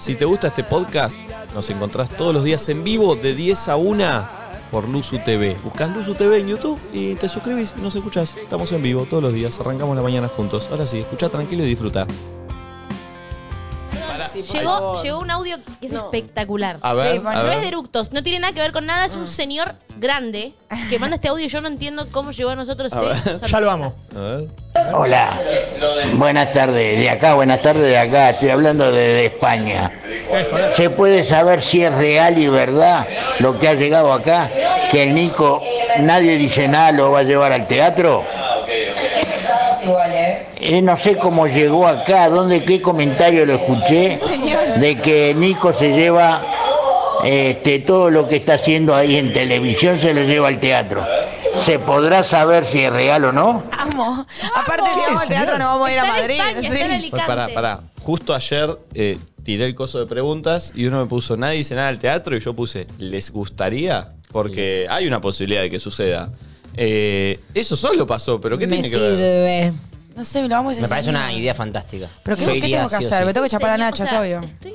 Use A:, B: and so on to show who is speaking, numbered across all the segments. A: Si te gusta este podcast, nos encontrás todos los días en vivo de 10 a 1 por Luzu TV. Buscás Luzu TV en YouTube y te suscribís y nos escuchás. Estamos en vivo todos los días, arrancamos la mañana juntos. Ahora sí, escuchá tranquilo y disfruta.
B: Sí, por
C: Llegó,
B: favor.
C: llegó un audio que es
B: No.
C: espectacular.
A: A ver,
B: Sí, bueno,
A: a
C: No
A: ver.
C: es de eructos, no tiene nada que ver con nada,
B: Ah.
C: es un señor grande que manda este audio. Yo no entiendo cómo llegó a nosotros.
A: A ver.
C: este
D: Ya lo amo.
A: A ver.
E: Hola, buenas tardes de acá, buenas tardes de acá, estoy hablando desde España. ¿Se puede saber si es real y verdad lo que ha llegado acá? Que el Nico, nadie dice nada, lo va a llevar al teatro. Y no sé cómo llegó acá, dónde, qué comentario lo escuché, de que Nico se lleva este, todo lo que está haciendo ahí en televisión, se lo lleva al teatro. ¿Se podrá saber si es real o no?
B: Amo. Aparte, si
D: ¿Qué,
B: vamos al
D: señor?
B: teatro, nos vamos a ir a
C: Está en
B: Madrid.
C: España, está en
B: sí.
C: Alicante.
A: Pará, pará. Justo ayer eh, tiré el coso de preguntas y uno me puso, nadie dice nada al teatro y yo puse, ¿les gustaría? Porque hay una posibilidad de que suceda. Eh, eso solo pasó, pero ¿qué
F: me
A: tiene que ver?
F: sirve.
B: No sé, lo vamos a
G: Me parece
B: enseñar.
G: una idea fantástica.
B: Pero ¿qué,
G: Yo
B: qué
G: iría
B: tengo que
G: sí o
B: hacer?
G: sí.
B: Me tengo que chapar a
C: Señor,
B: Nacho,
C: o
B: es
C: sea,
B: obvio.
C: estoy-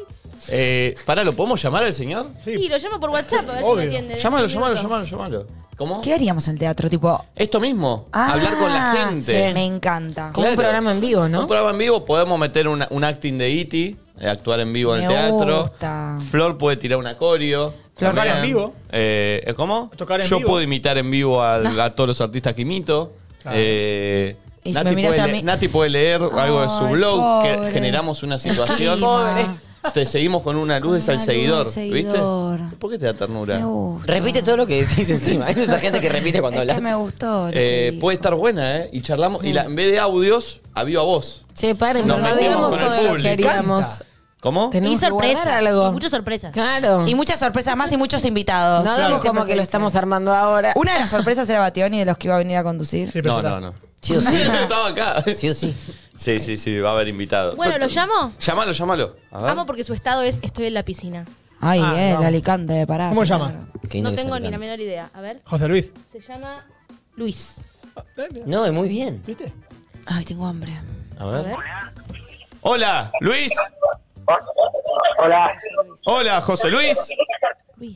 A: Eh, pará, ¿lo podemos llamar al señor?
C: Y lo llamo por WhatsApp a ver si me atiende.
A: Llámalo,
C: Un
A: llámalo,
C: minuto.
A: llámalo, llámalo. ¿Cómo?
B: ¿Qué haríamos en el teatro? Tipo,
A: Esto mismo,
B: ah,
A: hablar con la gente.
B: sí, Me encanta.
A: ¿Cómo?
F: Como un
A: Claro.
F: programa en vivo,
A: Un
F: ¿no?
A: programa en vivo, podemos meter una- un acting de Iti, eh, actuar en vivo en el
B: Me
A: teatro.
B: gusta.
A: Flor puede tirar un acorio.
B: Flor
A: también.
D: tocar en vivo.
A: Eh, ¿Cómo?
D: Tocar en
A: Yo
D: vivo.
A: puedo imitar en vivo al- a, todos los artistas que imito. Eh,
B: Y si
A: Nati,
B: me miraste
A: puede
B: a
A: le-
B: mí-
A: Nati puede leer algo de su
B: Ay,
A: blog, que
B: pobre.
A: generamos una situación.
B: Pobre.
A: Te seguimos con una luz
B: Con
A: al
B: una
A: seguidor,
B: luz del seguidor.
A: ¿viste? ¿Por qué te da ternura?
B: Me gusta.
G: Repite todo lo que decís encima. Es esa gente que repite cuando
B: es
G: hablas.
B: que me gustó. lo que
A: Eh,
B: dijo.
A: puede estar buena, ¿eh? Y charlamos, y la- en vez de audios, a viva voz.
F: Che, paren,
A: Nos
F: pero no
A: metimos
F: digamos
A: con el
F: todo lo que
A: público.
F: haríamos.
A: ¿Cómo?
F: Tenemos
C: Y
F: que guardar
C: sorpresa.
F: algo.
C: Muchas sorpresas.
F: Claro.
B: Y muchas sorpresas más y muchos invitados.
F: no hagamos
B: Siempre
F: como que lo
B: se dice.
F: estamos armando ahora.
B: Una de las sorpresas era Bationi de los que iba a venir a conducir.
D: Sí, pero
A: No,
D: ya
A: no,
D: está.
A: no.
G: Sí o sí.
A: Estaba acá.
G: Sí o sí.
A: Sí, sí, sí, va a haber invitado.
C: Bueno, ¿lo llamo?
A: Llámalo, llámalo. A ver.
C: Amo porque su estado es estoy en la piscina.
B: Ay,
D: Ah,
B: bien,
D: vamos.
B: Alicante, de parada.
D: ¿Cómo se
B: señor.
D: llama?
G: Qué lindo
C: No
G: que
C: tengo
G: sea
C: ni la
G: grande.
C: menor idea. A ver,
D: José Luis. Ah, eh,
C: se llama Luis.
G: No, es muy bien.
D: ¿Viste?
B: Ay, tengo hambre.
A: A
C: A
A: ver.
C: ver.
A: Hola, Luis.
E: Hola.
A: Hola, José Luis.
C: Luis.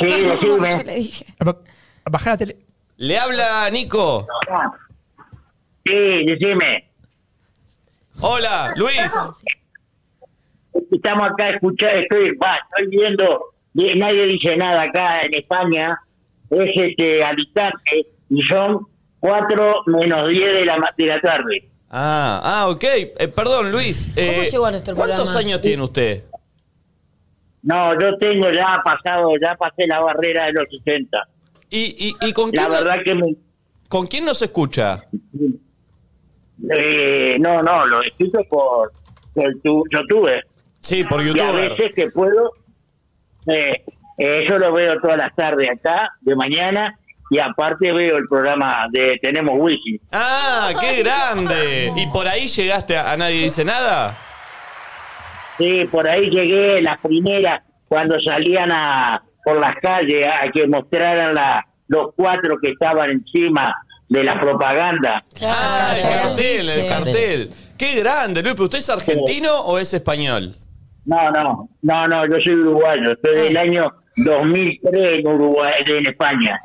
E: Sí,
B: Yo
E: decime.
B: le dije.
D: Ba- Bajá la tele.
A: Le habla Nico.
E: Sí, decime.
A: Hola, Luis.
E: Estamos acá escuchando, estoy, va, estoy viendo, y nadie dice nada acá en España, es este Alicante y son 4 menos 10 de la, ma- de la tarde.
A: Ah, ah, ok. Eh, perdón, Luis. eh,
F: llegó a nuestro
A: ¿Cuántos
F: programa?
A: años tiene usted?
E: No, yo tengo ya pasado, ya pasé la barrera de los 60.
A: ¿Y, y, y con,
E: La
A: quién,
E: verdad que me,
A: con quién nos escucha?
E: eh, no, no, lo escucho por, por tu, YouTube.
A: Sí, por
E: Y a
A: YouTube.
E: veces que puedo, eh, eh, yo lo veo todas las tardes acá, de mañana, y aparte veo el programa de Tenemos Wifi.
A: Ah, qué grande. ¿Y por ahí llegaste a, a Nadie Dice Nada?
E: Sí, por ahí llegué las primeras, cuando salían a, por las calles a que mostraran la, los cuatro que estaban encima de la propaganda.
A: Ah, el
F: Claro,
A: cartel, el
F: biche.
A: cartel. Qué grande, Luis. ¿Pero usted es argentino o es español?
E: No, no, no, no, yo soy uruguayo, estoy
A: Ah.
E: del año 2003 en Uruguay, en España.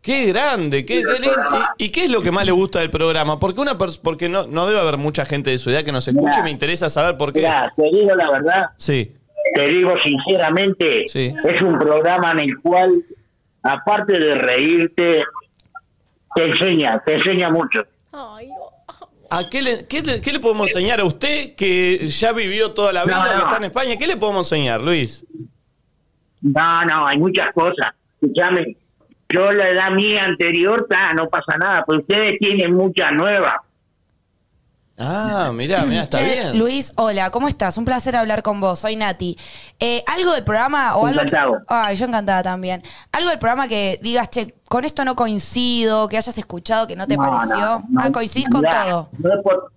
A: Qué grande, qué, qué lindo. ¿Y, y qué es lo que más le gusta del programa? Porque una pers- porque no, no debe haber mucha gente de su edad que nos escuche,
E: Mirá.
A: me interesa saber por qué.
E: Mira, te digo la verdad,
A: Sí.
E: te digo sinceramente,
A: Sí.
E: es un programa en el cual, aparte de reírte, te enseña, te enseña mucho.
C: Ay, no.
A: ¿A qué le, qué le- qué le podemos enseñar a usted que ya vivió toda la vida,
E: No, no.
A: que está en España? ¿Qué le podemos enseñar, Luis?
E: No, no, hay muchas cosas. Escuchame, yo la edad mía anterior, ta, no pasa nada, pero ustedes tienen muchas nuevas.
A: Ah, mirá, mirá, está
B: Che,
A: bien.
B: Luis, hola, ¿cómo estás? Un placer hablar con vos, soy Nati. Eh, ¿Algo del programa o algo... que-
E: Encantado.
B: Ay, yo encantada también. ¿Algo del programa que digas, che, con esto no coincido, que hayas escuchado, que no te pareció?
E: no,
B: ah, coincidís con
E: mirá,
B: todo.
E: No es por-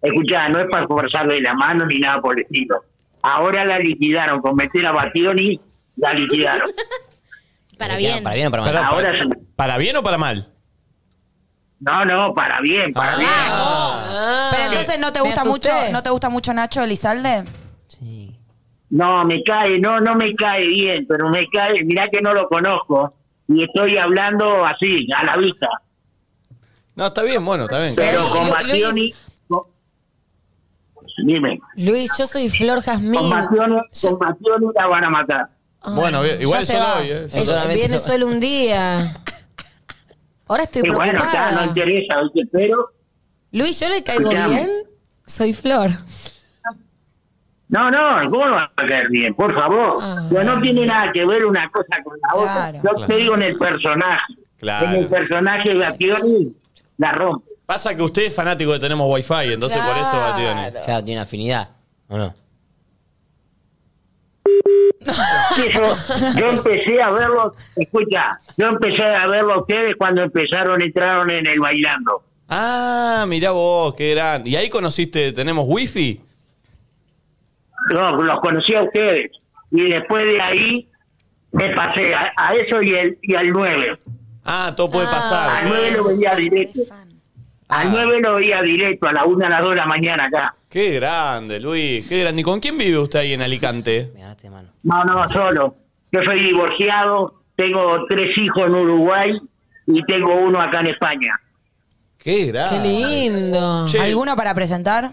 E: escuchá, no es para forzarle la mano ni nada por el estilo. Ahora la liquidaron, con meter a Bationi, la liquidaron.
C: Para
G: Para
C: bien.
G: bien o para mal.
A: Pará,
E: Ahora
A: para,
E: sí.
A: ¿para bien o para mal?
E: No, no, para bien, para bien.
B: Pero entonces no te gusta
F: Me
B: mucho,
F: asusté.
B: ¿no te gusta mucho Nacho Elizalde?
G: Sí.
E: No, me cae, no, no me cae bien, pero me cae, mirá que no lo conozco y estoy hablando así, a la vista.
A: No, está bien, bueno, está bien.
E: Pero
F: Lu-
E: con
F: Lu-
E: Bastioni,
F: Luis.
E: no- dime,
F: Luis, yo soy Flor
E: con
F: Jazmín.
E: Bastioni,
F: Yo-
E: con Bastioni la van a matar.
A: Bueno, bien, igual
F: ya se
A: solo
F: va.
A: hoy, ¿eh?
F: Es-
G: Solamente-
F: viene solo un día. Ahora estoy
E: Y bueno, ya no
F: preocupada.
E: interesa, ¿viste? pero
F: Luis, ¿yo le caigo
E: Escuchame.
F: bien? Soy Flor.
E: No, no, ¿cómo no va a caer bien? Por favor.
F: Ah.
E: Pero no tiene nada que ver una cosa con la otra.
B: Claro.
E: Yo
A: Claro.
E: te digo en el personaje.
A: Claro.
E: En el personaje de Bationi la rompe.
A: Pasa que usted es fanático de tenemos wifi, entonces por eso
B: Claro.
A: Bationi.
G: Claro, tiene una afinidad. ¿O no?
E: Sí, Yo, yo empecé a verlo, escucha, yo empecé a verlo a ustedes cuando empezaron, entraron en el bailando.
A: Ah, mirá vos, qué grande. ¿Y ahí conociste tenemos wifi?
E: Yo los conocí a ustedes. Y después de ahí me pasé a, a eso y, el, y al 9.
A: Ah, todo puede pasar. Ah.
E: al 9 lo veía directo. Al 9 lo veía directo, a la 1, a las 2 de la mañana acá.
A: Qué grande, Luis, qué grande. ¿Y con quién vive usted ahí en Alicante?
G: Me ganaste de mano.
E: No, no, solo. Yo soy divorciado, tengo tres hijos en Uruguay y tengo uno acá en España.
A: Qué
E: Ah.
F: Qué
A: grande.
F: lindo.
A: Che.
B: ¿Alguno para presentar?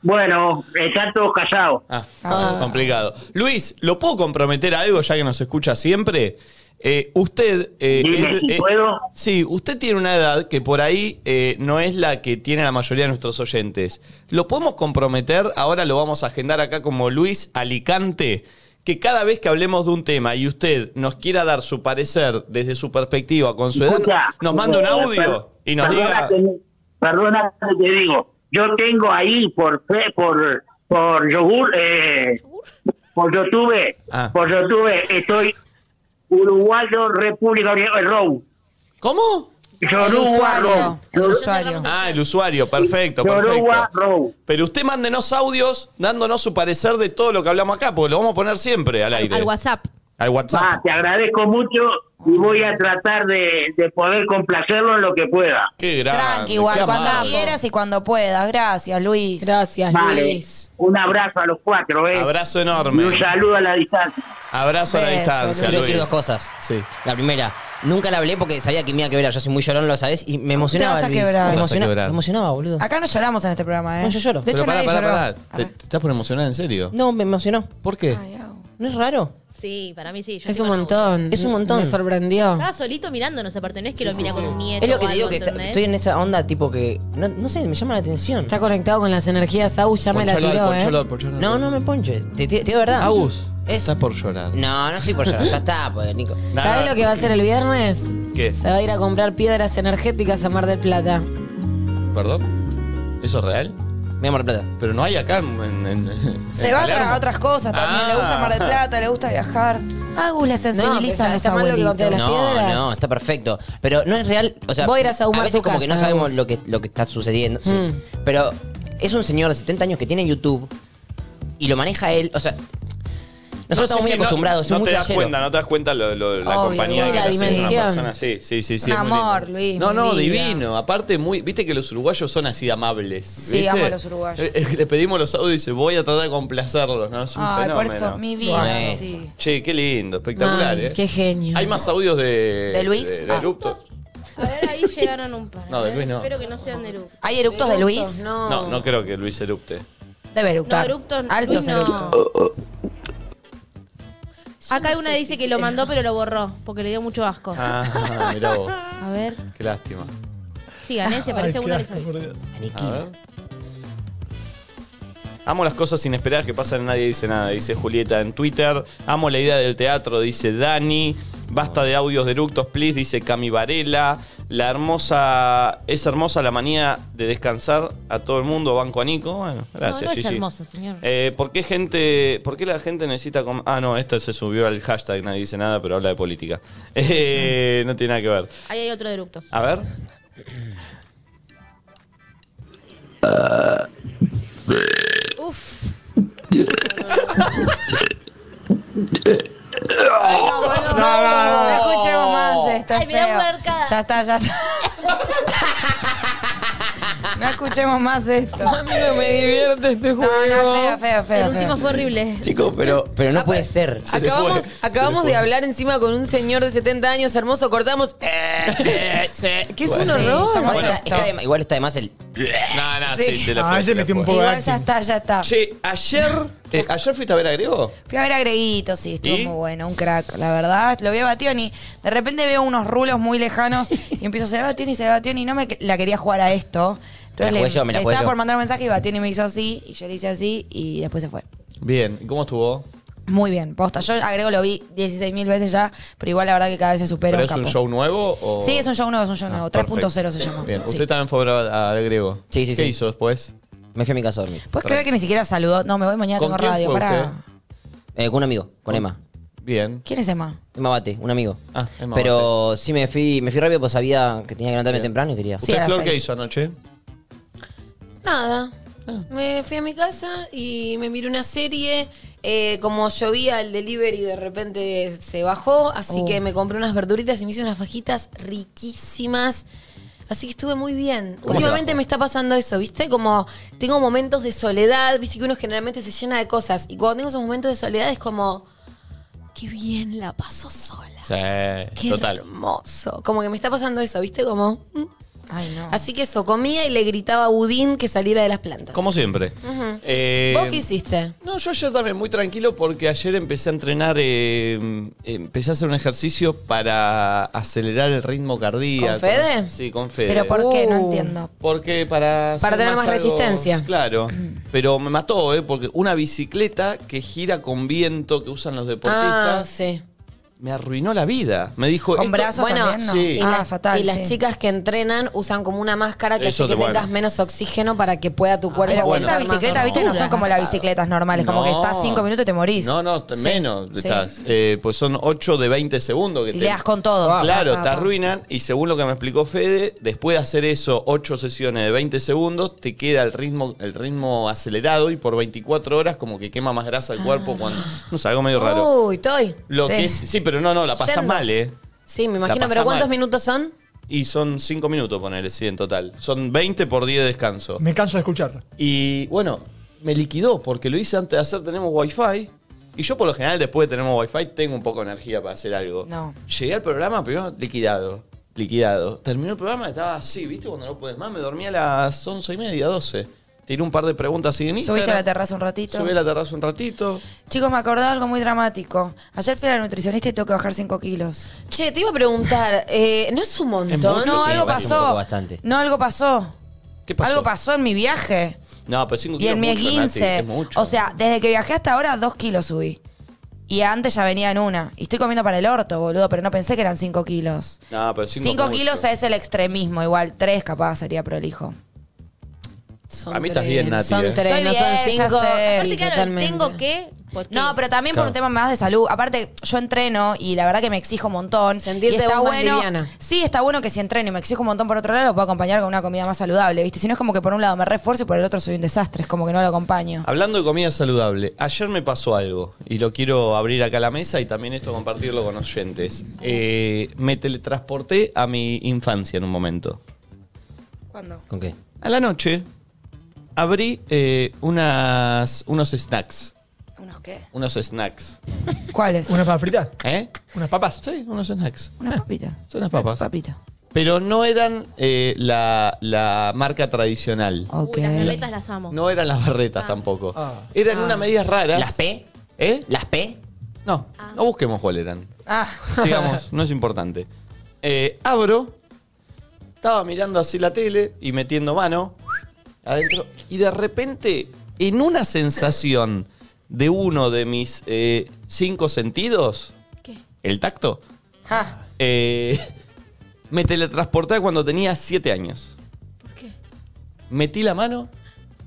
E: Bueno, están todos casados.
A: Ah, complicado. Luis, ¿lo puedo comprometer a algo ya que nos escucha siempre? Eh, usted. eh,
E: Dime,
A: es-
E: si
A: eh,
E: puedo.
A: Sí, usted tiene una edad que por ahí eh, no es la que tiene la mayoría de nuestros oyentes. ¿Lo podemos comprometer? Ahora lo vamos a agendar acá como Luis Alicante. Que cada vez que hablemos de un tema y usted nos quiera dar su parecer desde su perspectiva con su edad,
E: Escucha,
A: nos manda un
E: eh,
A: audio
E: per-
A: y nos
E: perdona
A: diga.
E: que me- perdona que te digo, yo tengo ahí por fe- por por yogur, eh, por YouTube,
A: Ah.
E: por YouTube estoy uruguayo, República Oriental, Row.
A: ¿Cómo?
B: El
E: Yoruba Row.
B: usuario. El usuario.
A: Ah, el usuario, perfecto,
E: Yoruba
A: perfecto.
E: Row.
A: Pero usted mándenos audios dándonos su parecer de todo lo que hablamos acá, porque lo vamos a poner siempre al aire.
C: Al WhatsApp.
A: Al WhatsApp.
E: Ah, te agradezco mucho y voy a tratar de, de poder complacerlo en lo que pueda.
A: Qué grande.
E: Ah,
B: Tranqui, igual,
A: qué
B: cuando
A: amable.
B: quieras y cuando puedas. Gracias, Luis.
F: Gracias,
E: Vale,
F: Luis.
E: un abrazo a los cuatro, ¿eh?
A: Abrazo
E: y un
A: enorme.
E: saludo a la distancia.
A: Abrazo a la
B: Beso,
A: distancia,
G: Quiero
A: Luis.
G: decir dos cosas.
A: Sí.
G: La primera, nunca la hablé porque sabía que me iba a quebrar. Yo soy muy llorón, lo sabes, y me emocionaba.
B: vas a
G: Luis.
B: quebrar.
G: Me
A: Te vas a
G: emocionaba,
A: quebrar.
G: me emocionaba, boludo.
B: Acá no lloramos en este programa, ¿eh?
G: No, yo lloro.
B: De hecho, nadie lloró.
A: Ah, ¿Te,
B: Arre.
A: te estás por emocionar en serio?
G: No, me emocionó.
A: ¿Por qué?
B: Ay, au.
G: ¿No es raro?
C: Sí, para mí sí. yo
F: Es
C: digo,
F: un
C: no.
F: montón.
G: Es un montón.
F: Me sorprendió.
C: Estaba solito mirándonos, aparte. No es que lo mira con un nieto.
G: Es lo que
C: o
G: te digo
C: algo,
G: que está-
C: ¿entendés?
G: estoy en esa onda tipo que. No, no sé, me llama la atención.
F: Está conectado con las energías, Saúl ya me la
A: Ponchalo al-
F: tiró, ¿eh?
A: ponchalo al- ponchalo al-
G: No, no me ponches. Te te- te digo verdad.
A: Agus,
G: Es-
A: estás por llorar.
G: No, no estoy por llorar. Ya está, pues, Nico.
A: Nah,
F: ¿Sabes lo que va a hacer el viernes?
A: ¿Qué?
F: Se va a ir a comprar piedras energéticas a Mar del Plata.
A: ¿Perdón? ¿Eso es real?
G: Me amor plata.
A: Pero no hay acá en. en- en-
B: Se
A: en
B: va a
A: Palermo.
B: otra- a otras cosas también. Le
A: Ah.
B: gusta Mar del Plata, le gusta viajar. Agus la sensibiliza
F: está-
B: a los
F: está mal lo que
B: abuelitos.
F: conté de las
G: No,
F: piedras.
G: no, está perfecto. Pero no es real. O sea,
F: Voy a ir a sahumar
G: veces
F: tu
G: como
F: casa,
G: que no sabemos
F: vos.
G: lo que, lo que está sucediendo. sí.
F: Mm.
G: Pero es un señor de 70 años que tiene YouTube y lo maneja él. O sea, nosotros estamos
A: No, sí,
G: muy
A: sí, no-
G: acostumbrados.
A: No,
G: es muy
A: te das
G: flashero.
A: cuenta, no te das cuenta lo, lo- la
B: Obvio,
A: compañía
B: sí,
A: que
B: la
A: te hace una
F: dimensión.
A: persona así. Sí, sí, sí.
B: Un
A: es muy
B: amor,
A: lindo.
B: Luis,
A: No,
B: mi
A: no,
B: vida.
A: divino. Aparte, muy. Viste que los uruguayos son así de amables.
B: Sí,
A: ¿viste?
B: amo a los uruguayos.
A: Eh, eh, le pedimos los audios y dice, voy a tratar de complacerlos, ¿no? Es un
B: Ay,
A: fenómeno.
B: por eso, mi vida,
G: Bueno.
B: sí.
A: Che, qué lindo, espectacular,
F: Ay,
A: ¿eh?
F: qué genio.
A: Hay más audios de.
B: ¿De Luis?
A: De, de
B: Ah.
A: Eruptos.
C: A ver, ahí llegaron un par.
A: No, de Luis no.
C: Espero que no sean de Luis.
B: ¿Hay eructos de Luis?
F: No.
A: No, no creo que Luis erupte.
B: Debe
C: No,
B: eructar.
C: eructos.
B: Altos
C: Luis no.
B: eructos.
C: Acá hay una dice que lo mandó, pero lo borró, porque le dio mucho asco.
A: Ah, mirá vos.
C: A ver,
A: Qué lástima.
C: sigan, ¿eh? Si aparece uno, les aviso.
A: A ver. Amo las cosas inesperadas que pasan y nadie dice nada, dice Julieta en Twitter. Amo la idea del teatro, dice Dani. Basta de audios de eructos, please, dice Cami Varela. La hermosa, es hermosa la manía de descansar a todo el mundo, banco a Nico. Bueno, gracias,
C: no es
A: Gigi.
C: hermosa, señor.
A: Eh, ¿por, qué gente, ¿Por qué la gente necesita... com- ah, no, esta se subió al hashtag, nadie dice nada, pero habla de política. Eh, no tiene nada que ver.
C: Ahí hay otro de Luctos.
A: A ver.
C: Uf.
B: No, bueno, no, no escuchemos más esto.
C: Ay,
B: es
C: me da
B: feo.
C: puercada.
B: Ya está, ya está. No escuchemos más esto.
F: A mí no me divierte este
B: No,
F: juego.
B: no, feo, feo,
C: El
B: feo.
C: último
B: feo.
C: fue horrible.
G: Chicos, pero, pero no puede ser.
A: Se le
F: Acabamos,
A: fue, se
F: acabamos
A: le
F: de
A: fue.
F: hablar encima con un señor de 70 años hermoso, cortamos. Eh, ¿Qué es un
B: Bueno, sí,
F: horror?
B: somos-
G: Bueno, está de- igual está además el.
A: No, no,
F: Sí.
A: sí, se le fue.
D: Ah,
A: se
D: ese
A: le
D: metió un
A: fue.
D: poco de
B: Igual ya
D: acting.
B: está, ya está.
A: Che, ayer. eh, ¿Ayer fuiste a ver a Grego?
B: Fui a ver a Greguito, sí, estuvo
A: ¿Y?
B: muy bueno, un crack, la verdad. Lo vi a Bationi. De repente veo unos rulos muy lejanos y empiezo a hacer "Ah, Bationi, se ve Bationi. No me que- la quería jugar a esto. Entonces
G: Me la jugué
B: le-
G: yo, me la
B: le
G: jugué
B: estaba
G: yo.
B: por mandar un mensaje y Bationi me hizo así, y yo le hice así, y después se fue.
A: Bien, ¿y cómo estuvo?
B: Muy bien, posta. Yo agrego, lo vi 16.000 veces ya, pero igual la verdad que cada vez se supera
A: ¿Pero
B: un
A: es un
B: capo.
A: show nuevo? O... Ah,
B: Sí, es un show nuevo, es un show nuevo. 3.0 se llama.
A: Bien,
B: Sí.
A: usted también fue a ver a- a Grego.
G: Sí, sí,
A: ¿Qué
G: sí.
A: hizo después?
G: Me fui a mi casa a dormir.
B: ¿Puedes creer que ni siquiera saludó? No, me voy mañana,
A: ¿Con
B: tengo
A: quién
B: radio.
A: fue
B: Pará.
A: usted?
G: Eh, con un amigo, con Emma.
A: Bien.
B: ¿Quién es Emma?
G: Emma Bate, un amigo.
A: Ah, Emma
G: Pero sí me fui, me fui rápido porque sabía que tenía que levantarme temprano y quería.
B: Sí,
A: ¿Usted,
B: a las
A: Flor, qué
B: seis.
A: hizo anoche?
F: Nada.
G: Ah.
F: Me fui a mi casa y me miré una serie. Eh, como llovía el delivery de repente se bajó, así
B: Oh.
F: que me compré unas verduritas y me hice unas fajitas riquísimas. Así que estuve muy bien.
G: ¿Cómo se
F: Últimamente
G: bajó?
F: me está pasando eso, ¿viste? Como tengo momentos de soledad, viste que uno generalmente se llena de cosas. Y cuando tengo esos momentos de soledad es como, qué bien la paso sola. Qué
A: Sí, total.
F: hermoso. Como que me está pasando eso, ¿viste? Como... mm.
B: Ay, no.
F: Así que eso, comía y le gritaba a Budín que saliera de las plantas.
A: Como siempre. Eh,
F: ¿Vos qué hiciste?
A: No, yo ayer también muy tranquilo porque ayer empecé a entrenar, eh, empecé a hacer un ejercicio para acelerar el ritmo cardíaco.
F: ¿Con Fede?
A: No sé, Sí, con Fede.
B: ¿Pero por qué? No
F: Uh.
B: entiendo.
A: Porque para... hacer
F: tener más
A: algo-
F: resistencia.
A: Claro. Pero me mató, ¿eh? Porque una bicicleta que gira con viento que usan los deportistas
F: Ah, sí.
A: me arruinó la vida. Me dijo...
B: Con
A: esto-
B: brazos
F: bueno,
B: también, ¿no?
A: sí.
F: Y,
B: Ah,
F: las,
B: fatal,
F: y las
B: sí.
F: chicas que entrenan usan como una máscara que
A: Eso
F: hace que
A: de bueno.
F: tengas menos oxígeno para que pueda tu cuerpo.
B: Pero
A: bueno.
B: esa
F: aguantar más.
B: bicicleta, viste, no son como las bicicletas normales, como que
A: No.
B: estás cinco minutos y te morís.
A: No, no, te-
B: Sí,
A: menos.
B: sí.
A: Estás, eh, pues son 8 de 20 segundos que
B: Y
A: te-
B: le das con todo. Pa,
A: Claro,
B: pa,
A: te
B: pa.
A: arruinan y según lo que me explicó Fede, después de hacer eso, 8 sesiones de 20 segundos, te queda el ritmo, el ritmo acelerado y por 24 horas como que quema más grasa el cuerpo cuando... No sé, algo medio raro.
F: Uy, estoy.
A: Lo
B: sí.
A: que es, sí, pero no, no, la pasas
F: Yendo.
A: mal, ¿eh?
F: Sí, me
A: La
F: imagino,
A: pasás
F: pero ¿cuántos
A: mal.
F: minutos son?
A: Y son 5 minutos, ponele, sí, en total. Son 20 por 10 de descanso.
D: Me canso de escuchar.
A: Y bueno, me liquidó porque lo hice antes de hacer, tenemos wifi. Y yo por lo general después de tenemos wifi tengo un poco de energía para hacer algo.
B: No.
A: Llegué al programa, primero liquidado. Liquidado. Terminó el programa, estaba así, ¿viste? Cuando no puedes más, me dormí a las once y media, 12. Tiré un par de preguntas así en Instagram.
B: Subiste a la terraza un ratito.
A: Subí a la terraza un ratito.
B: Chicos, me acordé de algo muy dramático. Ayer fui a la nutricionista y tengo que bajar 5 kilos.
F: Che, te iba a preguntar, eh, ¿no es un montón?
A: mucho,
B: No,
G: sí,
B: algo
G: igual es un poco
B: pasó.
G: bastante.
B: No, algo pasó.
A: ¿Qué pasó?
B: Algo pasó en mi viaje.
A: No, pero 5
B: Y
A: kilos
B: en mi
A: es mucho, Nati,
B: esguince.
A: es mucho.
B: O sea, desde que viajé hasta ahora, 2 kilos subí. Y antes ya venía en una. Y estoy comiendo para el orto, boludo, pero no pensé que eran 5 kilos.
A: No, pero 5
B: 5 kilos es el extremismo, igual 3 capaz sería prolijo.
F: Son
A: A mí estás bien, Nati,
F: Son
A: eh.
F: tres,
B: Estoy
F: no
B: bien,
F: son
B: ya
F: cinco.
B: sé.
F: Sí,
C: Aparte, claro,
F: totalmente.
C: tengo que. porque-
B: No, pero también por un tema más de salud. Aparte, yo entreno y la verdad que me exijo un montón.
F: Sentirte
B: y está
F: vos más
B: bueno.
F: liviana.
B: Sí, está bueno que si entreno y me exijo un montón por otro lado, lo puedo acompañar con una comida más saludable, ¿viste? Si no es como que por un lado me refuerzo y por el otro soy un desastre, es como que no lo acompaño.
A: Hablando de comida saludable, ayer me pasó algo y lo quiero abrir acá a la mesa y también esto compartirlo con oyentes. Eh, me teletransporté a mi infancia en un momento.
B: ¿Cuándo?
G: ¿Con qué?
A: A la noche abrí eh, unas, unos snacks.
B: ¿Unos qué?
A: Unos snacks.
B: ¿Cuáles?
D: ¿Unas papas fritas?
A: ¿Eh?
D: ¿Unas papas?
A: Sí, unos snacks.
B: Una papita.
A: Son unas papas.
B: Papita.
A: Pero no eran eh, la, la marca tradicional.
B: Ok.
C: Uy, las violetas las amo.
A: No eran las barretas tampoco.
D: Ah.
A: Eran unas medidas raras.
G: ¿Las P?
A: ¿Eh?
G: ¿Las P?
A: No, no busquemos cuál eran.
B: Ah,
A: Sigamos, no es importante. Eh, abro, estaba mirando así la tele y metiendo mano adentro. Y de repente, en una sensación de uno de mis eh, cinco sentidos,
C: ¿Qué?
A: el tacto,
B: ah.
A: eh, me teletransporté a cuando tenía siete años.
C: ¿Por qué?
A: Metí la mano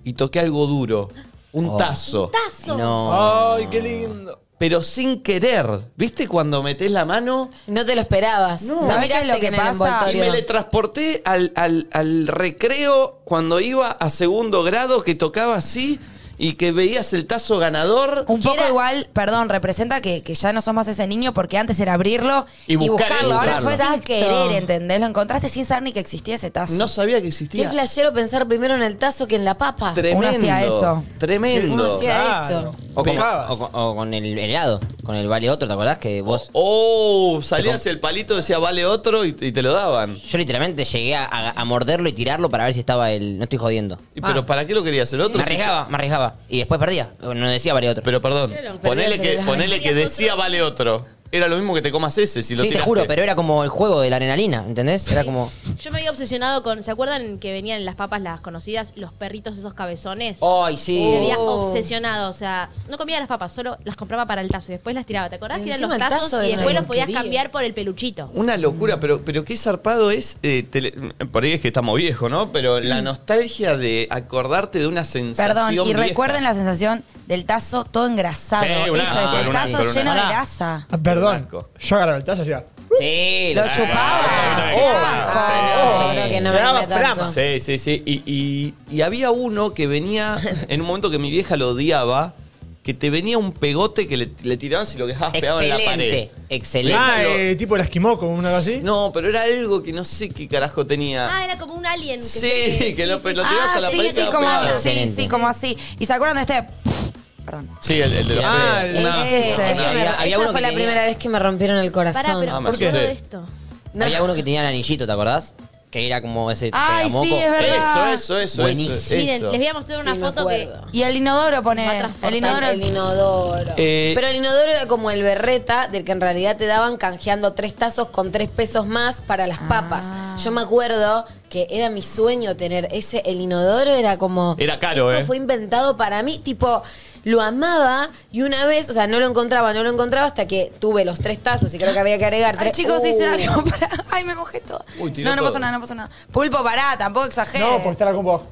A: y toqué algo duro, un
G: Oh.
A: tazo.
C: ¡Tazo!
G: No.
D: ¡Ay, qué lindo!
A: Pero sin querer, ¿viste cuando metés la mano?
F: No te lo esperabas.
B: No.
F: No,
B: ¿Sabés qué es lo que
F: en el
B: pasa?
A: Y
F: envoltorio.
A: me le transporté al, al- al recreo cuando iba a segundo grado que tocaba así
G: y que veías el tazo ganador.
B: Un poco
F: Quiera-
B: igual, perdón, representa que, que ya no sos más ese niño porque antes era abrirlo
G: Y
B: y,
G: buscar-
B: buscarlo.
G: y
B: Ahora
G: buscarlo.
B: fue sin
F: Exacto.
B: querer, ¿entendés? Lo encontraste sin saber ni que existía ese tazo.
G: No sabía que
F: Qué
G: existía.
F: flashero pensar primero en el tazo que en la papa.
G: Tremendo.
B: hacía eso.
G: Tremendo.
F: Uno hacía
D: Claro.
F: eso.
G: O, como-
D: Pegabas.
G: o con, o con el helado, con el vale otro, ¿te acordás que vos?
A: Oh, salías el palito, decía vale otro y, y te lo daban.
G: Yo literalmente llegué a, a- a morderlo y tirarlo para ver si estaba el. No estoy jodiendo.
A: Y,
B: Ah.
A: ¿Pero para qué lo querías el otro?
G: Me
A: Si
G: arriesgaba, me arriesgaba. Y después perdía. No decía vale otro.
A: Pero perdón,
C: Pero perdías
A: ponele
F: el
A: que,
F: helado.
A: ponele que
C: Querías
A: decía
C: otro.
A: vale otro. Era lo mismo que te comas ese si lo
G: sí, te
A: tiraste.
G: juro, pero era como el juego de la adrenalina, ¿entendés? Era como.
C: Yo me había obsesionado con. ¿Se acuerdan que venían en las papas las conocidas, los perritos esos cabezones?
G: Ay, sí.
C: Me había
F: Oh.
C: obsesionado, o sea, no comía las papas, solo las compraba para el tazo y después las tiraba. ¿Te acordás?
F: Y
C: Tiran
F: encima
C: los
F: el
C: tazos
F: tazo
C: y
F: es
C: después
F: una
C: los podías
F: porquería.
C: cambiar por el peluchito.
A: Una locura, pero, pero qué zarpado es. eh, tele- por ahí es que estamos viejos, ¿no? Pero la nostalgia de acordarte de una sensación.
B: Perdón, y
A: vieja.
B: recuerden la sensación del tazo todo engrasado.
A: Sí, ah, un
B: Eso
A: asco,
B: es,
A: era
B: el
A: un asco,
B: tazo
A: era un
B: lleno de
A: asco.
B: grasa.
D: Ah,
A: Un
D: Perdón.
A: asco.
D: Yo agarraba el tazo y decía.
G: Sí,
B: Lo
G: la-
B: chupaba.
A: Ah,
B: ¡Qué
A: oh,
B: asco!
F: Yo creo que no
D: Le daba
F: me tanto.
D: flama.
A: Sí, sí, sí. Y, y- y había uno que venía, en un momento que mi vieja lo odiaba, que te venía un pegote que le, le tirabas y lo dejabas pegado en la pared.
G: Excelente, excelente.
D: Ah,
A: Pero-
D: eh, tipo el esquimó, como una cosa así.
A: No, pero era algo que no sé qué carajo tenía.
C: Ah, era como un alien. Que
A: sí,
C: se-
A: que lo, lo tirabas a
B: Ah,
A: la
B: sí,
A: pared. y
B: sí,
A: lo
B: como,
A: pegabas.
B: sí,
G: Excelente.
B: sí, como así. ¿Y se acuerdan de este? Perdón.
A: Sí, el, el de los
D: Ah,
A: pedos.
D: el-
F: Ese-
B: Ese.
F: ese me-
G: Había- había
F: esa
G: uno
F: fue
G: que
F: la
G: tenía-
F: primera vez que me rompieron el corazón.
C: Pará, pero
A: Ah, me
C: ¿por qué
A: asusté.
C: de esto?
F: No.
G: Había uno que tenía el anillito, ¿te acordás? Que era como ese
B: Ay,
G: pegamoco.
B: sí, es verdad.
A: Eso, eso, eso.
G: Buenísimo.
A: eso,
C: Miren,
A: eso.
C: les voy a mostrar
F: Sí,
C: una
F: me
C: foto que.
F: acuerdo.
B: Y el inodoro
C: Va a
B: pone.
C: transportar
B: El inodoro.
F: El inodoro.
A: Eh,
F: Pero el inodoro era como el berreta del que en realidad te daban canjeando tres tazos con tres pesos más para las papas.
B: Ah.
F: Yo me acuerdo que era mi sueño tener ese. El inodoro era como.
A: Era caro,
F: esto
A: ¿eh?
F: fue inventado para mí. Tipo, lo amaba y una vez, o sea, no lo encontraba, no lo encontraba hasta que tuve los tres tazos y creo que había que agregar
B: Ay,
F: tres.
B: chicos, hice
F: Uh.
B: algo para. Ay, me mojé todo.
A: Uy, tiró
B: no, no
A: todo.
B: pasa nada, no pasa nada. Pulpo, pará, tampoco exageres.
D: No, porque está la combo abajo.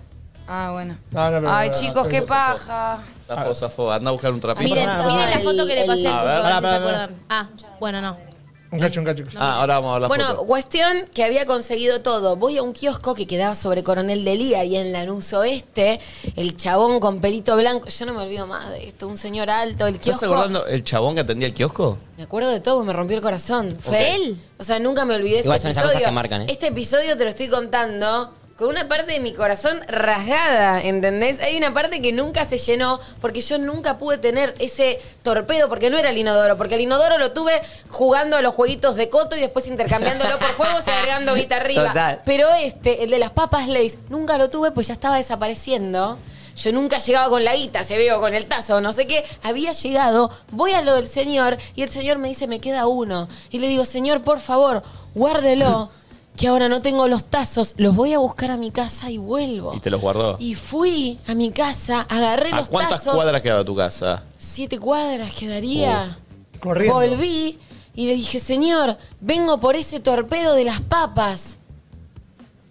B: Ah, bueno.
D: No, no, pero-
B: Ay,
D: no, no,
B: chicos,
D: no,
B: qué
D: no,
B: paja.
A: Zafo, zafo, anda a buscar un trapito.
C: Miren,
D: nada,
C: miren
D: pará.
C: la foto que le
F: El-
C: pasé,
F: el-
C: por
A: A ver,
C: favor, si
D: pará,
C: se
D: pará, pará.
C: acuerdan. Ah, bueno, no.
D: Un cacho, un cacho. un cacho.
A: Ah, ahora vamos a ver la
F: bueno,
A: foto.
F: cuestión que había conseguido todo. Voy a un kiosco que quedaba sobre Coronel Delía y en Lanús Oeste, el chabón con pelito blanco. Yo no me olvido más de esto. Un señor alto, el
A: ¿Estás
F: kiosco.
A: acordando el chabón que atendía el kiosco?
F: Me acuerdo de todo, me rompió el corazón.
C: Ok.
F: Fue él. O sea, nunca me olvidé
G: Igual
F: ese
G: son esas
F: episodio.
G: cosas que marcan, ¿eh?
F: Este episodio te lo estoy contando con una parte de mi corazón rasgada, ¿entendés? Hay una parte que nunca se llenó porque yo nunca pude tener ese torpedo porque no era el inodoro, porque el inodoro lo tuve jugando a los jueguitos de coto y después intercambiándolo por juegos y agregando guitarrilla.
G: Total.
F: Pero este, el de las papas Lays, nunca lo tuve pues ya estaba desapareciendo. Yo nunca llegaba con la guita, se veo con el tazo, no sé qué. Había llegado, voy a lo del señor y el señor me dice, me queda uno. Y le digo, señor, por favor, guárdelo, que ahora no tengo los tazos, los voy a buscar a mi casa y vuelvo.
A: Y te los guardó.
F: Y fui a mi casa, agarré
A: ¿A
F: los
A: cuántas
F: tazos.
A: cuadras quedaba tu casa?
F: Siete cuadras quedaría.
A: Oh.
D: Corriendo.
F: Volví y le dije, señor, vengo por ese torpedo de las papas.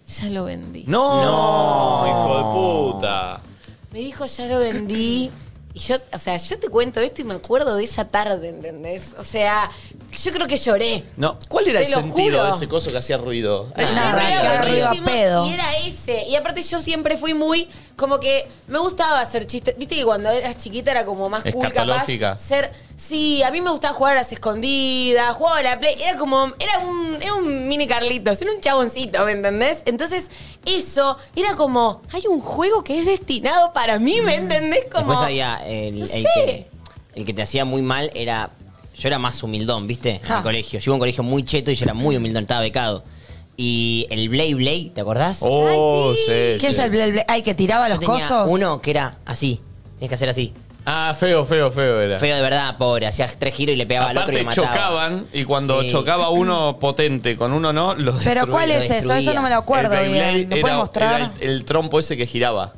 F: Ya lo vendí.
A: ¡No! ¡No! ¡Hijo de puta!
F: Me dijo, ya lo vendí. Y yo, o sea, yo te cuento esto y me acuerdo de esa tarde, ¿entendés? O sea, yo creo que lloré.
A: No, ¿cuál era
F: Te
A: el
F: lo
A: sentido
F: juro.
A: de ese coso que hacía ruido?
F: Pero
B: Nada,
F: siempre
B: que
F: era
B: haga ruido a
F: buenísimo,
B: pedo.
F: Y era ese. Y aparte yo siempre fui muy, como que me gustaba hacer chistes. Viste que cuando eras chiquita era como más cool, capaz.
A: Escatológica.
F: Ser, sí, a mí me gustaba jugar a las escondidas, jugaba a la play. Era como, era un, era un mini Carlitos, era un chaboncito, ¿me entendés? Entonces, eso era como, hay un juego que es destinado para mí, ¿me entendés? Como,
G: Después había el,
F: No
G: el
F: sé.
G: que, el que te hacía muy mal era. Yo era más humildón, ¿viste? En
B: Ja.
G: el colegio. Yo iba a un colegio muy cheto y yo era muy humildón, estaba becado. Y el Blay Blay, ¿te acordás?
A: ¡Oh, sí!
B: ¿Qué es el ble, ble- Ay, que tiraba
G: Yo
B: los
G: tenía
B: cosos.
G: Uno que era así. Tienes que hacer así.
A: Ah, feo, feo, feo era.
G: Feo de verdad, pobre. Hacías tres giros y le pegaba al otro y
A: Aparte
G: lo mataba.
A: chocaban y cuando
G: Sí.
A: chocaba uno potente con uno no, lo
B: Pero
A: destruía.
B: ¿cuál es eso?
G: destruía.
B: Eso no me lo acuerdo
A: El Beyblade
B: bien. ¿Lo
A: era-
B: puedes mostrar?
A: era el, el trompo ese que giraba.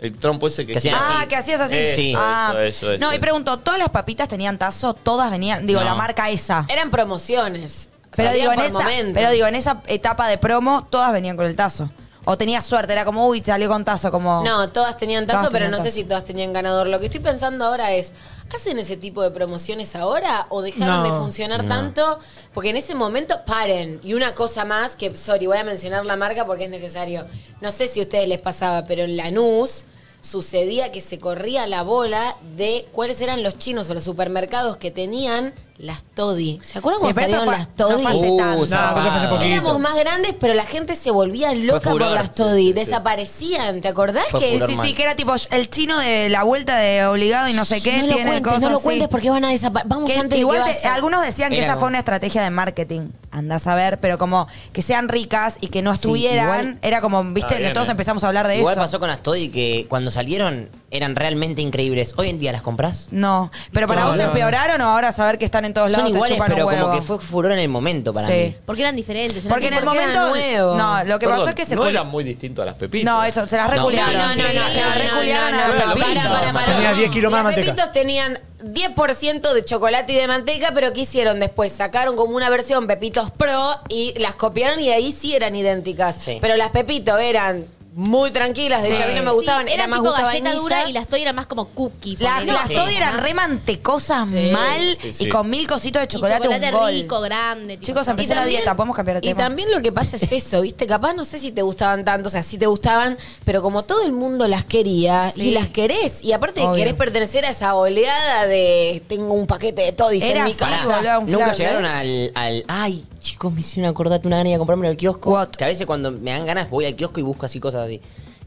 A: El trompo ese que,
G: Que hacía
A: giraba.
B: Ah,
G: así.
B: que hacías así.
A: Eso,
G: Sí.
B: Ah.
A: eso, eso, eso,
B: no, y
A: eso.
B: pregunto, ¿todas las papitas tenían tazo? Todas venían, digo,
G: No.
B: la marca esa.
F: Eran promociones.
B: Pero
F: Salían
B: digo, en
F: por
B: esa,
F: momentos.
B: pero digo, en esa etapa de promo, todas venían con el tazo. O tenía suerte, era como, uy, salió con tazo, como.
F: No, todas tenían tazo,
B: Todas
F: pero
B: tenían
F: no sé
B: tazo.
F: si todas tenían ganador. Lo que estoy pensando ahora es, ¿hacen ese tipo de promociones ahora o dejaron
D: No.
F: de funcionar tanto? Porque en ese momento, paren. Y una cosa más, que, sorry, voy a mencionar la marca porque es necesario. No sé si a ustedes les pasaba, pero en Lanús... sucedía que se corría la bola de cuáles eran los chinos o los supermercados que tenían las Toddy. ¿Se acuerdan
B: Sí,
F: cuando
B: pero eso
F: salieron
B: fue-
F: las Toddy?
B: no fue hace
G: Uh,
B: tanto.
G: zarpado.
D: pero hace poquito.
F: Éramos más grandes, pero la gente se volvía loca por
G: furor,
F: las
G: sí,
F: Toddy.
G: sí, sí.
F: Desaparecían, ¿te acordás?
G: Fue
F: que
G: furor.
B: Sí,
G: Normal.
B: sí, que era tipo el chino de la vuelta de obligado y no sé qué.
F: no lo
B: tiene
F: cuentes,
B: cosas,
F: no lo
B: sí.
F: cuentes porque van a desaparecer. Vamos
B: Que
F: antes de
B: igual
F: que
B: te-
F: vayan.
B: algunos decían que
G: Era
B: esa
G: como-
B: fue una estrategia de marketing. Andás a ver, pero como que sean ricas y que no estuvieran,
G: igual-
B: era como, viste,
A: Ah, bien,
B: todos
A: eh.
B: empezamos a hablar de
G: Igual
B: eso.
G: pasó con Astodi que cuando salieron eran realmente increíbles. Hoy en día las compras.
B: No, pero para
D: No,
B: vos
D: no, no.
B: empeoraron o ahora saber que están en todos lados
G: Son
B: te
G: iguales,
B: chupan un
G: pero como
B: huevo?
G: que fue furor en el momento para
B: Sí.
G: mí.
C: Porque eran diferentes. eran
B: Porque en el
F: porque era
B: momento
F: nuevo.
B: no, lo que
H: Perdón,
B: pasó es que se
H: no
B: cul-
H: era muy distinto a las pepitas.
B: No, eso se las
G: pues. No,
B: reculearon.
F: No, no,
B: sí,
F: no,
B: se
F: no,
B: las
F: no,
B: reculearon
F: no, no,
B: a la
F: no,
B: Pepito.
F: para, para, para.
D: Tenía 10 kilos más de
F: Las
D: manteca.
F: pepitos tenían 10% de chocolate y de manteca, pero ¿qué hicieron después? Sacaron como una versión Pepitos Pro y las copiaron y ahí sí eran idénticas.
G: Sí.
F: Pero las Pepito eran muy tranquilas, de hecho a mí no me
C: Sí,
F: gustaban, era
C: eran
F: más
C: tipo
F: gusto a
C: galleta
F: vainilla.
C: dura y las Toy eran más como cookie.
B: La-
C: ponele.
B: las
G: Sí.
B: Toddy eran re mantecosas mal
H: Sí, sí.
B: y con mil cositos de
C: Y
B: chocolate, un gol.
C: rico, grande. tipo.
B: Chicos, empecé
F: Y también-
B: la dieta, podemos cambiar de
F: Y
B: tema.
F: también lo que pasa es eso, ¿viste? Capaz no sé si te gustaban tanto, o sea, sí te gustaban, pero como todo el mundo las quería y
B: Sí.
F: las querés, y aparte
B: Obvio.
F: querés pertenecer a esa oleada de tengo un paquete de toddies en
B: Era
F: mi
B: así,
F: casa.
B: boludo, un
G: Nunca
B: flash,
G: llegaron
B: ¿eh?
G: al, al- Ay, chicos, me hicieron acordar una gana de ir a comprarme al kiosco.
B: What?
G: Que a veces cuando me dan ganas voy al kiosco y busco así cosas así.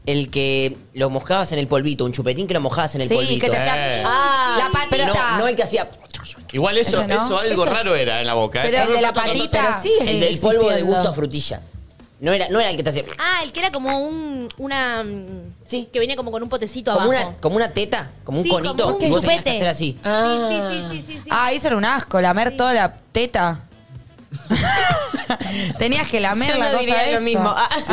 G: El que lo mojabas en el polvito, un chupetín que lo mojabas en el
B: Sí,
G: polvito.
B: que te hacía
A: Eh.
B: Ah, la
G: Pero
B: patita.
G: no, no el que hacía.
A: Igual eso,
B: Ese no.
A: eso algo
F: Eso es-
A: raro era en la boca. ¿eh?
F: Pero
B: el de la
F: Pero
B: patita.
F: sigue
G: el del polvo de
F: existiendo.
G: gusto a frutilla. No era, no era el que te hacía.
C: Ah, el que era como un. Una. Sí. Que venía como con un potecito
G: Como
C: abajo.
G: una, como una teta, como
C: Sí,
G: un conito.
C: como un
G: y vos tenías
C: chupete.
G: que hacer así.
F: Ah.
C: Sí, sí, sí, sí, sí, sí.
B: Ah, eso era un asco, lamer toda la teta. Tenías que lamer
F: Yo
B: la
F: no
B: cosa
F: diría
B: de
F: lo
B: eso.
F: mismo. Ah, sí.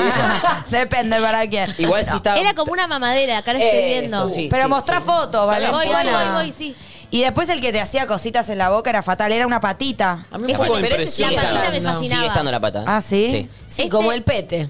B: Depende para quién.
G: Igual si estaba.
C: Era como una mamadera, acá lo estoy
G: Eso,
C: viendo.
G: sí.
B: Pero mostrá fotos, ¿vale?
C: Voy, voy, voy, voy, sí.
B: Y después el que te hacía cositas en la boca era fatal, era una patita.
G: A mí
C: Ese-
A: poco de
C: pero ese
A: impresión.
C: La patita me
G: No.
C: fascinaba.
G: Sigue estando la pata. ¿eh?
B: Ah, ¿sí?
F: Sí,
C: Este-
F: como el pete.
G: ¿Eh?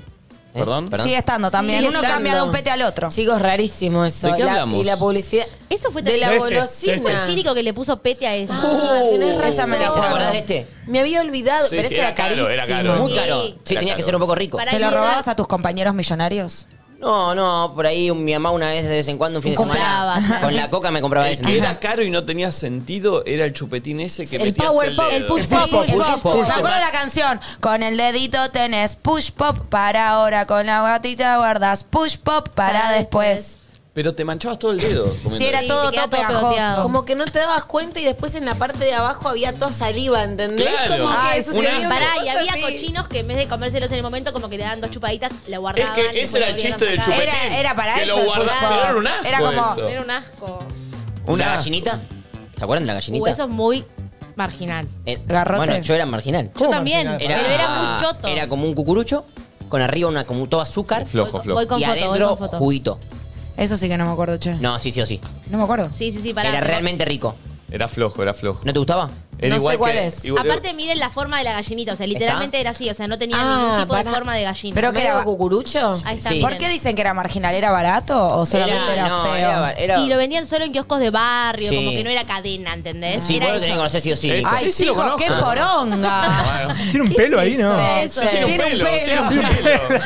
A: Perdón.
G: Perdón.
B: Sigue estando también.
F: Sigue
B: Uno
F: estando.
B: cambia de un pete al otro.
F: Chicos, rarísimo eso.
A: ¿De qué
F: La-
A: hablamos?
F: y la publicidad.
C: Eso fue
F: de la
D: De este,
F: golosina.
D: de
C: Fue el cínico que le puso pete a eso.
F: Ah, tenés razón.
B: Esa me la
G: ¿Te
B: acuerdo.
G: acordás de este?
F: Me había olvidado,
A: Sí,
F: pero
A: sí,
F: ese era,
A: era caro,
F: carísimo.
A: era caro.
G: Muy
C: Sí.
G: caro. Sí,
A: Era
G: tenía que
A: caro.
G: ser un poco rico.
C: Para
B: ¿Se lo
C: ayudar.
B: robabas a tus compañeros millonarios?
G: No, no, por ahí un- mi mamá una vez de vez en cuando, un fin de
C: Compraba,
G: semana.
C: claro.
G: Con la coca me compraba
A: El
G: eso.
A: que era caro y no tenía sentido era el chupetín ese que
F: El
A: metías
F: power
A: el
F: pop,
A: dedo.
F: el push
B: Push pop, push
A: push
B: pop.
A: pop.
B: Me acuerdo de la canción. Con el dedito tenés push pop para ahora. Con la gatita guardas push pop para
C: Para
B: después.
H: Pero te manchabas todo el dedo. comiendo
B: Si era
C: Sí,
B: todo,
C: te queda
B: todo
C: todo pegoteado.
B: pegajoso.
F: Como que no te dabas cuenta y después en la parte de abajo había toda saliva, ¿entendés?
A: Claro.
F: Como que
A: Ay,
F: sucedió
A: una-
F: una
C: Ah, Pará, y
F: cosa
C: había
F: así.
C: cochinos que en vez de comérselos en el momento, como que le daban dos chupaditas, la guardaban. y
A: Es que ese
C: después
A: era el
C: la volvían a
A: chiste del
C: sacar.
A: chupete.
B: Era, era para
A: Que
B: eso.
A: lo
B: el
A: guardás,
B: push pop.
A: pero era un asco
B: Era como.
A: eso.
C: Era un asco.
G: ¿Una
A: Nah.
G: gallinita? ¿Se acuerdan de la
C: Uh,
G: gallinita?
C: eso es muy marginal.
G: Eh,
B: Garrote.
G: Bueno, yo era marginal.
C: Yo
D: ¿Cómo
C: también,
D: marginal?
C: pero era muy choto.
G: Era como un cucurucho, con arriba una como todo azúcar.
H: Flojo,
C: Voy-
H: flojo.
C: Voy con
G: y
C: foto, voy
G: adentro
C: con foto.
G: juguito.
B: Eso sí que no me acuerdo, che.
G: No, sí, sí o sí.
B: No me acuerdo.
C: Sí, sí, sí, pará.
G: era
C: pero-
G: realmente rico.
H: Era flojo, era flojo.
G: ¿No te gustaba?
H: Era
F: No sé
H: igual
F: cuál
H: que-
F: es.
H: igual-
C: Aparte, miren la forma de la gallinita. O sea, literalmente era así. O sea, no tenía
F: Ah,
C: ningún tipo
F: pará.
C: de forma de gallina.
B: Pero que era-
F: ¿Medio cucurucho?
C: Ahí está.
G: Sí.
B: ¿Por qué dicen que era marginal? ¿Era barato o solamente era,
G: no,
B: feo?
G: era- era-
C: Y lo vendían solo en kioscos de barrio,
G: Sí.
C: como que no era cadena, ¿entendés?
G: Sí,
C: era
G: vos lo tenés que conocer sí o sí.
H: Eh,
G: Nico.
B: Ay,
H: Sí, sí, lo
B: chicos, qué
H: conozco.
B: poronga.
H: Bueno,
D: Tiene un pelo ahí, ¿no?
F: Eso.
H: tiene un
B: Tiene un
H: pelo,
B: pelo.
H: tiene un pelo.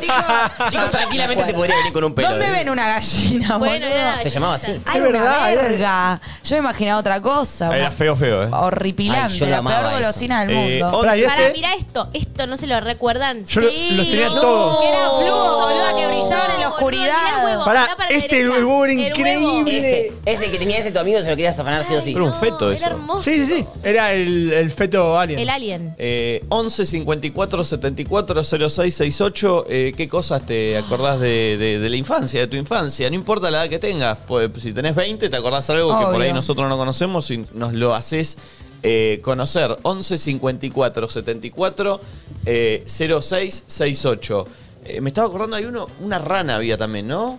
B: Chicos,
G: Chicos, tranquilamente te podría venir con un pelo.
B: ¿dónde
G: ¿eh?
B: ven una gallina,
C: Bueno,
B: boludo?
C: era-
G: Se llamaba así.
B: Ay,
D: Es
B: una
D: verdad, era-
B: verga. Yo me imaginaba otra cosa.
H: Era feo, feo, ¿eh?
B: Horripilante,
G: Ay, yo lo
B: la
G: amaba
B: peor
G: eso.
B: golosina del
H: Eh,
B: mundo.
D: Pará, ¿y
C: Pará,
D: ese?
C: mirá esto. Esto no se lo recuerdan.
D: este- Yo lo-
C: Sí.
D: los tenía
C: No.
D: todos.
B: Que eran fluos, boluda, que
C: No,
B: brillaban en la
C: boluda, mirá el huevo,
B: oscuridad.
D: Pará,
C: andá la
D: este
C: derecha.
D: huevo era
C: El
D: increíble.
G: Ese, ese que tenía ese tu amigo se lo querías afanar sí o sí.
H: Pero un feto
C: era
H: eso.
C: hermoso.
D: Sí, sí, sí. Era el, el feto alien.
C: El alien.
H: Eh, 11 54 74 06 68. eh, ¿Qué cosas te acordás de, de- de la infancia, de tu infancia? No importa la edad que tengas. Pues, si tenés 20, te acordás algo que por
B: Obvio.
H: ahí nosotros no conocemos y nos lo haces eh, conocer. 11 54 74 eh, 06 68. Eh, me estaba acordando, hay uno, una rana había también, ¿no?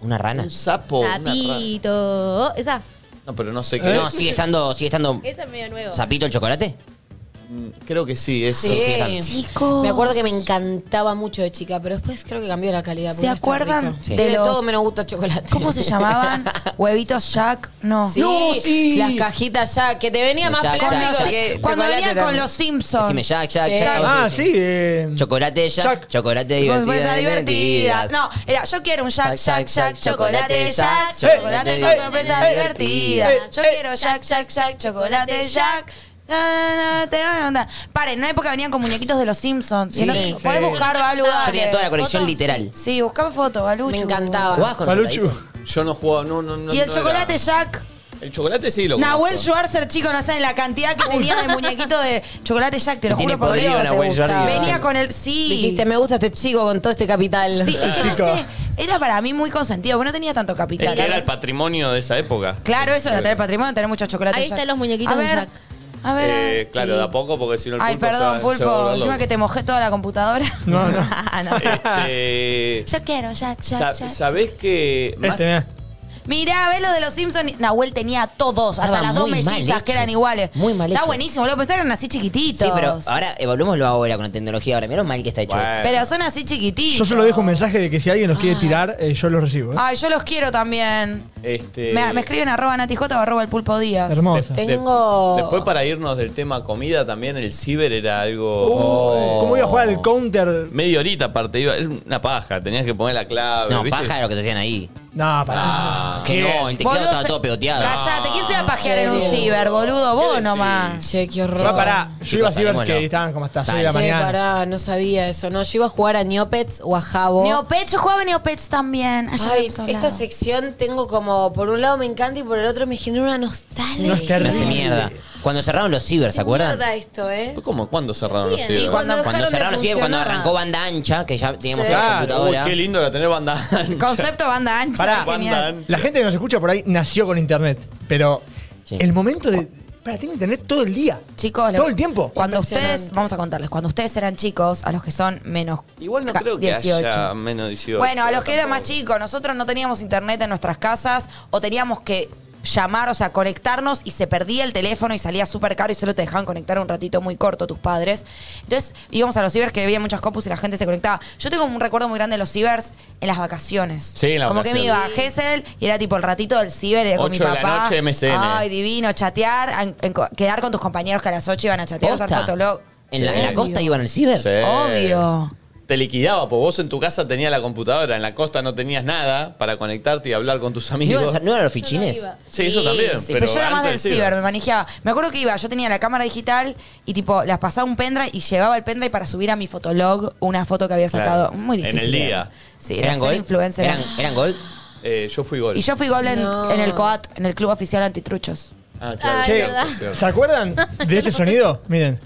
G: Una rana.
H: Un sapo. una rana.
C: Sapito. Esa,
H: No, pero no sé qué.
G: No, sigue estando, sigue estando.
C: esa es medio nuevo.
G: ¿Sapito el chocolate?
A: Mm, Creo que sí, es
F: Sí.
A: refrescante.
B: Chicos.
F: Me acuerdo que me encantaba mucho de chica, pero después creo que cambió la calidad. porque
B: ¿Se
F: no es tan
B: acuerdan
F: rico.
B: Sí. de
F: Tiene
B: los-
F: todo menos gusto a chocolate.
B: ¿Cómo se llamaban? ¿Huevitos Jack? No.
F: Sí, Las cajitas ya, que te venía
G: Sí,
F: más
G: ya,
B: Con
F: plástico
B: los-
G: Jack,
F: que
B: cuando
F: chocolate
B: venían
F: era-
B: con los Simpsons.
G: Decime Jack, Jack,
F: Sí.
G: Jack.
D: Ah, sí. eh,
G: Chocolate Jack,
D: Jack.
G: chocolate divertido.
B: Con sorpresa divertida. No, era yo quiero un Jack, Jack, Jack, chocolate, Jack, chocolate con
G: Eh,
B: sorpresa
G: eh,
B: divertida.
D: eh,
B: Yo
D: eh.
B: quiero Jack, Jack, Jack, chocolate, Jack. Na, na, na, Te van a andar. Paren, en una época venían con muñequitos de los Simpsons.
F: Sí,
B: ¿no?
F: sí.
B: Podés buscar, Balu.
C: Yo
G: Yo tenía
B: dale.
G: toda la colección
C: Fotos,
G: literal.
B: Sí, buscame foto, Baluchu.
F: Me encantaba.
G: ¿Jugabas con
D: Paluchu.
G: soldadito?
A: Yo no jugaba, no, no, no.
B: Y el
A: no
B: chocolate
A: era-
B: Jack.
A: El chocolate sí lo
B: Nahuel
A: conozco. Ah,
B: Schwarzer, chico, no saben la cantidad que tenía de muñequito de chocolate Jack, te lo
G: Tiene
B: juro por
G: podrido
B: Dios.
G: Nahuel
F: gustaba.
G: Jordi.
B: Venía con el. Sí.
F: Dijiste, me gusta este chico con todo este capital.
B: Sí, es que no
D: Chico.
B: sé, era para mí muy consentido, porque no tenía tanto capital.
A: El que era el patrimonio de esa época.
B: Claro, eso era tener patrimonio, tener muchos chocolates.
C: Ahí
B: ya.
C: están los muñequitos
B: A
C: de
B: ver,
C: Jack.
B: a ver. a ver.
A: Eh, claro, de a poco, porque si no el
B: Ay,
A: pulpo
B: perdón,
A: se va- se
B: pulpo.
A: va a volver
B: Encima
A: loco.
B: que te mojé toda la computadora.
D: No, no.
B: Ah, no.
A: Este,
B: Yo quiero Jack,
A: sa-
B: Jack, Jack.
A: ¿Sabés que más,
D: Este, mirá.
B: Mirá, ve lo de los Simpsons. Nahuel tenía todos, hasta
G: Estaban
B: las dos
G: muy mal
B: mellizas que eran
G: hechos.
B: iguales.
G: Muy mal
B: Está
G: hechos.
B: buenísimo, lo pensaron así chiquititos.
G: Sí, pero ahora evaluémoslo ahora con la tecnología. Ahora, mira lo mal que está hecho.
A: Bueno.
B: Pero son así chiquititos.
D: Yo solo dejo un mensaje de que si alguien los quiere tirar, eh, yo los recibo.
A: Ah.
D: ¿eh?
B: Ay, yo los quiero también.
A: este,
B: Me, me escriben arroba natijota o arroba el pulpo díaz.
D: Hermoso.
A: de-
F: Tengo-
A: después para irnos del tema comida, también el ciber era algo... eh,
D: Oh, ¿Cómo iba a jugar al counter?
A: Media horita aparte, iba, era una paja, tenías que poner la clave.
G: No,
A: ¿viste?
G: paja era lo que se hacían ahí.
D: No, pará.
A: Ah.
G: Que no, el teclado
B: Boludo,
G: estaba
B: se-
G: todo pegoteado.
B: Callate, ¿quién se
G: Ah,
B: va a pajear en un
F: serio?
B: ciber, boludo? Vos
A: decís?
B: nomás.
F: Che, qué horror.
D: Yo pará. Yo iba a
G: Chicos,
D: ciber
G: saquémoslo.
D: que estaban como hasta las 6 de
F: Che,
D: la mañana.
F: pará, no sabía eso. No, yo iba a jugar a Neopets o a Jabo.
B: Neopets, yo jugaba Neopets también. Ayer
F: Ay,
B: habíamos hablado.
F: esta sección tengo como, por un lado me encanta y por el otro me genera una nostalgia.
D: No es
G: Me
D: terrible.
G: hace mierda. Cuando cerraron los ciber, ¿se
F: Qué
G: acuerdan?
F: mierda esto, ¿eh?
A: ¿Cómo? ¿Cuándo cerraron los
C: Sí,
A: ciber?
F: y cuando-
G: Cuando
F: dejaron de
G: cerraron los ciber, cuando
F: funcionar.
G: arrancó banda ancha, que ya teníamos
F: Sí.
G: toda la
D: Claro,
A: Uy,
G: computadora.
A: qué lindo era tener banda ancha.
B: Concepto banda ancha.
D: Pará.
B: genial.
A: Banda ancha.
D: La gente que nos escucha por ahí nació con internet, pero
G: Sí.
D: el momento de... Pará, tengo internet todo el día.
B: Chicos, le-
D: Todo el tiempo.
B: Cuando
F: Impresionante.
B: ustedes, vamos a contarles, cuando ustedes eran chicos, a los que son menos
A: Igual no
B: ca-
A: creo que haya menos 18.
B: Bueno, a los que eran
A: tampoco.
B: más chicos, nosotros no teníamos internet en nuestras casas o teníamos que llamar, o sea, conectarnos y se perdía el teléfono y salía súper caro y solo te dejaban conectar un ratito muy corto tus padres. Entonces íbamos a los cibers que había muchas compus y la gente se conectaba. Yo tengo un recuerdo muy grande de los cibers en las vacaciones.
A: Sí, en las
B: Como que me iba a
A: vacaciones.
B: Gesell y era tipo el ratito del ciber era con mi
A: Ocho de la
B: papá.
A: noche, MSN.
B: Ay, divino, chatear, en- en- quedar con tus compañeros que a las 8 iban a chatear, usar
G: Posta.
B: fotolog.
G: ¿En, la, en la costa iban al ciber?
A: Sí.
B: Obvio.
A: Te liquidaba, porque vos en tu casa tenías la computadora, en la costa no tenías nada para conectarte y hablar con tus
G: ¿No,
A: amigos.
G: iban- no eran los fichines?
C: iba.
A: Sí, eso también.
B: Sí, pero, yo era más
A: antes
B: del ciber, me manejaba. Me acuerdo que iba, yo tenía la cámara digital y tipo, las pasaba un pendrive y llevaba el pendrive para subir a mi fotolog una foto que había sacado.
A: Claro.
B: Muy
A: En
B: difícil.
A: el día.
B: era. Sí, era
G: ¿Eran
B: ser
G: gol?
B: influencer.
G: ¿Eran, eran gol?
A: Eh, yo fui gol.
B: Y yo fui gol en,
F: No.
B: en el COAT, en el Club Oficial Antitruchos.
A: Ah,
C: Ay,
A: sí,
C: verdad.
A: cierto.
D: ¿Se acuerdan de este sonido? Miren.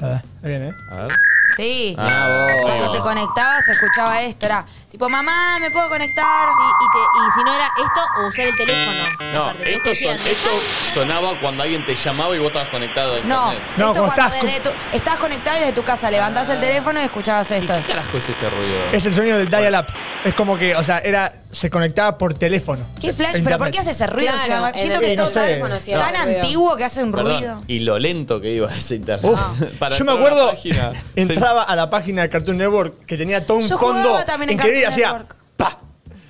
D: A ver, ahí viene, ¿eh?
A: A ver.
B: Sí.
A: Ah, vos.
B: Cuando te conectabas se escuchaba esto, era tipo, mamá, ¿me puedo conectar?
C: Sí, y, te- y si no era esto, o usar el teléfono.
A: No,
C: Aparte, te
A: esto, son-
C: decían,
A: esto sonaba cuando alguien te llamaba y vos estabas conectado a
B: No,
A: internet.
D: No,
B: esto
D: como
B: cuando
D: estás-
B: desde tu- estabas conectado y desde tu casa levantás el teléfono y escuchabas
A: ¿Qué
B: esto.
A: carajo es este ruido?
D: Es el sonido del dial-up. Es como que, o sea, era se conectaba por teléfono.
B: ¿Qué flash?
D: Internet.
B: ¿Pero por qué hace ese ruido?
F: Claro,
B: Encima,
F: en
B: Siento
F: el-
B: que
F: en el
B: todo
F: teléfono
D: No.
F: hacía
B: tan
F: ruido.
B: antiguo que hace un
A: Perdón,
B: ruido.
A: Y lo lento que iba ese internet.
D: Uf.
A: Para
D: Yo me
A: entrar a la
D: acuerdo,
A: página.
D: entraba a la página de Cartoon Network que tenía todo un
B: Yo
D: fondo
B: jugaba también en
D: increíble y
B: Cartoon
D: hacía
B: Network.
D: pa.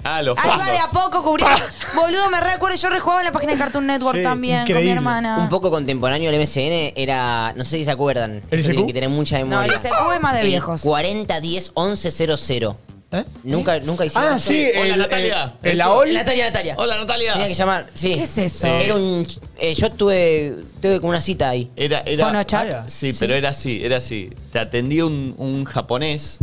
A: Ah, los
B: Ahí va
A: fondos.
B: de a poco
A: Ah.
B: cubriendo. Boludo, me recuerdo, yo rejugaba en la página de Cartoon Network
D: Sí,
B: también
D: increíble.
B: con mi hermana.
G: Un poco contemporáneo del MSN era. No sé si se acuerdan.
D: ¿El ICQ?
G: Tienen que tener mucha
B: no, el
G: memoria.
B: SQ es más de viejos.
G: 40 10 11 00.
D: ¿Eh?
G: Nunca, nunca hicieron
D: Ah,
G: eso.
D: sí,
A: Hola,
D: el,
A: Natalia.
D: el- el AOL.
G: Natalia, Natalia.
A: Hola, Natalia.
G: Tenía que llamar. Sí.
B: ¿Qué es eso?
G: Era un. eh, yo tuve. Tuve como una cita ahí.
A: Era, era,
B: Fonochat.
A: Ah, Sí, pero era así, era así. Te atendía un, un japonés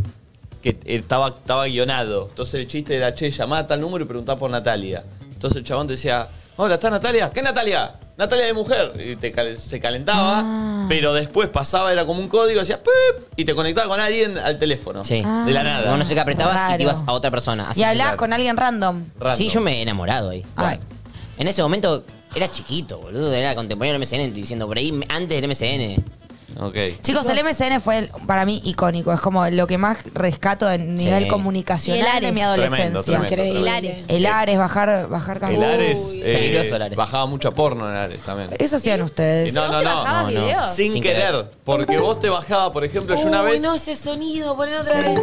A: que estaba, estaba guionado. Entonces el chiste era, che, llamá a tal número y preguntá por Natalia. Entonces el chabón te decía, hola, ¿está Natalia? ¿Qué Natalia? Natalia de mujer. Y te cal- se calentaba,
G: Ah.
A: pero después pasaba, era como un código, hacía pip, y te conectaba con alguien al teléfono.
G: Sí.
A: De la nada.
G: No, no sé qué apretabas y
B: Ah. Raro.
G: te ibas a otra persona. Así
B: y hablabas
G: era.
B: con alguien random.
A: Random.
G: Sí, yo me he enamorado ahí.
B: Ay.
G: En ese momento era chiquito, boludo. Era contemporáneo del MSN, estoy diciendo. Por ahí, antes del MSN.
A: Ok.
B: Chicos, el MCN fue el- para mí icónico. Es como lo que más rescato en nivel
G: Sí.
C: Y el
B: comunicacional
C: Ares.
B: de mi
A: Tremendo,
B: adolescencia.
A: tremendo.
F: Increíble.
A: tremendo.
C: Hilares.
B: El Ares, bajar, bajar
A: El
B: canciones.
A: Ares,
G: Uy.
A: eh,
G: Peligroso el Ares.
A: Bajaba mucho porno en Ares también.
B: Eso hacían ustedes.
A: Y no, no,
C: te
A: no.
C: bajabas
A: no, no.
C: videos?
A: Sin,
G: Sin
A: querer.
G: querer.
A: Porque vos te bajabas, por ejemplo, yo una
F: Uy,
A: vez.
F: no, ese sonido, ponen otra vez.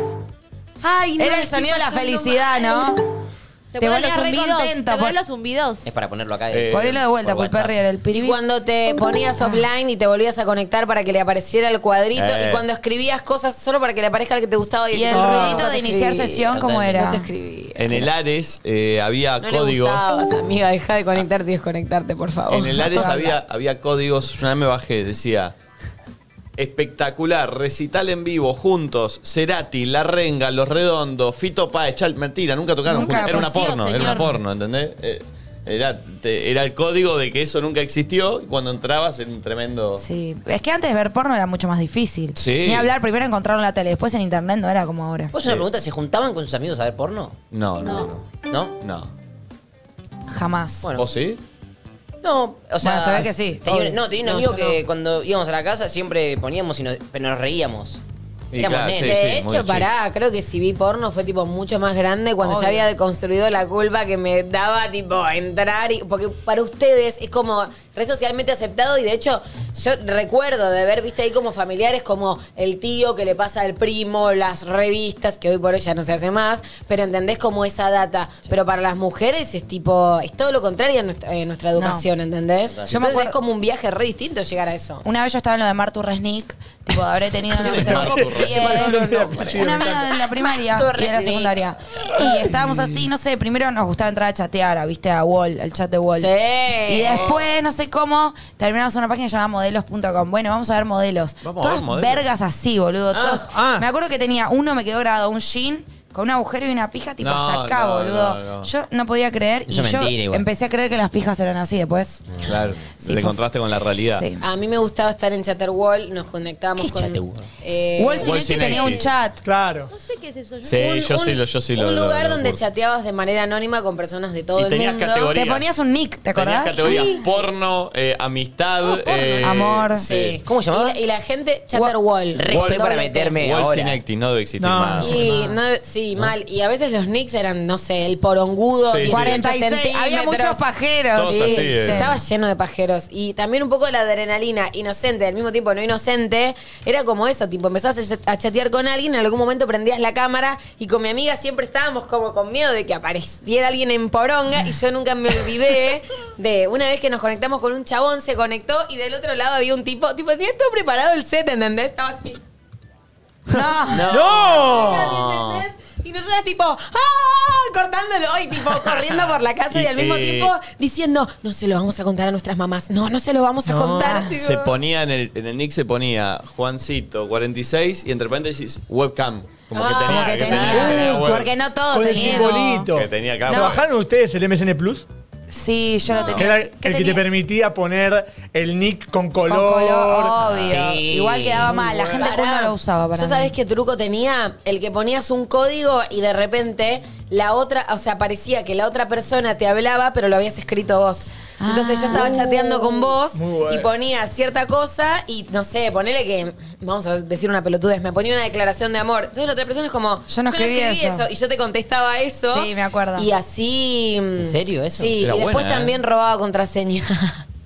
F: Ay, no,
B: Era el
F: estoy
B: sonido de la
F: pasando
B: felicidad,
F: mal.
B: ¿no?
C: ¿Se
B: Te
C: acuerdan los
B: volvías re
C: zumbidos?
B: contento
C: ¿Se acuerdan
B: por-
C: los zumbidos?
G: Es para ponerlo acá.
A: Eh,
B: Ponelo de vuelta, pues,
G: por
B: Pulperri, era el
F: Y
B: piribi.
F: cuando te ponías offline y te volvías a conectar para que le apareciera el cuadrito.
A: Eh.
F: Y cuando escribías cosas solo para que le aparezca el que te gustaba. Y,
B: Y el
F: que no,
B: ruidito
F: no Ah, te
B: de iniciar
F: escribí,
B: sesión, ¿cómo
G: totalmente.
B: era?
F: No te escribí.
A: en el Ares eh, había
F: No le
A: códigos.
F: gustabas, amiga. Deja de conectarte y desconectarte, por favor.
A: En el Ares
F: No
A: había, había códigos. Yo una vez me bajé, decía. Espectacular, recital en vivo, juntos, Cerati, La Renga, Los Redondos, Fito Páez, Chal, mentira, nunca tocaron
B: Nunca,
A: juntos. Era una
B: pues
C: sí,
A: porno, era
C: señor.
A: una porno, ¿entendés? Eh, era, te- era el código de que eso nunca existió y cuando entrabas era un tremendo...
B: Sí, es que antes ver porno era mucho más difícil.
A: Sí.
B: Ni hablar, primero encontraron la tele, después en internet no era como ahora.
G: ¿Vos una pregunta? ¿Se juntaban con sus amigos a ver porno?
A: No, no, no.
G: ¿No?
A: No.
B: Jamás.
G: Bueno.
A: ¿Vos sí?
G: No, o sea.
B: Bueno, se ve que sí,
G: tenía-
B: obvio.
G: no, tenía un
B: No,
G: amigo
B: yo
G: que cuando íbamos a la casa siempre poníamos y nos, pero nos reíamos.
A: Y
G: Éramos
A: claro,
G: nenes.
A: sí, sí.
F: De
A: muy
F: hecho,
A: chico.
F: pará, creo que si vi porno fue tipo mucho más grande cuando ya había deconstruido la culpa que me daba tipo entrar y. Porque para ustedes es como re socialmente aceptado y de hecho yo recuerdo de ver, viste, ahí como familiares como el tío que le pasa al primo, las revistas, que hoy por hoy ya no se hace más, pero entendés como esa data. Pero para las mujeres es tipo, es todo lo contrario en nuestra, en nuestra educación, ¿entendés?
G: Total.
F: Yo
B: Yo me acuerdo-
F: es como un viaje re distinto llegar a eso.
B: Una vez yo estaba en lo de Martu Resnick, tipo, habré tenido, no sé,
A: Martu
B: 10,
D: Resnick?
B: una amiga de la primaria
F: Martu
B: y de la
F: Resnick.
B: secundaria. Y estábamos así, no sé, primero nos gustaba entrar a chatear, a, viste, a Wall, al chat de Wall.
F: Sí.
B: Y después, no sé cómo, terminamos en una página llamada modelos.com. Bueno, vamos a ver modelos.
A: Vamos a
B: Todas
A: ver modelos.
B: vergas así, boludo. todos-
D: ah.
B: Me acuerdo que tenía uno, me quedó grabado un jean. Con un agujero y una pija, tipo,
A: No,
B: hasta acá,
A: no,
B: boludo.
A: no, no.
B: Yo no podía creer
G: Eso
B: y
G: es
B: yo
G: mentira igual.
B: empecé a creer que las pijas eran así después.
A: Claro,
B: Sí,
A: te
B: fue-
A: encontraste con la realidad.
B: Sí.
F: A mí me gustaba estar en Chatterwall, nos conectábamos
G: ¿Qué
F: con.
G: Chatterwall?
F: eh,
B: Wall
A: Wall
B: Cinetti tenía
A: Cinetti.
B: un chat.
D: Claro.
C: No sé qué es eso. yo-
A: Sí.
F: un-
A: yo
F: un-
A: sí lo- yo sí lo-
F: Un
A: lo-
F: lugar
A: lo- lo
F: donde
A: curto.
F: chateabas de manera anónima con personas de todo
A: Y
F: el
A: tenías
F: mundo.
A: categorías.
B: Te ponías un nick, ¿te
A: Tenías
B: acordás?
A: categorías
B: Sí. Oh,
A: porno, eh, amistad, eh,
B: Amor.
F: Sí.
G: ¿Cómo se llamaba?
F: Y la, y la gente, Chatterwall.
G: Re estoy para
F: Doble T.
G: meterme
A: Wall
G: ahora.
A: Cinecti, no debe existir
D: No.
A: más.
F: Y no, sí, mal. Y a veces los nicks eran, no sé, el porongudo,
A: Sí, sí.
B: 46. Había muchos pajeros.
A: Todos así, eh.
F: Estaba lleno de pajeros. Y también un poco la adrenalina, inocente, al mismo tiempo no inocente, era como eso, tipo, empezás a chatear con alguien, en algún momento prendías la cámara y con mi amiga siempre estábamos como con miedo de que apareciera alguien en poronga y yo nunca me olvidé de una vez que nos conectamos con un chabón, se conectó y del otro lado había un tipo, tipo, tenía todo preparado el set, ¿entendés? Estaba así.
B: No.
G: ¡No!
F: ¿entendés? Y nosotras tipo, ¡ah! cortándolo y tipo corriendo por la casa y,
A: Y,
F: al mismo
A: eh,
F: tiempo diciendo, no se lo vamos a contar a nuestras mamás, no, no se lo vamos a contar. Tipo,
A: Se ponía en el, en el nick se ponía Juancito 46 y entre paréntesis webcam. Como que
F: Ah, como
A: tenía,
B: Porque
A: que
B: tenía-
A: tenía- tenía web.
B: porque no todos
D: Con el
B: teníamos.
D: simbolito.
A: Que tenía cámara.
D: ¿Se bajaron ustedes el MSN Plus?
B: Sí, yo lo
D: Que
B: tenía.
D: era
B: ¿Qué
D: el que te
B: tenía?
D: permitía poner el nick con color.
B: Con color, obvio.
G: Sí.
B: Igual quedaba mal. La gente cool
F: Pará.
B: no lo usaba para
F: ¿Yo sabés
B: mí.
F: qué truco tenía? El que ponías un código y de repente la otra, o sea, parecía que la otra persona te hablaba, pero lo habías escrito vos. Entonces yo
B: Ah.
F: estaba chateando con vos
D: Muy bueno.
F: y ponía cierta cosa y no sé, ponele que, vamos a decir una pelotudez, me ponía una declaración de amor. Entonces la otra persona es como,
B: Yo no escribí eso.
F: y yo te contestaba eso.
B: Sí, me acuerdo.
F: Y así. ¿En
G: serio eso?
F: Sí,
A: Era
F: y después
A: buena, ¿eh?
F: también robaba contraseña.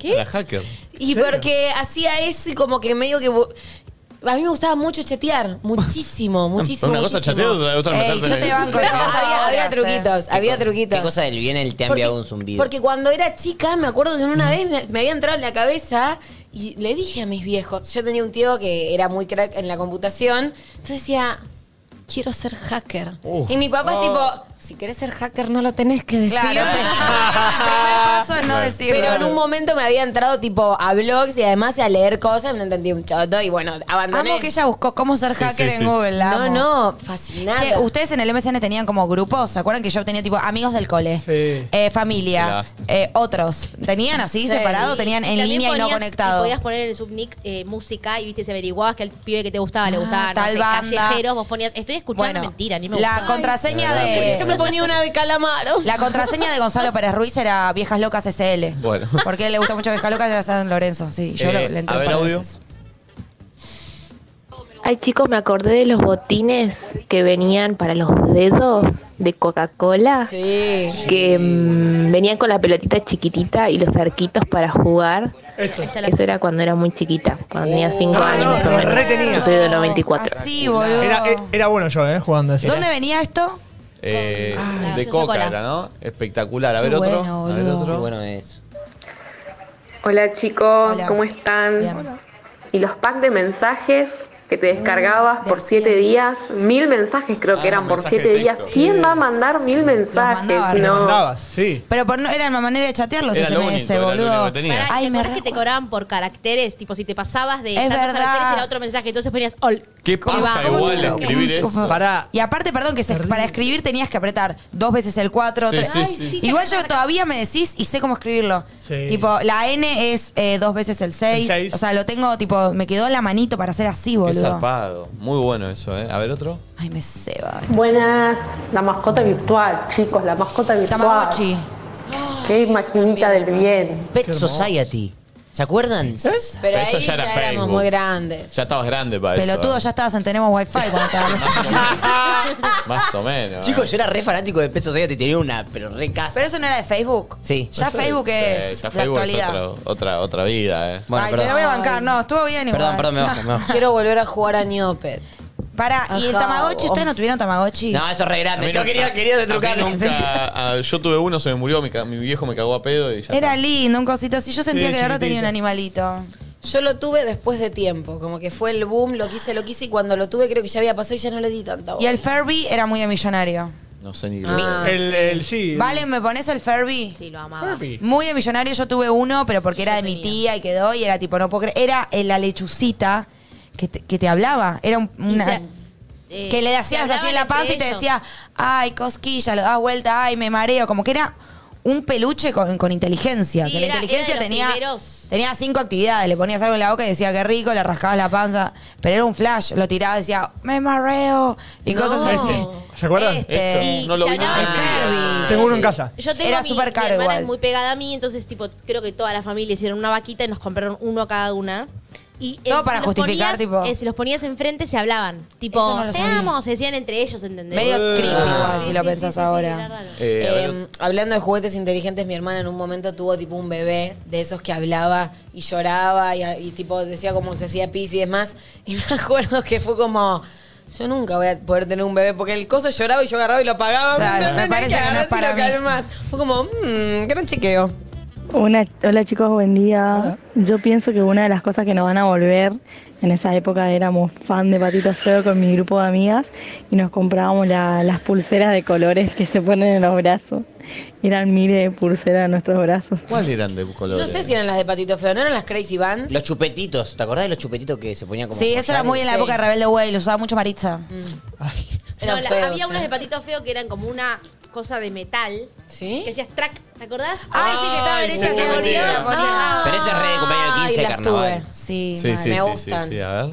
A: Era hacker.
F: Y porque hacía eso y como que medio que... bo- A mí me gustaba mucho chatear, muchísimo, muchísimo.
A: Ah, Una cosa
F: muchísimo. Eh,
A: chateo, otra, otra
B: Ey,
A: meterte
B: yo
A: en el-
B: te banco.
F: Claro, había, había
B: Ahora,
F: truquitos, había truquitos.
G: ¿Qué cosa del bien él te ha
F: Porque-
G: enviado un zumbido?
F: Porque cuando era chica, me acuerdo que en una vez me, me había entrado en la cabeza y le dije a mis viejos, yo tenía un tío que era muy crack en la computación, entonces decía, quiero ser hacker. y mi papá es tipo, si querés ser hacker no lo tenés que decir.
B: Claro. El primer paso es no decirlo.
F: Pero en un momento me había entrado tipo a blogs y además a leer cosas, no entendí un choto y bueno, abandoné.
B: Amo que ella buscó cómo ser hacker
A: sí,
B: en
A: sí.
B: Google. la
F: No,
B: amo.
F: no, fascinada.
B: Che, ustedes en el MSN tenían como grupos, ¿se acuerdan que yo tenía tipo amigos del cole?
D: Sí.
B: Eh, familia,
A: Basta.
B: eh, otros. ¿Tenían así
F: Sí.
B: separado? ¿Tenían en
C: también
B: línea y no
C: ponías-
B: conectado?
C: Podías poner en el subnick eh, música y viste, se averiguabas que al pibe que te gustaba le
B: Ah,
C: gustaba. no
B: tal
C: sé,
B: banda.
C: Callejeros, vos ponías. Estoy escuchando
B: Bueno,
C: mentira, a mí me
B: la
C: gustaba.
B: contraseña
F: Ay,
B: de...
F: yo me ponía una de calamaro.
B: La contraseña de Gonzalo Pérez Ruiz era Viejas Locas SL.
A: Bueno.
B: Porque a él le gusta mucho Viejas Locas de San Lorenzo. Sí, yo
A: Eh,
B: lo- le entré un
A: a ver,
B: par de
A: audio.
B: veces.
I: Ay, chicos, me acordé de los botines que venían para los dedos de Coca-Cola,
F: Sí.
I: que mm, venían con la pelotita chiquitita y los arquitos para jugar.
D: Esto.
C: Ahí está la-
I: Eso era cuando era muy chiquita, cuando tenía 5
D: no,
I: años más o
D: no,
I: menos.
D: retenía.
I: Yo soy del 94.
B: Así, boludo.
D: Era, e- era bueno yo, ¿eh? Jugando así.
B: ¿Dónde venía esto?
A: Eh,
C: Ah,
A: de
C: gaseosa
A: coca
C: cola.
A: era, ¿no? Espectacular. A
B: Qué
A: ver otro.
B: bueno,
A: a ver
B: boludo.
G: Qué
A: otro.
G: bueno es.
I: Hola chicos,
B: Hola.
I: ¿cómo están?
B: Bien.
I: Y los packs de mensajes que te descargabas
B: de
I: por siete
B: cien.
I: días, mil mensajes creo
A: Ah,
I: que eran por
A: mensaje de
I: siete días.
A: texto.
I: ¿Quién va a mandar mil mensajes?
B: mandaban, los
I: No.
D: Andabas, sí.
B: Pero por no, era la manera de chatear los
A: Era lo
B: SMS,
A: único, era lo
B: boludo.
A: único que tenía.
C: Pará, ¿y
B: Ay,
C: ¿te
B: me
C: acordás que te
B: re-
C: cobraban por caracteres? Tipo, si te pasabas de
B: Es
C: tantos
B: verdad.
C: caracteres era otro mensaje, entonces ponías all.
A: Qué
C: ¿Cómo
A: paja
C: te va?
A: igual
C: ¿Cómo te va?
A: escribir eso.
D: Pará.
B: Y aparte, perdón, que se- para escribir tenías que apretar dos veces el 4,
A: Sí,
B: tres.
A: sí, sí, sí.
B: Igual yo todavía me decís y sé cómo escribirlo.
D: Sí.
B: Tipo, la N es eh, dos veces el
D: El
B: 6.
D: seis.
B: O sea, lo tengo, tipo, me quedó la manito para hacer así,
A: Qué
B: boludo.
A: zarpado. Muy bueno eso, ¿eh? A ver otro.
B: Ay, me ceba.
J: Buenas, la mascota virtual, chicos, la mascota virtual.
B: Tamagotchi.
J: Qué maquinita del bien.
G: Pet Society. ¿Se acuerdan?
F: Pero
A: Eso
F: ahí
A: ya
F: ya,
A: era
F: éramos
A: Facebook.
F: muy grandes.
A: Ya estabas grande para
B: Pelotudo,
A: eso.
B: ya estabas en Tenemos Wi-Fi cuando estabas.
A: ya. Más o menos.
G: Chicos,
A: ¿eh?
G: yo era re fanático de Pet Society, tenía una, pero re casa.
B: Pero eso no era de Facebook.
G: Sí.
B: Ya Facebook
A: Eh,
B: es
A: ya
B: la
A: Facebook es
B: actualidad.
A: otro- otra, otra vida, ¿eh?
G: Bueno,
B: Ay, te
G: perdón.
B: la voy a bancar. No, estuvo bien igual.
G: Perdón, perdón, me bajo, me bajo.
F: Quiero volver a jugar a Neopet.
B: Para, ¿y el
F: Ajá,
B: Tamagotchi? ¿Ustedes
F: oh.
B: no tuvieron Tamagotchi?
G: No, eso es re
A: A mí
G: grande.
A: no-
G: Yo quería, quería
A: a mí
G: trucar.
A: nunca- a- yo tuve uno, se me murió, mi, ca- mi viejo me cagó a pedo y ya.
B: Era
A: está.
B: lindo, un cosito así. Yo sentía
D: Sí,
B: que de verdad tenía
D: chiquitito.
B: un animalito.
F: Yo lo tuve después de tiempo, como que fue el boom, lo quise, lo quise y cuando lo tuve creo que ya había pasado y ya no le di tanta
B: Y
F: bola.
B: el Furby era muy de millonario.
A: No sé ni
F: Ah.
D: El, el sí. el-
B: Vale, ¿me pones el Furby?
C: Sí, lo amaba.
D: Furby.
B: Ah, Muy de millonario, yo tuve uno, pero porque era de mi
C: tenía.
B: tía y quedó y era tipo, no puedo creer. Era eh, la lechucita que te, que te hablaba. Era un-
C: Y
B: una.
C: se- eh,
B: que le
C: se
B: hacías así
C: hablaban
B: en la
C: entre
B: panza y te
C: ellos.
B: decía, ay, cosquilla, lo das vuelta, ay, me mareo. Como que era un peluche con, con inteligencia.
C: Sí,
B: que la
C: era-
B: inteligencia
C: era de los
B: tenía,
C: primeros.
B: tenía cinco actividades. Le ponías algo en la boca y decía, qué rico, le rascabas la panza. Pero era un flash. Lo tirabas y decía, me mareo. Y cosas así.
D: ¿Se acuerdan?
B: Este,
A: Esto, no lo
C: se
A: vi Ah.
C: hablaba
A: nunca en mi
B: de
A: vida.
B: Furby.
D: Tengo uno en casa.
C: Yo tengo
B: Era
C: a mi,
B: súper
C: mi
B: caro
C: hermana
B: igual.
C: es muy pegada a mí, entonces tipo creo que toda la familia hicieron una vaquita y nos compraron uno a cada una. Y
B: Todo
C: eh,
B: para
C: los
B: justificar,
C: ponías-
B: tipo.
C: eh, si los ponías enfrente se hablaban. Tipo,
B: Eso no lo
C: te
B: sabía.
C: amo", se decían entre ellos, ¿entendés?
B: Medio creepy igual, si
C: Sí,
B: lo
C: sí,
B: pensás
C: sí, Em, sí,
B: ahora.
C: era raro.
A: Eh, a ver,
F: Ah. Eh, hablando de juguetes inteligentes, mi hermana en un momento tuvo tipo un bebé de esos que hablaba y lloraba y, y, tipo decía como que se hacía pis y demás. Y me acuerdo que fue como, yo nunca voy a poder tener un bebé porque el coso lloraba y yo agarraba y lo apagaba.
B: Claro, me
F: hay
B: parece que no
F: agarrás
B: es para
F: y lo
B: mí.
F: calmás. Fue como, mmm, gran chequeo.
I: Una, hola chicos, buen día. Yo pienso que una de las cosas que nos van a volver, en esa época éramos fan de Patitos Feo con mi grupo de amigas y nos comprábamos la- las pulseras de colores que se ponen en los brazos. Eran miles de pulseras en nuestros brazos.
A: ¿Cuáles eran de colores?
F: No sé si eran las de Patito Feo, ¿no eran las Crazy Vans?
G: Los chupetitos, ¿te acordás de los chupetitos que se ponían como
B: Sí, eso era muy en la
F: sí.
B: época de Rebelde Way, lo usaba mucho Maritza.
C: Mm.
F: Eran
C: No, la-
F: feos,
C: había unas
F: eh.
C: de patito feo que eran como una cosa de metal.
F: ¿Sí?
C: Que hacías track, ¿te acordás? Ah.
B: Ay, sí, que estaba
A: Ay,
B: derecha
A: sí,
B: hacia
A: sí.
B: arriba, la ponía.
G: Pero eso es re de cumpleaños de
F: Ay,
G: 15,
F: las
G: carnaval.
F: tuve.
B: Sí,
A: Sí,
B: mal.
A: sí,
F: me
A: sí, sí,
F: gustan.
A: sí, a ver.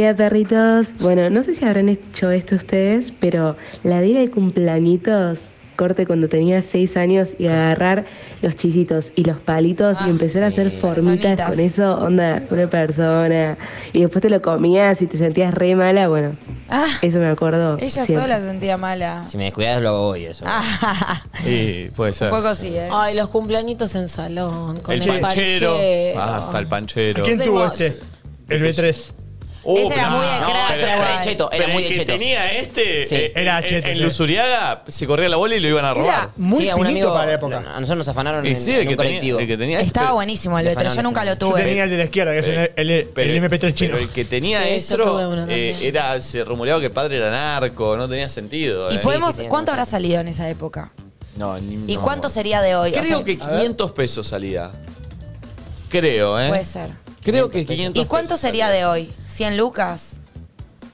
I: Hola perritos, bueno, no sé si habrán hecho esto ustedes, pero la de ir al cumpleañitos, corte cuando tenía 6 años y agarrar los chisitos y los palitos
B: Ah,
I: y empezar a hacer formitas
B: Personitas.
I: con eso, onda, una persona, y después te lo comías y te sentías re mala, bueno,
B: Ah,
I: eso me acuerdo.
B: ella
I: siempre.
B: sola se sentía mala.
G: Si me descuidas lo hago hoy, eso.
B: Ah,
A: Sí, puede ser.
B: un poco sí, ¿eh?
F: Ay, los cumpleañitos en salón, con
A: el,
F: el,
A: panchero.
F: panchero.
A: Hasta el panchero.
D: ¿Quién tuvo
F: Tengo-
D: este? El B3.
A: Uh,
B: Ese era
A: pero-
B: muy de
G: No,
B: crack,
G: pero era
B: igual.
G: de cheto, era
A: Pero
G: muy
A: el
G: de
A: que
G: cheto.
A: tenía este,
G: Sí.
A: eh,
D: Era
A: en-
D: cheto,
A: En
D: sí.
A: Luzuriaga se corría la bola y lo iban a robar.
D: Muy
G: Sí, a un
D: finito
G: amigo-
D: para la
G: A
D: época.
G: nosotros nos afanaron
A: Y
G: en,
A: sí,
G: en
A: el
G: un
A: que, tenía,
G: colectivo.
A: el que tenía este.
B: Estaba
A: pero-
B: buenísimo el
G: Le
B: Betro, yo
G: fanaron,
B: nunca
G: le
B: lo
D: Yo
B: tuve.
D: tenía el de la izquierda, que es
A: Eh,
D: el, el-
A: pero-
D: el MP3 chino.
A: pero el que tenía
F: Sí, yo tuve
A: esto
F: uno
A: eh,
F: también.
A: era, se rumoreaba que el padre era narco, no tenía sentido.
B: ¿Y
A: eh.
B: podemos,
G: sí, sí, sí.
B: cuánto habrá salido en esa época?
A: No, ni-
B: ¿Y
A: no
B: cuánto
A: me
B: sería de hoy? O
A: acuerdo.
B: sea,
A: Creo que 500 pesos salía. Creo, ¿eh?
B: Puede ser.
A: Creo que 500
B: ¿Y cuánto
A: pesos
B: sería
A: salía.
B: de hoy? ¿100 lucas?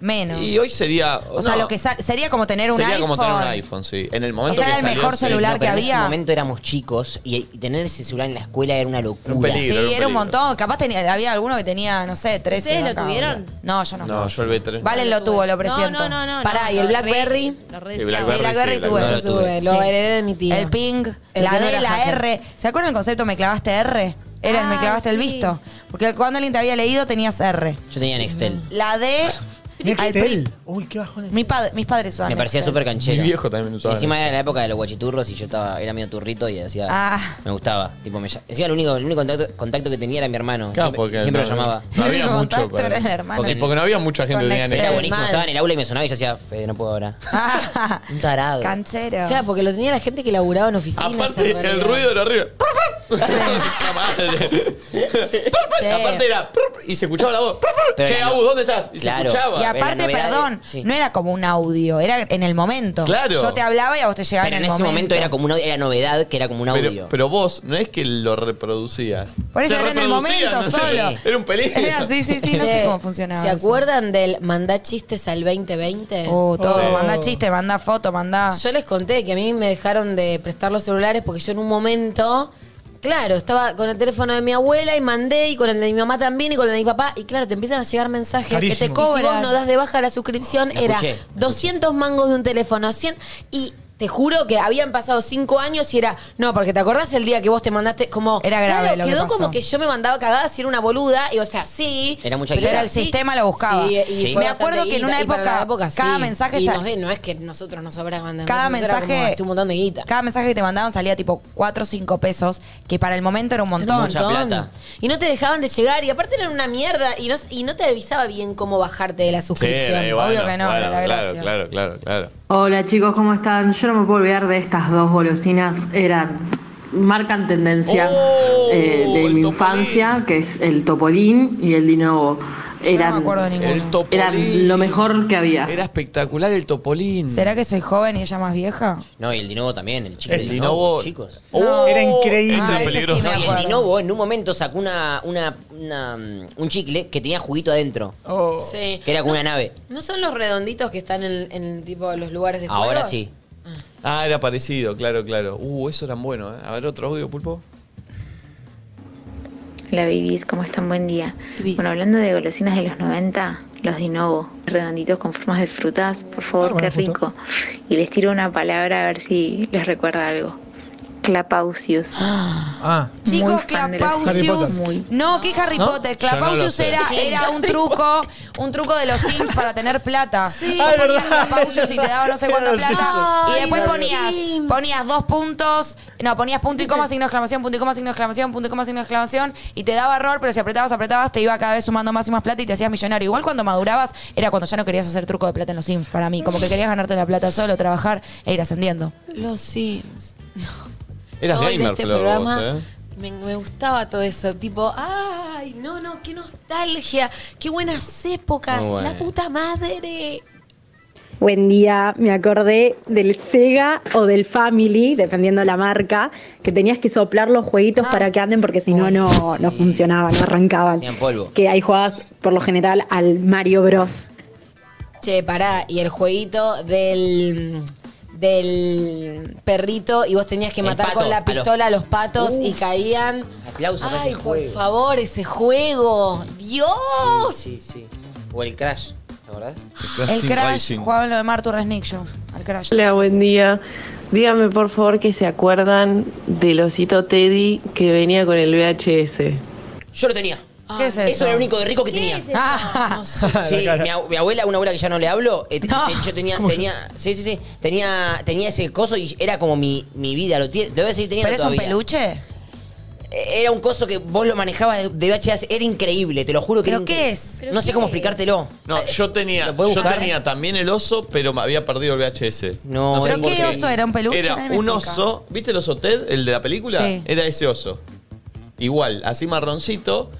B: Menos.
A: Y hoy sería.
B: o sea,
A: no,
B: lo que sa- sería como tener un
A: Sería
B: iPhone.
A: como tener un iPhone, sí. En el momento
B: Ese
A: que
B: era el
A: salió,
B: mejor
A: sí.
B: celular
G: No,
B: que
G: pero En
B: había.
G: ese momento éramos chicos y, y tener ese celular en la escuela era una locura.
A: Un peligro.
B: Sí,
A: era un
B: era un
A: peligro.
B: montón. Capaz tenía, había alguno que tenía, no sé, 13.
C: ¿Ustedes lo
B: acá,
C: tuvieron?
B: boludo. No, yo no.
A: No, yo el B3.
B: Valen lo tuvo, lo presiento.
C: No, no, no. no
F: Pará, ¿y
C: lo re-
F: el Blackberry?
C: lo re
A: Sí,
C: deseaba.
A: Blackberry.
B: Sí, la Berry
A: sí,
B: tuve.
G: Berry
F: Yo
G: lo tuve.
F: tuve, lo
B: Sí.
F: heredé de mi tía.
B: El ping,
F: El
B: la
F: que no
B: D,
F: era
B: la
F: hacker.
B: R. ¿Se acuerdan el concepto me clavaste R? Era el me
C: Ah,
B: clavaste el
C: sí.
B: visto. Porque cuando alguien te había leído tenías R.
G: Yo tenía Nextel.
B: La D Al
D: Nextel.
B: PRIP.
D: Uy, qué bajón.
B: Mi padre, mis padres usaban
G: Me parecía
B: Nextel.
G: súper canchero.
A: Mi viejo también usaba
G: Encima era la época de los guachiturros y yo estaba, era medio turrito y hacía.
B: Ah.
G: Me gustaba. Tipo, me, ll- encima el único, el único contacto, contacto que tenía era mi hermano.
A: Claro,
G: siempre
A: porque
G: siempre
A: no-
G: lo llamaba.
A: No había
B: Mi
A: mucho.
B: contacto
A: para-
B: era el hermano.
A: Porque- Y porque no había mucha gente
B: Con
A: que tenía
B: Nextel.
G: Era
A: Nextel.
G: buenísimo,
F: Mal.
G: estaba en el aula y me sonaba y yo hacía, Fede, no puedo ahora.
B: Ah,
G: Un tarado.
B: canchero.
F: Claro, porque lo tenía la gente que laburaba en oficinas.
A: Aparte,
F: en
A: el
F: realidad.
A: ruido era arriba. ¡Puta madre!
F: Sí.
A: Aparte era. Y se escuchaba la voz.
G: Pero
A: che,
G: era-
A: Agus, ¿dónde estás? Y
G: Claro.
A: se escuchaba.
B: Y
G: Era
B: aparte,
G: novedades.
B: perdón,
G: Sí.
B: no era como un audio, era en el momento.
A: Claro.
B: Yo te hablaba y a vos te llegaba
G: Pero en
B: Ah, en el
G: ese momento, era como una era novedad que era como un audio.
A: Pero, pero vos no es que lo reproducías.
B: Por eso
A: Se
B: era en el
A: reproducía,
B: momento
A: no sé.
B: solo.
A: Era un peligro.
F: Ah,
B: Era- sí, sí, sí, no sé
F: Che,
B: cómo funcionaba.
F: ¿Se
B: eso.
F: acuerdan del mandá chistes al 2020?
B: Uh, todo,
D: Oh.
B: mandá chiste, mandá foto, mandá.
F: Yo les conté que a mí me dejaron de prestar los celulares porque yo en un momento, claro, estaba con el teléfono de mi abuela y mandé y con el de mi mamá también y con el de mi papá y claro, te empiezan a llegar mensajes que te
D: Carísimo.
F: cobran. Y si vos
B: Cobran.
F: no das de baja la suscripción
G: La
F: era
G: escuché, la escuché.
F: 200 mangos de un teléfono, 100 y te juro que habían pasado cinco años y era, no, porque te acordás el día que vos te mandaste como
B: Era grave
F: claro,
B: lo que
F: quedó
B: pasó.
F: como que yo me mandaba cagadas y era una boluda y o sea, sí,
G: Era mucha
F: pero
G: guita.
B: Pero el sistema lo buscaba.
F: Sí,
G: Sí.
F: y fue
G: Me
F: bastante
B: acuerdo que en
F: guita.
B: una
F: Y para la
B: época, cada
F: sí.
B: mensaje
F: Y
B: sa-
F: no sé, no es que nosotros nos sobraban. ¿entendés?
B: Cada
F: Nosotros era como,
B: mensaje-
F: "Gasté un montón de guita.
B: Cada mensaje que te mandaban salía tipo 4 o 5 pesos, que para el momento era un
F: Era un
B: montón.
G: mucha
F: montón.
G: plata.
F: Y no te dejaban de llegar. Y aparte eran una mierda. Y no, y no te avisaba bien cómo bajarte de la
A: Sí,
F: suscripción.
A: era igual,
B: Obvio que no,
A: bueno,
B: era la
A: claro,
B: gracia.
A: claro, claro, claro.
J: Hola chicos, ¿cómo están? Yo no me puedo olvidar de estas dos golosinas. Eran. Marcan tendencia
A: Oh,
J: eh, de
A: el
J: mi
A: Topolín.
J: infancia, que es el Topolín y el Dinovo.
B: Yo no me
J: Eran,
B: acuerdo de
A: El
B: ninguno.
A: topolín.
J: eran lo mejor que había.
A: Era espectacular el topolín.
B: ¿Será que soy joven y ella más vieja?
G: No, y el Dinovo también, el chico
A: El
G: del
A: Dinovo.
G: chicos.
A: Oh,
D: Era increíble.
A: entra
B: Ah, ese sí
A: peligroso.
B: me
G: No, y el
B: acuerdo.
G: Dinovo en un momento sacó una, una, una, mm, un chicle que tenía juguito adentro,
D: Oh.
F: Sí.
G: que era como una nave.
F: ¿No son los redonditos que están en, en, tipo los lugares de juegos?
G: Ahora sí.
A: Ah, era parecido, claro, claro. Uh, eso era bueno, ¿eh? A ver, otro audio, pulpo.
I: Hola babies, ¿cómo están? Buen día.
B: Babies.
I: Bueno, hablando de golosinas de los 90, los Dinovo, redonditos con formas de frutas, por favor,
D: Ah, bueno,
I: qué
D: fruta.
I: rico. Y les tiro una palabra a ver si les recuerda algo. Clapausius.
D: Ah.
I: Muy
B: Chicos,
I: fan de los
D: Harry
B: Clapausius.
D: Potter.
I: Muy.
B: No, ¿qué Harry Potter?
A: Yo no lo
B: Clapausius
A: sé.
B: era, era un truco, un truco de los Sims para tener plata. Sí,
D: Ah, es
B: ponías
D: verdad,
B: Clapausius y te daban no sé cuánta
D: Era los
B: plata.
F: Sims.
B: Y después
F: Ay, los
B: ponías,
F: Sims.
B: ponías dos puntos, no, ponías punto y coma, signo de exclamación, punto y coma, signo de exclamación, punto y coma, signo de exclamación, y te daba error, pero si apretabas, apretabas, te iba cada vez sumando más y más plata y te hacías millonario. Igual cuando madurabas, era cuando ya no querías hacer truco de plata en los Sims para mí. Como que querías ganarte la plata solo, trabajar e ir ascendiendo.
F: Los Sims.
A: Eras
F: Yo de
A: gamer,
F: este
A: Flor, vos,
F: programa
A: ¿eh?
F: me, me gustaba todo eso. Tipo, ay, no, no, qué nostalgia. Qué buenas épocas.
G: Muy bueno.
F: La puta madre.
K: Buen día, me acordé del Sega o del Family, dependiendo la marca, que tenías que soplar los jueguitos para que anden porque si no, no, no funcionaban, no arrancaban.
G: Tenían polvo.
K: Que ahí jugabas por lo general al Mario Bros.
F: Che, pará, y el jueguito del del perrito y vos tenías que
G: El
F: matar
G: pato,
F: con
G: a
F: la
G: los-
F: pistola a los, patos y caían.
G: Aplausos para
F: Ay,
G: ese
F: por
G: juego.
F: favor, ese juego. Dios.
G: Sí, sí. O el Crash, ¿te acordás?
B: Oh, El
A: Team
B: Crash,
A: Racing.
B: jugaba en lo de Martu Resnick yo, al Crash.
L: Hola, buen día. Díganme por favor que se acuerdan del osito Teddy que venía con el VHS.
G: Yo lo tenía.
B: ¿Qué es eso?
G: Eso era lo único de rico que tenía.
C: Ah. es eso?
B: Ah,
G: Sí, mi, ab- mi abuela, una abuela que ya no le hablo, eh, te-
B: No.
G: te- yo tenía, tenía, sí, sí, sí, tenía, tenía ese coso y era como mi, mi vida, lo tiene, debe seguir teniendo
B: ¿Pero es un
G: todavía.
B: peluche?
G: Eh, Era un coso que vos lo manejabas de, de VHS, era increíble, te lo juro que
B: ¿Pero
G: era
B: qué
G: increíble.
B: es?
G: No
C: ¿Pero
G: sé
C: qué
G: cómo
C: es?
G: explicártelo.
A: No, yo tenía,
G: Eh, ¿Lo puedes
A: yo
G: buscar?
A: tenía también el oso, pero me había perdido el VHS.
G: No,
A: sé
G: ¿Pero
A: por
G: qué oso
B: era? ¿Un peluche?
A: Era
B: Nadie me
A: un
B: explica.
A: oso, ¿viste el oso Ted, el de la película?
B: Sí.
A: Era ese oso. Igual, así marroncito,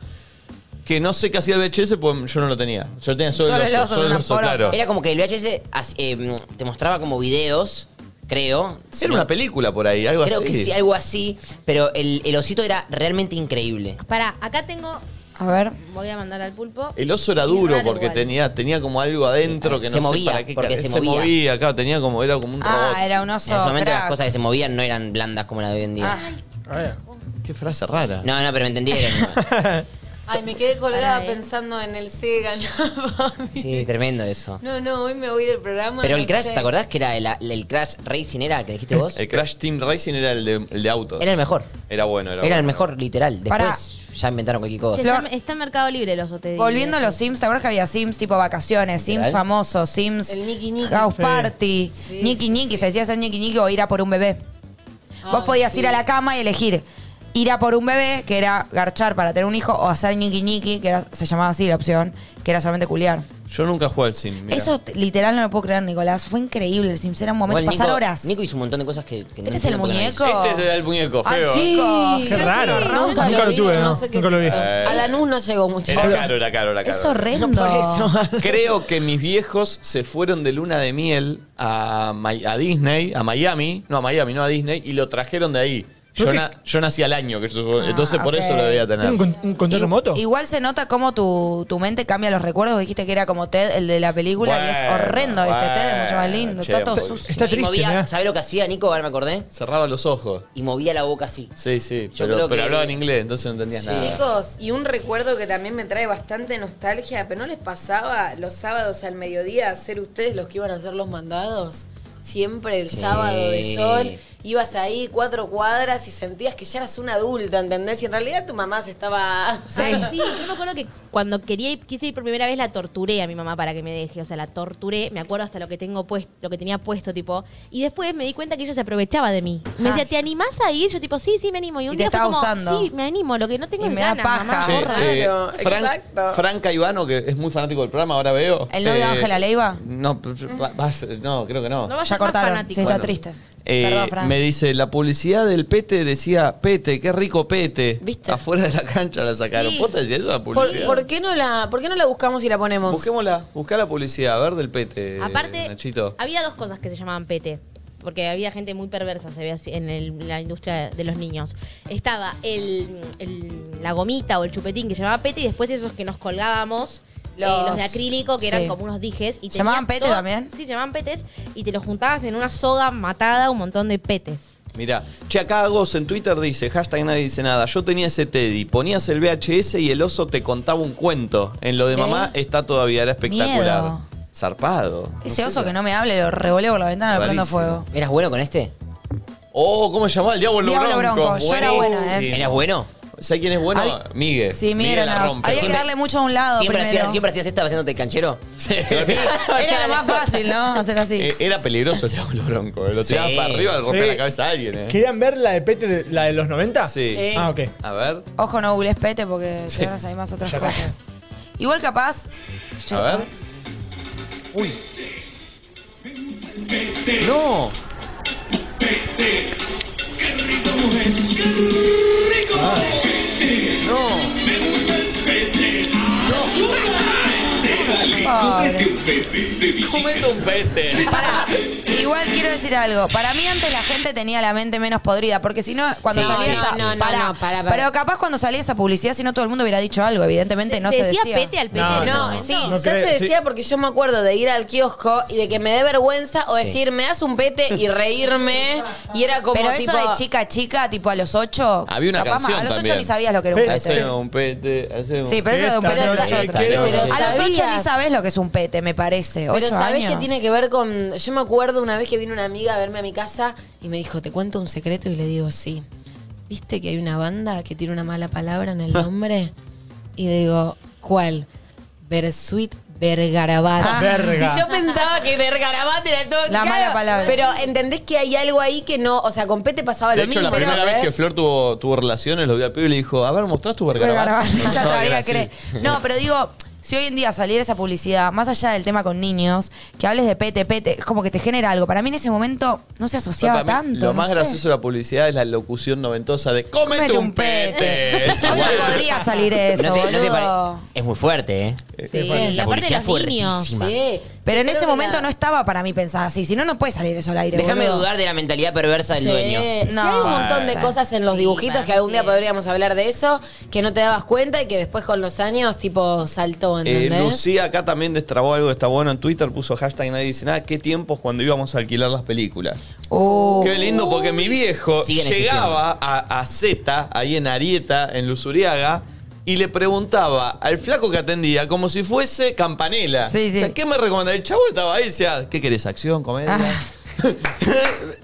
A: que no sé qué hacía el VHS, pues yo no lo tenía. Yo tenía solo, el oso, solo el
B: una
A: oso,
B: poronga.
A: claro. Era,
G: Era como que el VHS as- eh, mm, te mostraba como videos, creo. Si no-
A: una película por ahí, algo
G: Creo
A: así.
G: que sí, algo así, pero el, el osito era realmente increíble.
C: Pará, acá tengo.
B: A ver.
C: Voy a mandar al pulpo.
A: El oso era
C: Es
A: duro
C: raro
A: porque
C: igual.
A: tenía, tenía como algo adentro
G: Sí,
A: que
G: se
A: no sé
G: movía,
A: para qué
G: porque
A: car-
G: se
A: se
G: movía.
A: movía, claro, tenía como, era como un robot.
B: Ah, era un oso.
G: en su momento las
B: crack.
G: cosas que se movían no eran blandas como las de hoy en día.
B: Ah,
D: A ver.
A: Qué frase rara.
G: No, no, pero me entendieron.
F: Ay, me quedé colgada
C: Pará, eh.
F: pensando en el Sega. No,
G: sí, tremendo eso.
F: no, no, hoy me voy del programa.
G: Pero
F: no
G: el Crash,
F: sé.
G: ¿te acordás que era el, el Crash Racing era que dijiste vos?
A: El Crash Team Racing era el de, el de autos.
G: Era el mejor.
A: Era bueno, era,
G: Era el
A: bueno.
G: mejor, literal. Después
B: Pará.
G: ya inventaron cualquier
C: Que
G: cosa.
C: Está, está en Mercado Libre los hoteles.
B: Volviendo a los Sims, ¿te acuerdas que había Sims tipo vacaciones, Sims
G: Literal.
B: famosos, Sims House
F: Sí.
B: Party, Niki Niki, se decía hacer Niki Niki o ir a por un bebé? Vos
F: Ay,
B: podías
F: Ah, sí.
B: ir a la cama y elegir ir a por un bebé, que era garchar para tener un hijo, o hacer Niki Niki, que era- se llamaba así la opción, que era solamente culiar.
A: Yo nunca jugué al sim. mirá.
B: Eso t- literal no lo puedo creer, Nicolás. Fue increíble el Sims, era un momento,
G: Igual
B: pasar
G: Nico-
B: horas.
G: Nico hizo un montón de cosas que, que no
B: ¿Este es el
G: entiendo por qué no
B: muñeco?
A: Este es el del muñeco,
B: Ay,
A: feo.
B: sí.
A: ¿eh?
B: Qué
F: Sí,
B: raro.
F: sí,
B: ¿no?
F: Nunca,
D: Nunca
F: lo,
D: lo tuve,
F: vi, no,
D: no,
F: sé qué
D: nunca
F: es
D: lo vi.
F: esto.
A: Eh,
F: A Lanús no llegó mucho.
A: Era caro, era caro, era caro.
B: Es horrendo.
F: Por eso.
A: Creo que mis viejos se fueron de luna de miel a, Mi- a Disney, a Miami, no a Miami, no a Disney, y lo trajeron de ahí. Yo,
D: Creo que-
A: na- yo nací al año, que yo- entonces por
B: ok.
A: eso lo debía
D: ¿Tiene
A: tener.
D: un, con- un control remoto?
B: Igual se nota cómo tu, tu mente cambia los recuerdos. Dijiste que era como Ted, el de la película, y es
A: Bueno,
B: horrendo. este Ted es mucho más
A: bueno,
B: lindo,
A: che,
B: está todo
A: muy-
B: sucio.
D: Está
G: Y
D: triste,
G: movía,
D: mirá.
G: ¿sabés lo que hacía Nico? Ahora me acordé.
A: Cerraba los ojos.
G: Y movía la boca así.
A: Sí, sí,
G: Yo
A: pero,
G: creo
A: pero
G: que-
A: hablaba en inglés, entonces no entendías nada.
F: Chicos, y un recuerdo que también me trae bastante nostalgia, pero ¿no les pasaba los sábados al mediodía a ser ustedes los que iban a hacer los mandados? Siempre el
G: Sí.
F: sábado de sol, ibas ahí cuatro cuadras y sentías que ya eras una adulta, ¿entendés? Y en realidad tu mamá se estaba...
C: Ay, sí, yo me acuerdo que cuando quería ir- quise ir por primera vez la torturé a mi mamá para que me deje, o sea, la torturé, me acuerdo hasta lo que tengo puesto, lo que tenía puesto, tipo, y después me di cuenta que ella se aprovechaba de mí. Me
B: Ah.
C: decía, "¿Te animás a ir?" Yo tipo, "Sí, sí, me animo." Y un
B: Y te
C: día fue
B: estaba
C: como,
B: usando.
C: "Sí, me animo, lo que no tengo
B: Y
C: es
B: me da
C: ganas, mamá,
B: paja.
A: Che,
C: zorra".
A: eh,
F: Claro,
A: Fran-
F: exacto.
A: Franca Ivano, que es muy fanático del programa, ahora veo. Eh,
B: ¿El novio de Ángela Leiva?
A: No, p- p- va- vas- no, creo que no.
C: No vas a ser
B: Ya
C: más
B: cortaron.
C: fanático.
B: Sí, está
A: Bueno.
B: triste.
A: Eh,
B: Perdón, Fran.
A: me dice, la publicidad del Pete decía, Pete, qué rico Pete.
F: ¿Viste?
A: Afuera de la cancha la sacaron.
C: Sí.
A: ¿Vos te decías eso la
F: ¿Por,
A: publicidad?
F: por qué no la, ¿Por qué no la buscamos y la ponemos?
A: Busquémosla, buscá la publicidad, a ver del Pete,
C: Aparte,
A: Nachito.
C: había dos cosas que se llamaban PT. Porque había gente muy perversa, se ve así, en el- la industria de los niños. Estaba el, el- la gomita o el chupetín que llamaba pete y después esos que nos colgábamos, eh, los,
F: Los-
C: de acrílico, que
F: sí.
C: eran como unos dijes. Y
B: ¿Llamaban
C: tenías
B: pete
C: todo-
B: también?
C: Sí, llamaban petes y te los juntabas en una soga matada, un montón de petes.
A: Mirá, che, acá Agos en Twitter dice, hashtag nadie dice nada, yo tenía ese Teddy, ponías el VHS y el oso te contaba un cuento. En lo de mamá está todavía, era espectacular.
B: ¿Eh? Miedo.
A: Zarpado.
B: Ese oso que no me hable lo revoleo por la ventana, le prendo
A: Rarísimo.
B: fuego.
G: ¿Eras bueno con este?
A: Oh, ¿cómo se llamaba? El Diablo,
B: Diablo
A: Bronco.
B: Bronco, yo era buena,
A: Buenísimo.
B: eh.
G: ¿Eras bueno?
A: ¿Sabes quién es bueno? Miguel.
G: Eh,
B: Sí,
A: Miguel
B: miren,
A: la rompe.
B: había que darle mucho a un lado
G: Siempre
B: primero.
G: hacías, siempre hacías esta haciéndote canchero.
B: Era lo más fácil, ¿no? Hacer así.
A: Eh, Era peligroso el Diablo Bronco. eh. Lo
G: Sí.
A: tiraba para arriba, le rompía
D: Sí.
A: la cabeza a alguien. eh.
D: ¿Querían ver la de Pete, de- la de los 90?
A: Sí.
F: Sí.
D: Ah, ok.
A: A ver.
B: Ojo, no googlees pete porque
A: Sí.
B: te van a salir más otras
D: Ya
B: cosas. Igual capaz...
A: A ver.
D: Uy.
A: ¡No! ¡No!
B: Pobre.
A: ¡Comete un pete!
B: Pará, igual quiero decir algo. Para mí antes la gente tenía la mente menos podrida, porque si no, cuando
F: Sí,
B: salía
F: no,
B: esa...
F: no, no,
B: pará,
F: no, pará, pará.
B: Pero capaz cuando salía esa publicidad, si no todo el mundo hubiera dicho algo, evidentemente no se,
C: decía, pete al pete.
D: No,
C: en ese
F: No,
C: momento?
F: sí,
D: No
F: ya
D: creo,
F: se
D: sí.
F: decía porque yo me acuerdo de ir al kiosco y de que me dé vergüenza o decir, me das un pete y reírme. Y era como
B: Pero
F: tipo.
B: eso de chica a chica, tipo a los ocho...
A: Había una
B: capaz más-
A: canción
B: A los ocho
A: también.
B: ni sabías lo que era un
D: Pete.
B: pete.
A: Hace un pete, hace un
B: Sí, pero eso de un
D: Esta
B: pete es
D: noche
B: otra.
D: quiero-
F: Pero
B: A los ocho
F: sabías.
B: ni sabes lo que es un pete, me parece.
F: Pero
B: Ocho
F: ¿sabés
B: años.
F: qué tiene que ver con.? Yo me acuerdo una vez que vino una amiga a verme a mi casa y me dijo, ¿te cuento un secreto? Y le digo, sí. ¿Viste que hay una banda que tiene una mala palabra en el nombre? y digo, ¿cuál? Bersuit Vergarabat.
B: Ah.
D: Verga.
F: Y yo pensaba que Vergarabat era todo.
B: La mala palabra.
F: Pero entendés que hay algo ahí que no. O sea, con Pete pasaba
A: De
F: lo
A: hecho,
F: mismo.
A: la primera
F: ¿no?
A: vez que
F: ¿Ves?
A: Flor tuvo, tuvo relaciones, lo vio al pibe y le dijo, a ver, mostrás tu
B: Pero
A: vergarabat.
B: Garabato
A: No
B: ya
A: sabía que era
B: todavía
A: así.
B: cree. No, pero digo, si hoy en día saliera esa publicidad, más allá del tema con niños, que hables de pete, pete, es como que te genera algo. Para mí en ese momento no se asociaba
A: Para mí,
B: tanto.
A: Lo
B: no
A: más
B: sé.
A: gracioso de la publicidad es la locución noventosa de ¡Cómete,
B: Cómete
A: un
B: un
A: pete!
B: Hoy no podría salir eso,
G: No te- no te pare-
B: boludo.
G: Es muy fuerte, ¿eh?
C: Sí, y
G: La
C: aparte
G: publicidad
C: los niños.
G: fuertísima.
F: Sí.
B: Pero en
F: Creo
B: ese
F: que
B: momento
F: la-
B: no estaba para mí pensada así. Si no, no puede salir eso al aire.
G: Déjame
B: boludo.
G: dudar de la mentalidad perversa del
F: Sí.
G: dueño.
F: Sí,
B: No.
F: hay un montón de
B: Sí.
F: cosas en los
C: Eh, Sí,
F: dibujitos
C: para
F: que
C: mí
F: algún día
C: sí.
F: podríamos hablar de eso, que no te dabas cuenta y que después con los años, tipo, saltó,
A: Eh,
F: ¿entendés?
A: Lucía acá también destrabó algo que está bueno en Twitter, puso hashtag nadie dice nada, qué tiempos cuando íbamos a alquilar las películas.
B: Uh,
A: Qué lindo, porque mi viejo
G: Siguen
A: llegaba a, a Z, ahí en Arieta, en Luzuriaga, y le preguntaba al flaco que atendía como si fuese campanela.
B: Sí, sí.
A: O sea, ¿qué me recomendaba? El chavo estaba ahí y decía, ¿qué querés? ¿Acción? ¿Comedia?
B: Ah.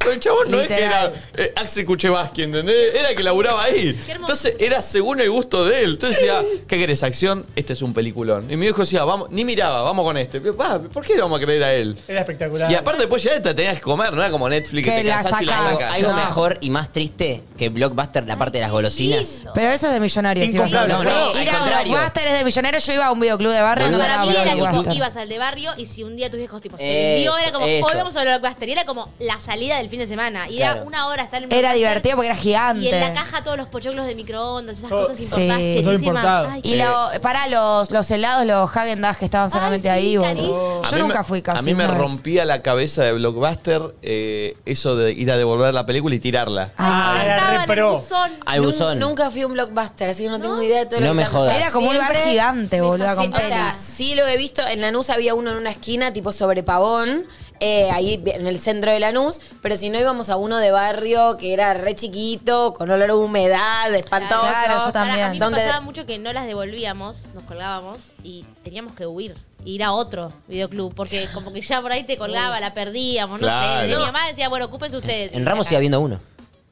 A: Pero el chabón no es que era eh, Axel Kuchevaski, ¿entendés? Era el que laburaba ahí. Entonces era según el gusto de él. Entonces decía, ¿qué querés, acción? Este es un peliculón. Y mi viejo decía, vamos, ni miraba, vamos con este. Pero, pa, ¿Por qué le vamos a creer a él?
D: Era espectacular.
A: Y aparte después ya te tenías que comer, no era como Netflix que, te casás y la
G: Algo-
A: sacas.
G: Algo mejor y más triste que Blockbuster, la parte de las golosinas.
B: Pero eso es de millonarios. iba a
G: Incomparable.
B: decir.
G: No, no, al
B: Ir a
G: contrario.
B: Blockbuster es de millonarios. Yo iba a un videoclub de barrio.
G: Boludo,
B: No me
G: para
B: daba
G: mí era
B: Blockbuster.
G: tipo,
C: Ibas al de barrio y si un día tus viejos tipo se
B: Eso,
C: vendió, era como,
B: Eh, eso.
C: hoy vamos a Blockbuster. Y era como la salida del fin de semana. Y
B: Claro.
C: era una hora estar en
B: Era
C: Blockbuster
B: divertido porque era gigante.
C: Y en la caja todos los pochoclos de microondas, esas
B: Todo-
C: cosas
B: Sí.
C: importadas,
B: Todo
C: chetísimas.
B: importado.
C: Ay,
B: Y lo, eh, para los, los helados, los Hagen Dazs que estaban solamente ahí. boludo. Yo
A: A mí me-
B: nunca fui casi.
A: A mí me
B: una vez.
A: rompía la cabeza de Blockbuster eh, eso de ir a devolver la película y tirarla.
D: Ah, era re pro.
G: Al buzón.
F: Nunca fui a un blockbuster, así que no tengo idea de todo
G: No
F: lo
G: me
F: que está pasando.
G: jodas. Era como un lugar
F: Siempre-
B: gigante, boluda, con
F: Sí, O sea,
B: pelis.
F: sí lo he visto. En Lanús había uno en una esquina, tipo sobre Pavón, eh, ahí en el centro de Lanús. Pero si no, íbamos a uno de barrio que era re chiquito, con olor a humedad, espantoso.
C: Pará, a mí me pasaba mucho que no las devolvíamos, nos colgábamos y teníamos que huir. Ir a otro videoclub, porque como que ya por ahí te colgaba, la perdíamos, no
A: Claro.
C: sé. Y mi
A: No.
C: mamá decía, bueno, ocúpense ustedes.
A: En Ramos sigue habiendo
G: uno.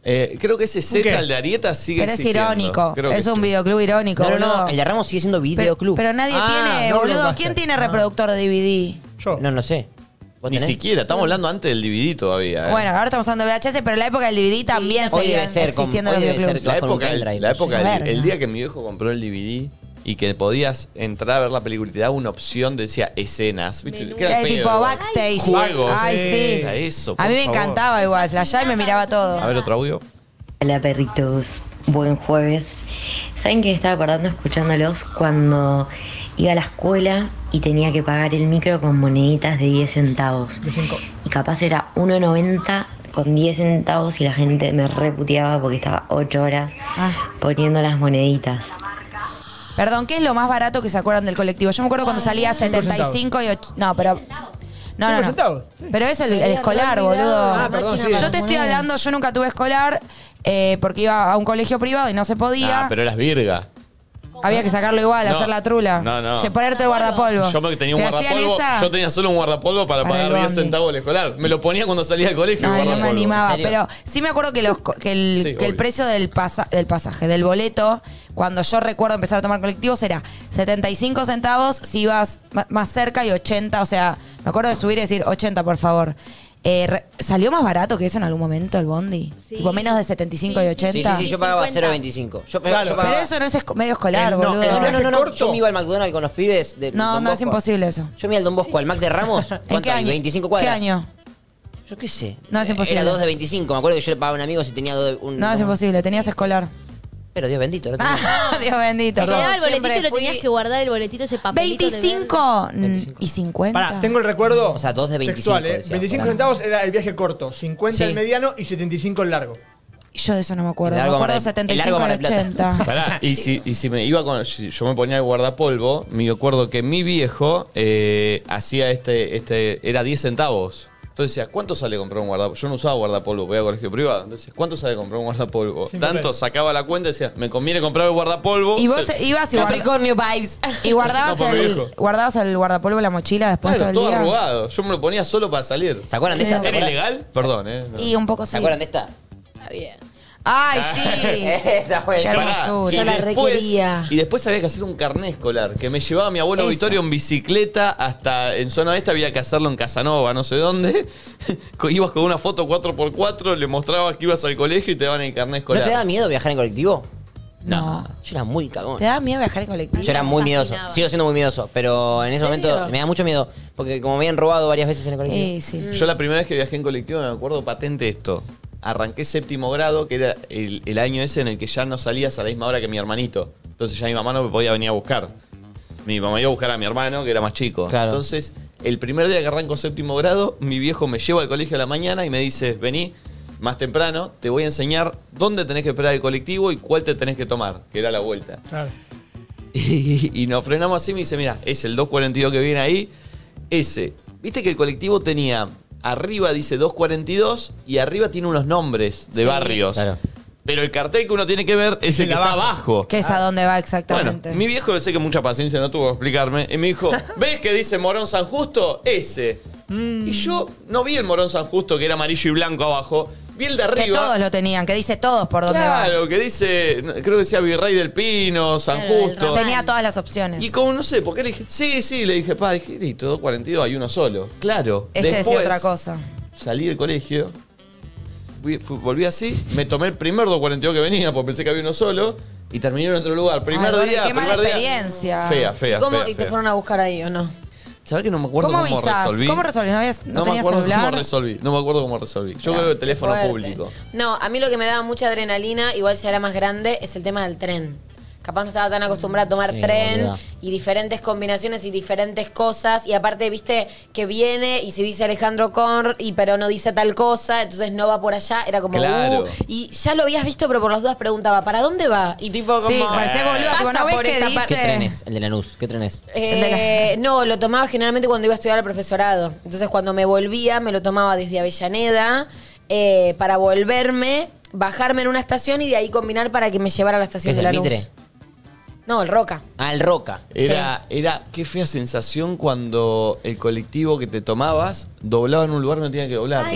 A: Eh, creo que ese Z, el de Arieta, sigue
B: Pero es
A: existiendo.
B: irónico.
A: Creo que
B: Es un
A: sí.
B: videoclub irónico,
G: No, no, no,
B: boludo.
G: el de Ramos sigue siendo videoclub.
B: Pero nadie
F: Ah,
B: tiene, boludo. ¿Quién
G: Ah.
B: tiene reproductor de DVD?
G: No, no sé. ¿Vos
A: Ni
G: tenés?
A: siquiera, estamos hablando antes del DVD todavía. eh.
B: Bueno, ahora estamos hablando de VHS, pero en la época del DVD también
G: Hoy
B: seguían
G: debe ser con-
B: existiendo
G: hoy
B: los
G: debe ser
B: videoclubs.
G: con-
A: la
G: un
A: época,
G: pendrive,
A: la época
G: sí.
A: del-
G: Verga.
A: el día que mi viejo compró el DVD y que podías entrar a ver la película y te daba una opción de decía escenas. ¿viste? Que era
B: Que
A: medio-
B: tipo backstage.
A: Juegos.
B: Ay, sí.
A: Era Eso,
B: A
A: por
B: mí me
A: favor.
B: encantaba igual, flashaba y me miraba todo.
A: A ver otro audio.
M: Hola perritos, buen jueves. ¿Saben que me estaba acordando escuchándolos cuando iba a la escuela y tenía que pagar el micro con moneditas de 10 centavos? Y capaz era 1.90 con 10 centavos y la gente me reputeaba porque estaba 8 horas poniendo las moneditas.
B: Perdón, ¿qué es lo más barato que se acuerdan del colectivo? Yo me acuerdo
D: Ah,
B: cuando salía 75 y 8. No, pero. No, no,
D: Cinco
B: no.
D: centavos,
B: Pero eso el, el escolar,
D: olvidado,
B: boludo.
D: la Ah, perdón, máquina sí. para
B: Yo te
D: las
B: estoy
D: monedas.
B: hablando, yo nunca tuve escolar eh, porque iba a un colegio privado y no se podía.
A: Ah, pero eras virga.
B: Había que sacarlo igual,
A: No,
B: hacer la trula.
A: no, no.
B: Ye- Ponerte el guardapolvo.
A: Yo me- tenía un
B: ¿Te hacían
A: guardapolvo.
B: esa?
A: Yo tenía solo un guardapolvo para,
B: Para el
A: pagar 10
B: bondi.
A: centavos el escolar. Me lo ponía cuando salía del colegio. el
B: Ay, no me
A: guardapolvo.
B: animaba, pero sí me acuerdo que, los, co- que el,
A: Sí,
B: que el
A: obvio.
B: precio del, pasa- del pasaje, del boleto, cuando yo recuerdo empezar a tomar colectivos, era 75 centavos si ibas ma- más cerca y 80, o sea, me acuerdo de subir y decir 80, por favor. Eh, re- ¿Salió más barato que eso en algún momento el bondi? Tipo menos de 75 y 80.
G: Sí, sí, sí, yo pagaba 0.25. Yo,
B: Claro.
G: yo pagaba-
B: Pero eso no es esco- medio escolar,
G: El-
B: boludo.
G: el- Eh, No, no, no, no, Yo me iba al McDonald's con los pibes de
B: No,
G: Don
B: no, es
G: Bosco.
B: imposible eso.
G: Yo me iba al Don Bosco, al Mac de Ramos. ¿Cuánto
B: qué
G: hay?
B: año?
G: ¿25 cuadras?
B: ¿Qué año?
G: Yo qué sé.
B: No, es imposible.
G: Era 2 de 25. Me acuerdo que yo le pagaba a un amigo si tenía dos de, un,
B: No, es imposible, Ah, tenías escolar.
G: Pero Dios bendito. no tenía-
B: Dios bendito.
C: Te llegaba el
B: Siempre
C: boletito y lo
B: fui-
C: tenías que guardar el boletito ese papelito. de
B: ¿25? Mm, ¿Y 50?
D: Pará, tengo el recuerdo.
G: O sea, 2 de 25.
D: Textual, ¿eh?
G: decía.
D: 25
G: Claro.
D: centavos era el viaje corto, 50 el
G: Sí.
D: mediano y 75 el largo.
B: Yo de eso no me acuerdo.
D: El largo
B: me acuerdo
D: Mar del-
B: 75
D: el largo Mar
B: y
D: del Plata.
B: 80.
A: Pará, y si, y si me iba con. si yo me ponía el guardapolvo, me acuerdo que mi viejo eh, hacía este, este. Era 10 centavos. Entonces decía, ¿cuánto sale comprar un guardapolvo? Yo no usaba guardapolvo, voy a colegio privado. Entonces, ¿cuánto sale comprar un guardapolvo?
F: Cinco
A: Tanto
F: pesos.
A: sacaba la cuenta y decía, me conviene comprar el guardapolvo.
B: Y vos
A: Se-
B: te- ibas y, guarda-
F: Capricornio vibes.
B: y guardabas,
A: No, por mi
B: el,
A: viejo.
B: guardabas el guardapolvo en la mochila después
A: Claro,
B: todo el
A: todo
B: día.
A: arrugado. Yo me lo ponía solo para salir.
G: ¿Se acuerdan de esta? ¿Se
A: ¿Era
G: acuerdan?
A: ilegal? Perdón, eh. no. Ah.
B: Y un poco sí.
G: ¿Se acuerdan de esta?
F: Está bien.
B: Ay, sí.
G: Esa fue.
B: Qué hermosura. Yo la requería.
A: Y después había que hacer un carné escolar, que me llevaba mi abuelo
B: Eso.
A: Vittorio en bicicleta hasta en zona este, había que hacerlo en Casanova, no sé dónde. Co- ibas con una foto 4x4, le mostrabas que ibas al colegio y te daban el carné
G: ¿No
A: escolar.
G: te da miedo viajar en colectivo?
B: No.
G: Yo era muy cagón.
B: ¿Te da miedo viajar en colectivo?
G: Yo era muy miedoso. Sigo siendo muy miedoso. Pero en ese
B: ¿En serio?
G: momento me da mucho miedo. Porque como me habían robado varias veces en el colegio.
B: Sí, sí.
A: Yo la primera vez que viajé en colectivo me acuerdo patente esto. Arranqué séptimo grado, que era el, el año ese en el que ya no salías a la misma hora que mi hermanito. Entonces ya mi mamá no me podía venir a buscar. Mi mamá iba a buscar a mi hermano, que era más chico.
G: Claro.
A: Entonces, el primer día que arranco séptimo grado, mi viejo me lleva al colegio a la mañana y me dice, vení, más temprano, te voy a enseñar dónde tenés que esperar el colectivo y cuál te tenés que tomar, que era la vuelta. Y, nos frenamos así y me dice, mira, es el 242 que viene ahí, ese. Viste que el colectivo tenía, arriba dice 242 y arriba tiene unos nombres de
B: Sí.
A: barrios. Pero el cartel que uno tiene que ver es el que está abajo.
B: ¿Qué es a dónde va
A: Bueno,
B: exactamente?
A: mi viejo, sé que mucha paciencia no tuvo que explicarme, y me dijo, ¿ves que dice Morón San Justo? Ese.
B: Mm.
A: Y yo no vi el Morón San Justo, que era amarillo y blanco abajo. Vi el de arriba.
B: Que todos lo tenían, que dice todos por dónde va.
A: Claro, que dice, creo que decía Virrey del Pino, San Justo.
B: Tenía todas las opciones.
A: Y como no sé, ¿por qué le dije? Sí, sí, le dije, pa, dije, listo, 242, hay uno solo. Claro.
B: Este decía
A: después
B: otra cosa.
A: Salí del colegio, fui- fui- volví así, me tomé el primer 242 que venía, porque pensé que había uno solo, y terminé en otro lugar. Primer
F: Ay,
A: día,
F: qué mala
A: primer día.
F: experiencia.
A: Fea, fea,
F: ¿Y, cómo-
A: fea,
F: y te
A: fea.
F: fueron a buscar ahí o no?
A: ¿Sabés que no me acuerdo
F: ¿Cómo
A: cómo,
F: avisás?
A: resolví?
F: ¿Cómo
B: resolví? ¿No, habías,
F: no
A: me
F: tenías
A: acuerdo
F: celular?
A: cómo resolví. No me acuerdo cómo resolví. Yo
F: Mirá,
A: creo que teléfono
F: fuerte.
A: público.
F: No, a mí lo que me daba mucha adrenalina, igual ya era más grande, es el tema del tren. Capaz no estaba tan acostumbrada a tomar
G: Sí,
F: tren
G: boluda.
F: y diferentes combinaciones y diferentes cosas. Y aparte, viste, que viene y si dice Alejandro Conr, y pero no dice tal cosa, entonces no va por allá. Era como,
G: Claro.
F: uh, y ya lo habías visto, pero por las dudas preguntaba, ¿para dónde va? Y tipo, como,
G: Sí, parecés boluda,
F: pasa
G: tipo, ¿no ves
F: por
G: que
F: esta
G: ¿Qué
F: parte.
G: tren es? El de Lanús, ¿qué tren es?
F: Eh, no, lo tomaba generalmente cuando iba a estudiar al profesorado. Entonces cuando me volvía, me lo tomaba desde Avellaneda eh, para volverme, bajarme en una estación y de ahí combinar para que me llevara a la
G: ¿Qué
F: estación
G: es
F: de
G: el
F: la
G: Mitre?
F: No, el Roca.
G: Ah, el Roca.
A: Era, era, qué fea sensación cuando el colectivo que te tomabas doblaba en un lugar que no tenía que doblar. Ah,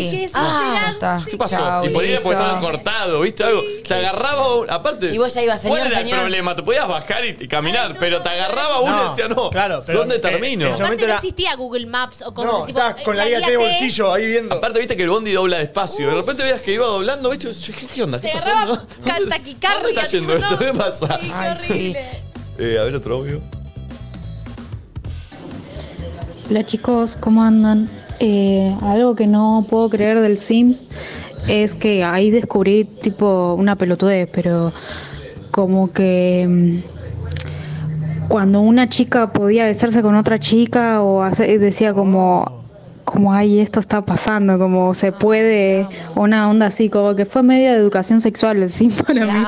A: ¿Qué pasó?
D: Ah,
A: y por ahí era porque estaba cortado, ¿viste? Algo. Te agarraba, un- aparte.
F: Y vos ya ibas, señor,
A: ¿Cuál era
F: señor.
A: el problema? Te podías bajar y, y caminar, pero te agarraba uno y
D: No,
A: decía, no,
D: claro, pero
A: ¿dónde
D: en- en
A: termino?
D: ese momento
C: Aparte no existía Google Maps o cosas
D: No,
C: tipo. eh,
D: estabas con la guía T
C: T.
D: de bolsillo ahí viendo.
A: Aparte, viste que el bondi dobla despacio. De repente veías que iba doblando, ¿viste? Yo, ¿Qué, qué onda? ¿Qué
C: Te
A: pasó?
C: agarraba
A: ¿No?
C: ca- taquicardia.
A: ¿Dónde está yendo esto? ¿Qué pasa?
B: Ay, sí.
A: Eh, a ver, otro audio.
N: Hola chicos, ¿cómo andan? Eh, algo que no puedo creer del Sims es que ahí descubrí tipo una pelotudez, pero como que mm, cuando una chica podía besarse con otra chica o hace- decía como como ay esto está pasando, como se puede una onda así, como que fue medio de educación sexual el Sims para mí.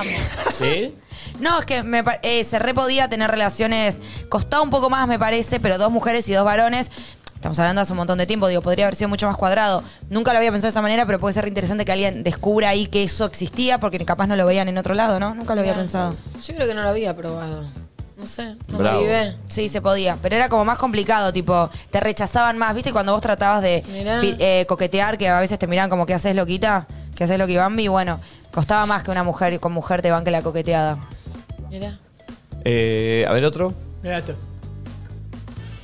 A: ¿Sí?
B: No, es que me, pa- eh, se re podía tener relaciones. Costaba un poco más, me parece, pero dos mujeres y dos varones. Estamos hablando hace un montón de tiempo, digo, podría haber sido mucho más cuadrado. Nunca lo había pensado de esa manera, pero puede ser interesante que alguien descubra ahí que eso existía, porque capaz no lo veían en otro lado, ¿no? Nunca lo había
F: Mirá.
B: pensado.
F: Yo creo que no lo había probado. No sé, no
B: Bravo.
F: me vivé.
B: Sí, se podía, pero era como más complicado, tipo, te rechazaban más, ¿viste? Cuando vos tratabas de
F: Mirá.
B: fi- eh, coquetear, que a veces te miraban como que haces loquita, que haces loqui Bambi, bueno, costaba más que una mujer con mujer te banque la coqueteada.
F: Mirá.
A: Eh, a ver, otro.
D: Mirá esto.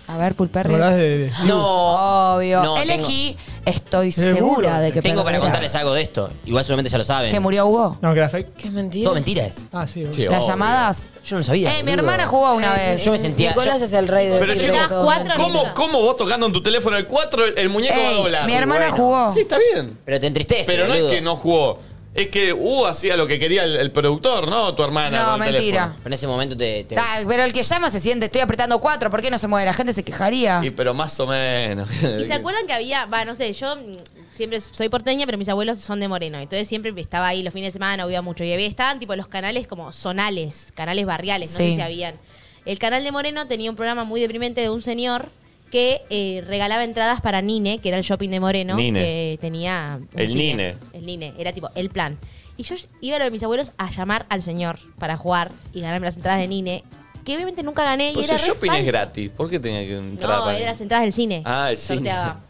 B: A ver, Pulperri.
D: ¿Te acordás de- de-
G: No.
B: Obvio.
G: No,
B: Elegí, estoy segura de que
G: Tengo para
B: perderás.
G: contarles algo de esto. Igual seguramente ya lo saben.
B: ¿Que murió Hugo?
D: No, que era fake.
F: Que es mentira.
G: Todo mentiras.
D: Ah, sí.
G: Sí,
B: ¿Las
G: obvio.
B: llamadas?
G: Yo no lo sabía.
B: Eh, mi
G: boludo.
B: hermana jugó una vez.
G: Yo me sentía.
F: Nicolás
G: yo-
F: es el rey de
A: Pero
F: decirle
A: chicos,
F: que todo es mentira.
A: ¿cómo, ¿cómo vos tocando en tu teléfono el 4 el, el muñeco va a
B: Ey,
A: doblar?
B: mi hermana jugó.
A: Sí, está bien.
G: Pero te entristece.
A: Pero no es
G: boludo.
A: que no jugó. Es que Hugo hacía lo que quería el, el productor, ¿no? Tu hermana.
B: No,
A: con el
B: mentira.
A: teléfono.
G: Pero en ese momento te. te-
B: Ah, pero el que llama se siente, estoy apretando cuatro, ¿por qué no se mueve? La gente se quejaría.
A: Y pero más o menos.
C: ¿Y se acuerdan que había, va, no sé, yo mm, siempre soy porteña, pero mis abuelos son de Moreno. Entonces siempre estaba ahí los fines de semana, no iba mucho. Y había, estaban tipo los canales como zonales, canales barriales, no
B: Sí.
C: sé si habían. El canal de Moreno tenía un programa muy deprimente de un señor que eh, regalaba entradas para Nine, que era el shopping de Moreno,
A: Nine.
C: que tenía... un
A: El
C: cine.
A: Nine.
C: El Nine, era tipo el plan. Y yo iba a lo de mis abuelos a llamar al señor para jugar y ganarme las entradas de Nine, que obviamente nunca gané.
A: Pues
C: y
A: el
C: era re
A: shopping es
C: falso.
A: gratis. ¿Por qué tenía que entrar?
C: No,
A: para-
C: eran las entradas del cine.
A: Ah, el cine.
C: Sorteaba.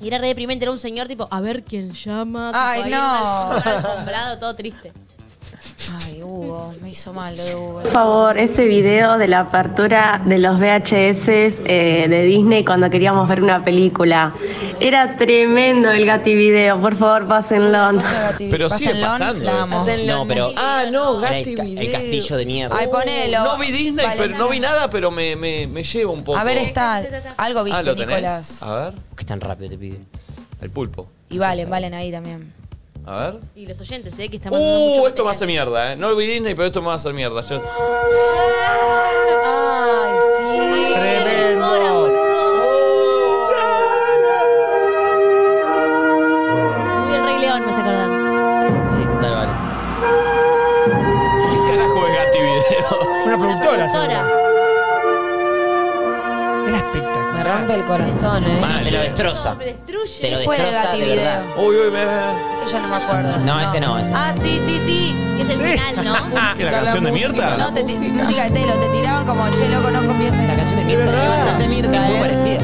C: Y era re deprimente, era un señor tipo, a ver quién llama. tipo,
B: Ay,
C: ahí
B: no.
C: mal- mal alfombrado, todo triste.
B: Ay, Hugo, me hizo mal lo de Hugo.
O: Por favor, ese video de la apertura de los VHS eh, de Disney cuando queríamos ver una película. Era tremendo el gativideo, por favor, pásenlo.
A: Pero sigue pasando. eso.
G: No, pero.
A: Ah, no,
G: Era
A: Gatti
G: el, ca- el
A: Video.
G: castillo de mierda.
B: Ay, ponelo.
A: No vi Disney, pero no vi nada, pero me, me, me lleva un poco.
B: A ver, está. Algo viste,
A: Ah, ¿lo tenés?
B: Nicolás.
A: A ver.
G: ¿Por qué tan rápido este te pide?
A: El pulpo.
B: Y valen, valen ahí también.
A: A ver.
C: Y los oyentes, ¿eh? Que están mandando
A: Uh,
C: mucho
A: esto me hace mierda, ¿eh? No vi Disney, pero esto me va a hacer mierda. Yo-
C: Ah.
F: Ay, sí.
C: Muy el Rey León, me hace acordar.
G: Sí, total, vale.
A: ¿Qué carajo es Gatti Video?
D: Una productora.
C: Doctora.
D: Era espectacular.
F: Me rompe el corazón, eh.
G: Mal, te lo destroza.
C: Me destruye.
G: Te lo
B: Fue de
G: destroza, de
B: Gativideo.
G: verdad.
A: Uy, uy, me- me-
B: Esto ya no me acuerdo.
G: No, ese no, ese no.
B: Ah, sí, sí, sí.
C: Que es el final, ¿no?
A: ¿Que la canción de Mirta?
B: No, te ti- música de Telo, te tiraban como, che, loco, no copies esta canción de
G: eh. Mirta, es bastante Mirta, muy parecida.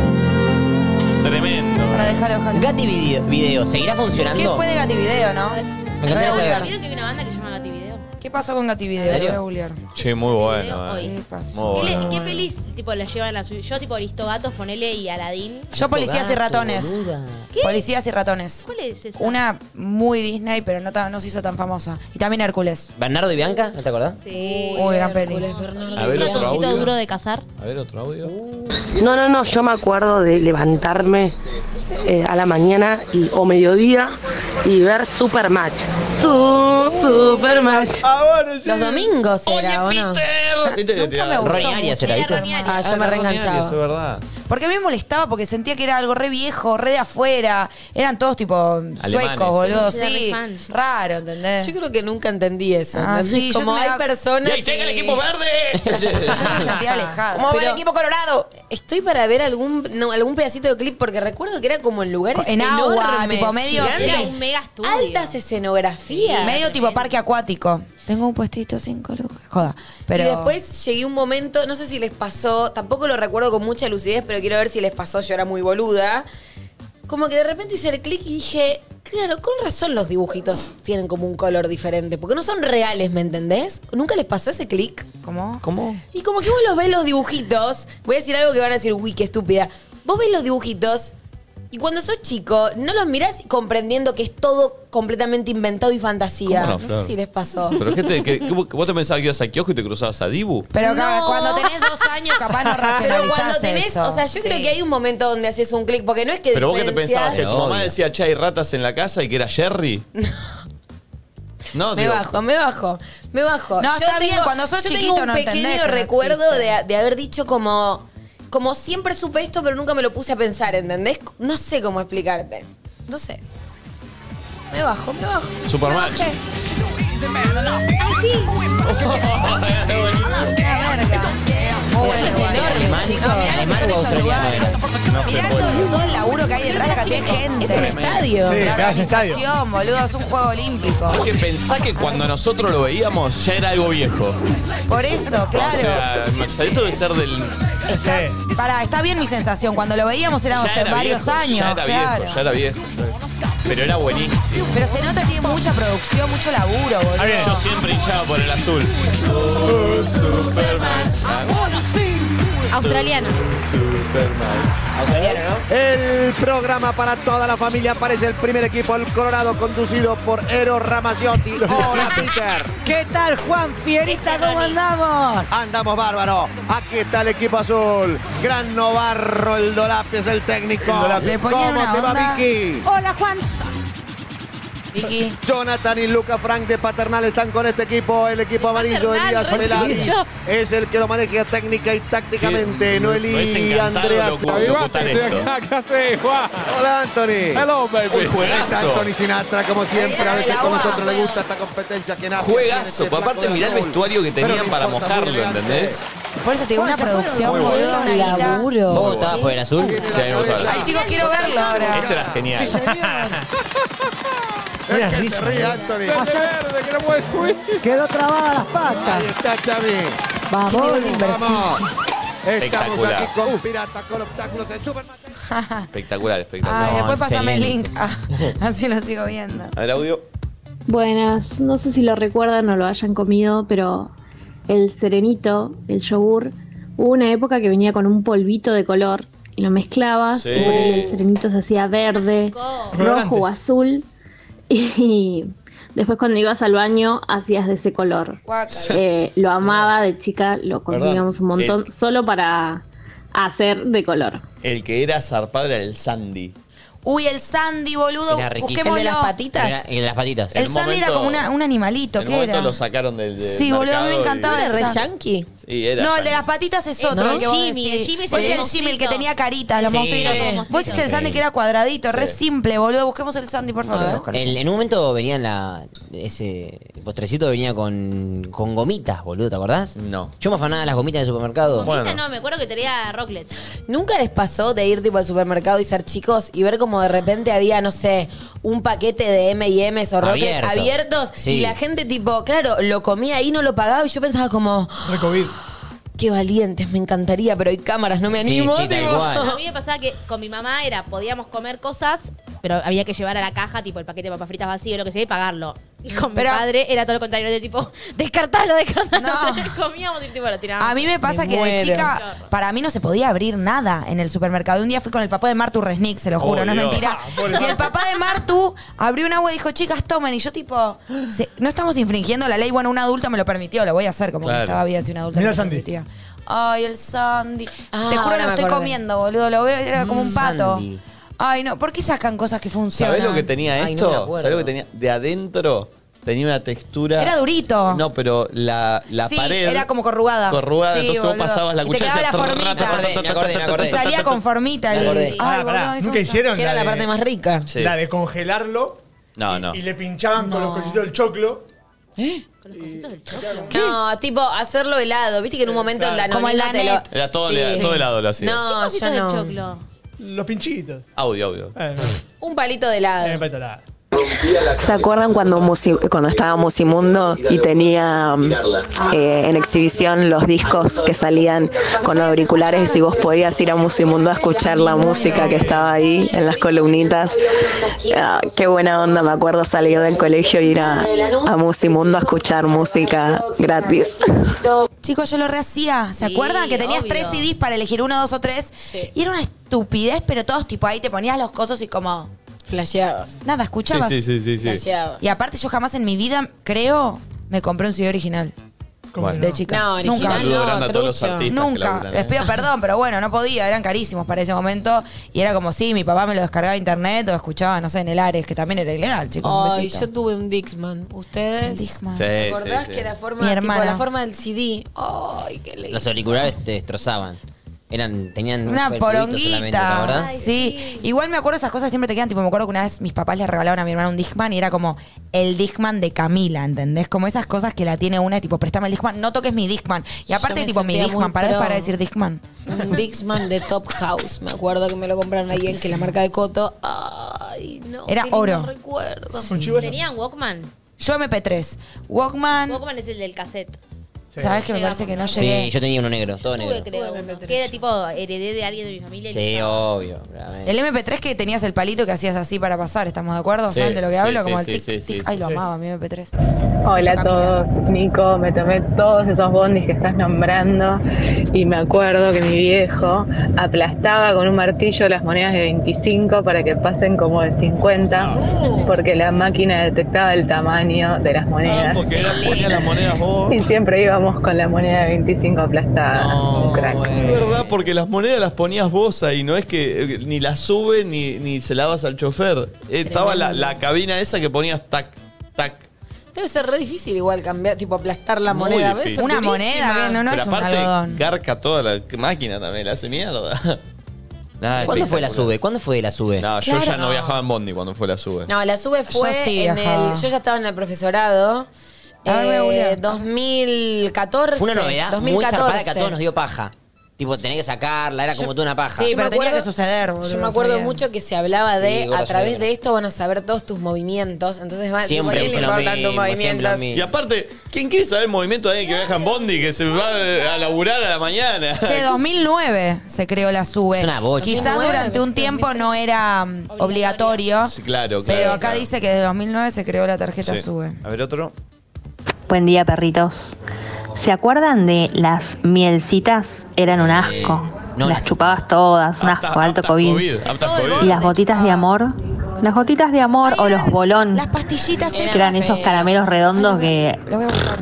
A: Tremendo.
B: déjala, déjala, déjala.
G: Gatti Video, video, ¿seguirá funcionando?
B: ¿Qué fue de Gati Video, no?
G: Me encantaría
B: Voy
G: saber.
B: a googlear.
C: Vieron que hay una banda que se llama Gati Video.
B: ¿Qué pasó con Gati Video?
G: ¿En serio?
B: Lo voy a googlear.
A: Che, muy bueno.
C: hoy.
A: eh.
C: ¿Qué,
A: Muy
C: le-
A: bueno.
C: qué pelis tipo le llevan a su. Yo tipo Aristogatos, ponele y Aladín.
B: Yo policías y ratones.
C: ¿Qué?
B: Policías y ratones.
C: ¿Cuál es esa?
B: Una muy Disney, pero no, tan- no se hizo tan famosa. Y también Hércules.
G: ¿Bernardo y Bianca? ¿No te acordás?
C: Sí.
B: Uy, gran peli.
C: ¿Y
A: A ver,
C: un
A: otro
C: ratoncito
A: audio.
C: duro de cazar?
A: A ver, otro audio.
P: No, no, no, yo me acuerdo de levantarme eh, a la mañana y, o mediodía y ver Supermatch. Su, Supermatch.
F: Los domingos era, ¿o no?
A: Nunca
B: me gustó
G: Ronnie Arias
B: mucho.
G: era, ¿viste?
B: Era Ronnie Arias.
F: Ah, yo me
A: Es
F: reenganchaba.
A: verdad.
B: Porque a mí me molestaba porque sentía que era algo re viejo, re de afuera. Eran todos tipo suecos,
F: Era
B: boludo.
F: re
B: Sí,
F: fan.
B: raro, ¿entendés?
F: Yo creo que nunca entendí eso.
B: Ah,
F: ¿entendés?
B: sí, yo
F: como
B: me
F: hay
B: da-
F: personas.
B: ¡Ey, checa el
F: y-
B: equipo
A: verde!
B: sentía alejada.
F: ¿Cómo va el
B: equipo colorado?
F: Estoy para ver algún no, algún pedacito de clip porque recuerdo que era como en lugares
B: En agua,
F: enormes,
B: tipo medio-
F: gigantes.
B: Era un
C: mega estudio.
F: Altas escenografías.
B: Medio tipo parque acuático. Tengo un puestito cinco lucas. Joda. Pero
F: Y después llegué a un momento, no sé si les pasó, tampoco lo recuerdo con mucha lucidez, pero quiero ver si les pasó, yo era muy boluda. Como que de repente hice el clic y dije, claro, con razón los dibujitos tienen como un color diferente, porque no son reales, ¿me entendés? ¿Nunca les pasó ese clic?
B: ¿Cómo?
A: ¿Cómo?
F: Y como que vos los ves los dibujitos, voy a decir algo que van a decir, uy, qué estúpida. Vos ves los dibujitos y cuando sos chico no los mirás comprendiendo que es todo completamente inventado y fantasía.
A: ¿Cómo
F: no,
A: no, Flor?
F: sé si les pasó.
A: Pero ¿qué te, qué- qué- vos te pensabas que ibas a kiosco y te cruzabas a Dibu.
B: Pero ca-
F: No.
B: cuando tenés dos años, capaz no
F: Pero
B: racionalizás
F: cuando tenés,
B: eso.
F: o sea, yo creo que hay un momento donde haces un clic, porque no es que
A: Pero vos qué te
F: diferencias-
A: pensabas que tu mamá decía, che, hay ratas en la casa y que era Jerry. No,
F: Me
A: digo,
F: bajo, me bajo, me bajo.
B: No, está bien, cuando sos
F: yo
B: chiquito
F: tengo un
B: no entendés
F: pequeño
B: que no
F: recuerdo
B: existe.
F: de, de haber dicho como, como siempre supe esto, pero nunca me lo puse a pensar, ¿entendés? No sé cómo explicarte. No sé. Me bajo, me bajo.
A: Superman.
F: Ah,
C: Oh,
B: Muy bueno, igual.
G: ¿Alemán? ¿Alemán o australiano?
A: No sé,
B: Mirá
A: boludo.
B: todo, todo el laburo que hay detrás, la cantidad de gente.
F: es un estadio. Sí,
B: la
A: mirá, es un estadio.
B: organización, boludo, es un juego olímpico.
A: Es que pensá que cuando nosotros lo veíamos ya era algo viejo.
B: Por eso,
A: O
B: claro.
A: sea, esto debe ser del.
B: Pará, está bien mi sensación. Cuando lo veíamos era
A: ya
B: hace
A: era
B: varios
A: viejo,
B: años.
A: Ya era
B: claro.
A: viejo, ya era viejo. Pero era buenísimo.
B: Pero se nota que tiene mucha producción, mucho laburo, boludo.
A: Yo siempre hinchaba por el azul.
C: Australiano.
Q: El programa para toda la familia aparece el primer equipo, el Colorado, conducido por Ero Ramaciotti. Hola, Peter. ¿Qué tal, Juan Fierita? ¿Cómo andamos? Andamos bárbaro. Aquí está el equipo azul. Gran Novarro, el Dolapi es el técnico.
R: El Dolapi. Le ponían
Q: ¿Cómo
R: una
Q: te va,
R: onda.
Q: Vicky?
R: Hola, Juan.
Q: Jonathan y Luca Frank de Paternal están con este equipo. El equipo amarillo,
R: Paternal,
Q: Elías
R: re
Q: Velázquez,
R: bien.
Q: es el que lo maneja técnica y tácticamente. Noelí, Andrea, Hola, Anthony.
R: Hello, baby.
Q: Hoy juegazo.
R: Ahí
Q: Está Anthony Sinatra, como siempre. A veces con nosotros le gusta esta competencia que este nace.
A: Juegazo, pues aparte mirá el vestuario que tenían para mojarlo, ¿entendés?
B: Por eso te digo, una producción,
A: Muy bueno.
B: boludo, una guita.
G: ¿Vos votabas por el azul?
A: Sí, a mí me gustaba.
B: Ay, chicos, quiero verlo ahora.
A: Esto era genial.
Q: Mira, se ríe, Anthony.
R: verde, que no puede subir. Quedó trabada las patas.
Q: Ahí está Xavi.
R: Qué nivel de inversión.
Q: vamos. Estamos
A: Espectacular.
Q: aquí con Piratas, con obstáculos en Superman.
A: Espectacular, espectacular.
B: Ay, después pasame el
A: excelente.
B: link. Ah, así lo sigo viendo.
A: A ver, audio.
J: Buenas, no sé si lo recuerdan o lo hayan comido, pero el serenito, el yogur, hubo una época que venía con un polvito de color y lo mezclabas
S: Sí.
J: y por ahí el serenito se hacía verde, rojo o azul y después cuando ibas al baño hacías de ese color. Eh, lo amaba de chica, lo consumíamos un montón
A: El-
J: solo para hacer de color.
A: El que era zarpado era el Sandy.
B: Uy, el Sandy, boludo.
A: Era riquísimo.
B: Busquémoslo.
A: ¿El de las patitas?
G: Era- El de las patitas.
B: El Sandy era como una- un animalito,
A: En un
B: ¿qué
A: momento
B: era?
A: lo sacaron del. del
B: Sí, boludo, a mí me
A: mercado y-
B: encantaba el Sandy.
F: yankee?
A: Sí, era.
B: No, el de
A: Sandy.
B: las patitas es
F: Eh,
B: otro.
F: ¿no?
B: el que vos
F: Jimmy,
B: decís.
F: el Jimmy es el
B: Vos decís el
F: monstruito.
B: Jimmy, el que tenía carita, los
G: Sí.
B: monstruitos.
G: Sí.
B: Vos decís el
G: Sí.
B: Sandy que era cuadradito, re
G: Sí.
B: simple, boludo. Busquemos el Sandy, por favor.
G: El- en un momento venían la. Ese postrecito venía con, con gomitas, boludo, ¿te acordás? No. Yo me afanaba las gomitas del supermercado.
C: Esta no, me acuerdo que tenía Rocklet.
F: ¿Nunca les pasó de ir tipo al supermercado y ser chicos y ver como de repente había, no sé, un paquete de M&M's o Rockets
G: Abierto.
F: abiertos
G: Sí.
F: y la gente tipo, claro, lo comía ahí, no lo pagaba y yo pensaba como... qué valientes, me encantaría, pero hay cámaras, no me animo. tipo.
C: A mí me pasaba que con mi mamá era, podíamos comer cosas, pero había que llevar a la caja, tipo el paquete de papas fritas vacío, lo que sea, y pagarlo. Y con
B: Pero-
C: mi padre era todo lo contrario, de tipo, descartalo, descartalo. Comíamos y tipo lo tirábamos.
B: A mí me pasa que de
C: muero.
B: chica, para mí no se podía abrir nada en el supermercado. Un día fui con el papá de Martu Resnick, se lo juro,
S: Oh,
B: no es
S: Dios.
B: mentira.
S: Ah, pobre
B: Y el
S: Martu.
B: papá de Martu abrió un agua y dijo, chicas, tomen. Y yo tipo, se- no estamos infringiendo la ley. Bueno, un adulto me lo permitió, lo voy a hacer, como
S: Claro.
B: que estaba bien si un adulto me
S: Mira el
B: lo
S: Sandy.
B: permitía. Ay, el Sandy. Te juro,
F: Ah, ahora
B: lo
F: me
B: estoy
F: acordé.
B: comiendo, boludo. Lo veo, era como un pato.
A: Sandy.
B: Ay, no, ¿por qué sacan cosas que funcionan?
A: ¿Sabés lo que tenía
B: Ay, no
A: esto?
B: me acuerdo.
A: ¿Sabés lo que tenía? De adentro tenía una textura.
B: Era durito.
A: No, pero la, la
B: sí,
A: pared.
B: era como corrugada.
A: Corrugada,
B: Sí,
A: entonces
B: boludo.
A: vos pasabas la
B: Y
A: cuchara
B: Te
A: y
B: quedaba la
A: hacías
B: formita.
A: tra, tra, tra, tra, tra, tra, tra,
B: Y salía con formita.
A: Me
B: y-
A: acordé.
B: Ay,
D: Ah,
B: boludo,
D: pará.
B: eso
D: Nunca
B: es-
D: hicieron.
B: que era la parte más
F: rica.
A: Sí.
D: La de congelarlo
A: No, no.
D: y le pinchaban con los cositos del choclo.
F: No, tipo, hacerlo helado. Viste que en un momento
D: Claro.
F: la
D: Como el
F: nonina te lo-
D: Danet.
A: Era todo,
F: Sí.
A: helado, todo helado lo hacía.
F: No,
D: ¿Qué
F: yo
D: cositas de
F: no.
D: choclo? Los pinchitos.
A: Audio, audio.
F: Un palito de helado.
R: ¿Se acuerdan cuando, musi- cuando estábamos inmundo y tenía mm, eh, en exhibición los discos que salían con auriculares y vos podías ir a Musimundo a escuchar la música que estaba ahí en las columnitas? Ah, qué buena onda, me acuerdo salir del colegio e ir a, a Musimundo a escuchar música gratis.
B: Chicos, yo lo rehacía. ¿Se
S: Sí,
B: acuerdan? Que tenías
S: obvio.
B: tres CDs para elegir uno, dos o tres. Y era una estupidez, pero todos tipo ahí te ponías los cosos y como...
F: Flasheabas.
B: Nada, escuchabas.
S: Sí, sí, sí, sí, sí. Flasheabas.
B: Y aparte yo jamás en mi vida, creo, me compré un CD original. De chica.
F: No, original
B: Nunca.
F: Saludo no, grande a todos
A: los trucho. artistas que
B: Nunca.
A: laburan,
B: Les
A: ¿eh?
B: pido perdón, pero bueno, no podía. Eran carísimos para ese momento. Y era como, sí, mi papá me lo descargaba de internet o escuchaba, no sé, en el Ares, que también era ilegal, chicos. un
F: Ay,
B: besito.
F: yo tuve un Dixman. ¿Ustedes?
B: Dixman.
G: Sí,
F: ¿Te
G: sí,
F: acordás
G: sí.
F: que la forma,
B: Mi
F: tipo,
B: hermana.
F: la forma del CD? Ay, qué lindo.
G: Los auriculares te destrozaban. Eran, tenían un
B: Una
G: peludito solamente, ¿te
B: poronguita.
G: acordás?
B: sí. Igual me acuerdo esas cosas siempre te quedan. Tipo, me acuerdo que una vez mis papás le regalaron a mi hermana un Discman y era como el Discman de Camila, ¿entendés? Como esas cosas que la tiene una, tipo, préstame el Discman, no toques mi Discman. Y
F: Yo
B: aparte,
F: me
B: tipo, mi
F: sentía
B: Discman,
F: muy
B: para,
F: pro.
B: para decir Discman.
F: Un Dixman de Top House. Me acuerdo que me lo compraron ahí en que la marca de Coto. Ay, no.
B: Era
F: qué lindo
B: oro.
F: recuerdo.
C: ¿Tenían Walkman?
B: Yo MP3. Walkman.
C: Walkman es el del cassette.
B: ¿Sabes que me parece que no
G: Sí,
B: llegué?
G: yo tenía uno negro, todo
C: Tuve,
G: negro.
C: creo, uno, que era tipo heredé de alguien de mi familia. y lo
G: Sí,
C: usaba.
G: obvio. claramente.
B: El MP3 que tenías el palito que hacías así para pasar, ¿estamos de acuerdo?
G: Sí,
B: ¿Saben de lo que
G: sí,
B: hablo?
G: sí,
B: Como
G: sí,
B: el tic,
G: sí, sí,
B: tic. Ay, lo
G: sí.
B: amaba, mi MP3.
S: Hola a todos, Nico, me tomé todos esos bondis que estás nombrando y me acuerdo que mi viejo aplastaba con un martillo las monedas de 25 para que pasen como de 50
A: Ah.
S: porque la máquina detectaba el tamaño de las monedas.
A: Ah, Porque era, ponía las monedas vos.
S: Y siempre íbamos con la moneda de 25 aplastada. Un crack.
A: Es verdad, porque las monedas las ponías vos ahí, no es que eh, ni las sube ni, ni se lavas al chofer. Eh, Estaba la, la cabina esa que ponías tac, tac.
F: Debe ser re difícil igual cambiar, tipo aplastar la
A: Muy
F: moneda.
A: difícil.
F: ¿ves?
B: Una
F: Durísima.
B: moneda, bien, no, no
A: Pero
B: es un
A: aparte,
B: algodón.
A: garca toda la máquina también, la hace mierda. Nada,
G: ¿Cuándo
A: espectacular.
G: fue la sube? ¿Cuándo fue la sube?
A: No, yo
F: Claro.
A: ya no viajaba en Bondi cuando fue la sube.
F: No, la sube fue
B: Yo sí
F: en
B: viajaba.
F: el. Yo ya estaba en el profesorado.
B: A ver, voy a
F: Eh,
B: googlear.
F: 2014.
G: Fue una novedad
F: 2014.
G: muy zarpada que a todos nos dio paja. Tipo, tenés que sacarla, era como tú una paja.
F: Yo me acuerdo- Yo
B: boludo,
F: me acuerdo
B: también.
F: mucho que se hablaba
G: Sí,
F: de
G: vos
F: a
G: lo
F: través
G: sabés.
F: de esto van a saber todos tus movimientos. Entonces van
G: Siempre
F: igual
G: hice
F: no
G: lo
F: importan tus
G: mismo, siempre lo
F: movimientos.
G: mismo.
A: Y aparte, ¿quién quiere saber el movimiento de alguien que viaja en Bondi que se va eh, a laburar a la mañana?
B: Che, 2009 se creó la SUBE.
A: Es una bocha.
B: Quizás
A: 2009,
B: durante un tiempo no era mm, obligatorio.
A: Sí, claro, claro.
B: Pero acá
A: claro.
B: dice que desde 2009 se creó la tarjeta
A: Sí.
B: SUBE.
A: A ver, otro.
S: Buen día, perritos. ¿Se acuerdan de las mielcitas? Eran un asco. las chupabas todas, un asco, alto COVID.
A: aptas
S: Y las gotitas de amor. Las gotitas de amor o los bolón. Las
B: pastillitas
S: que eran esos caramelos redondos que.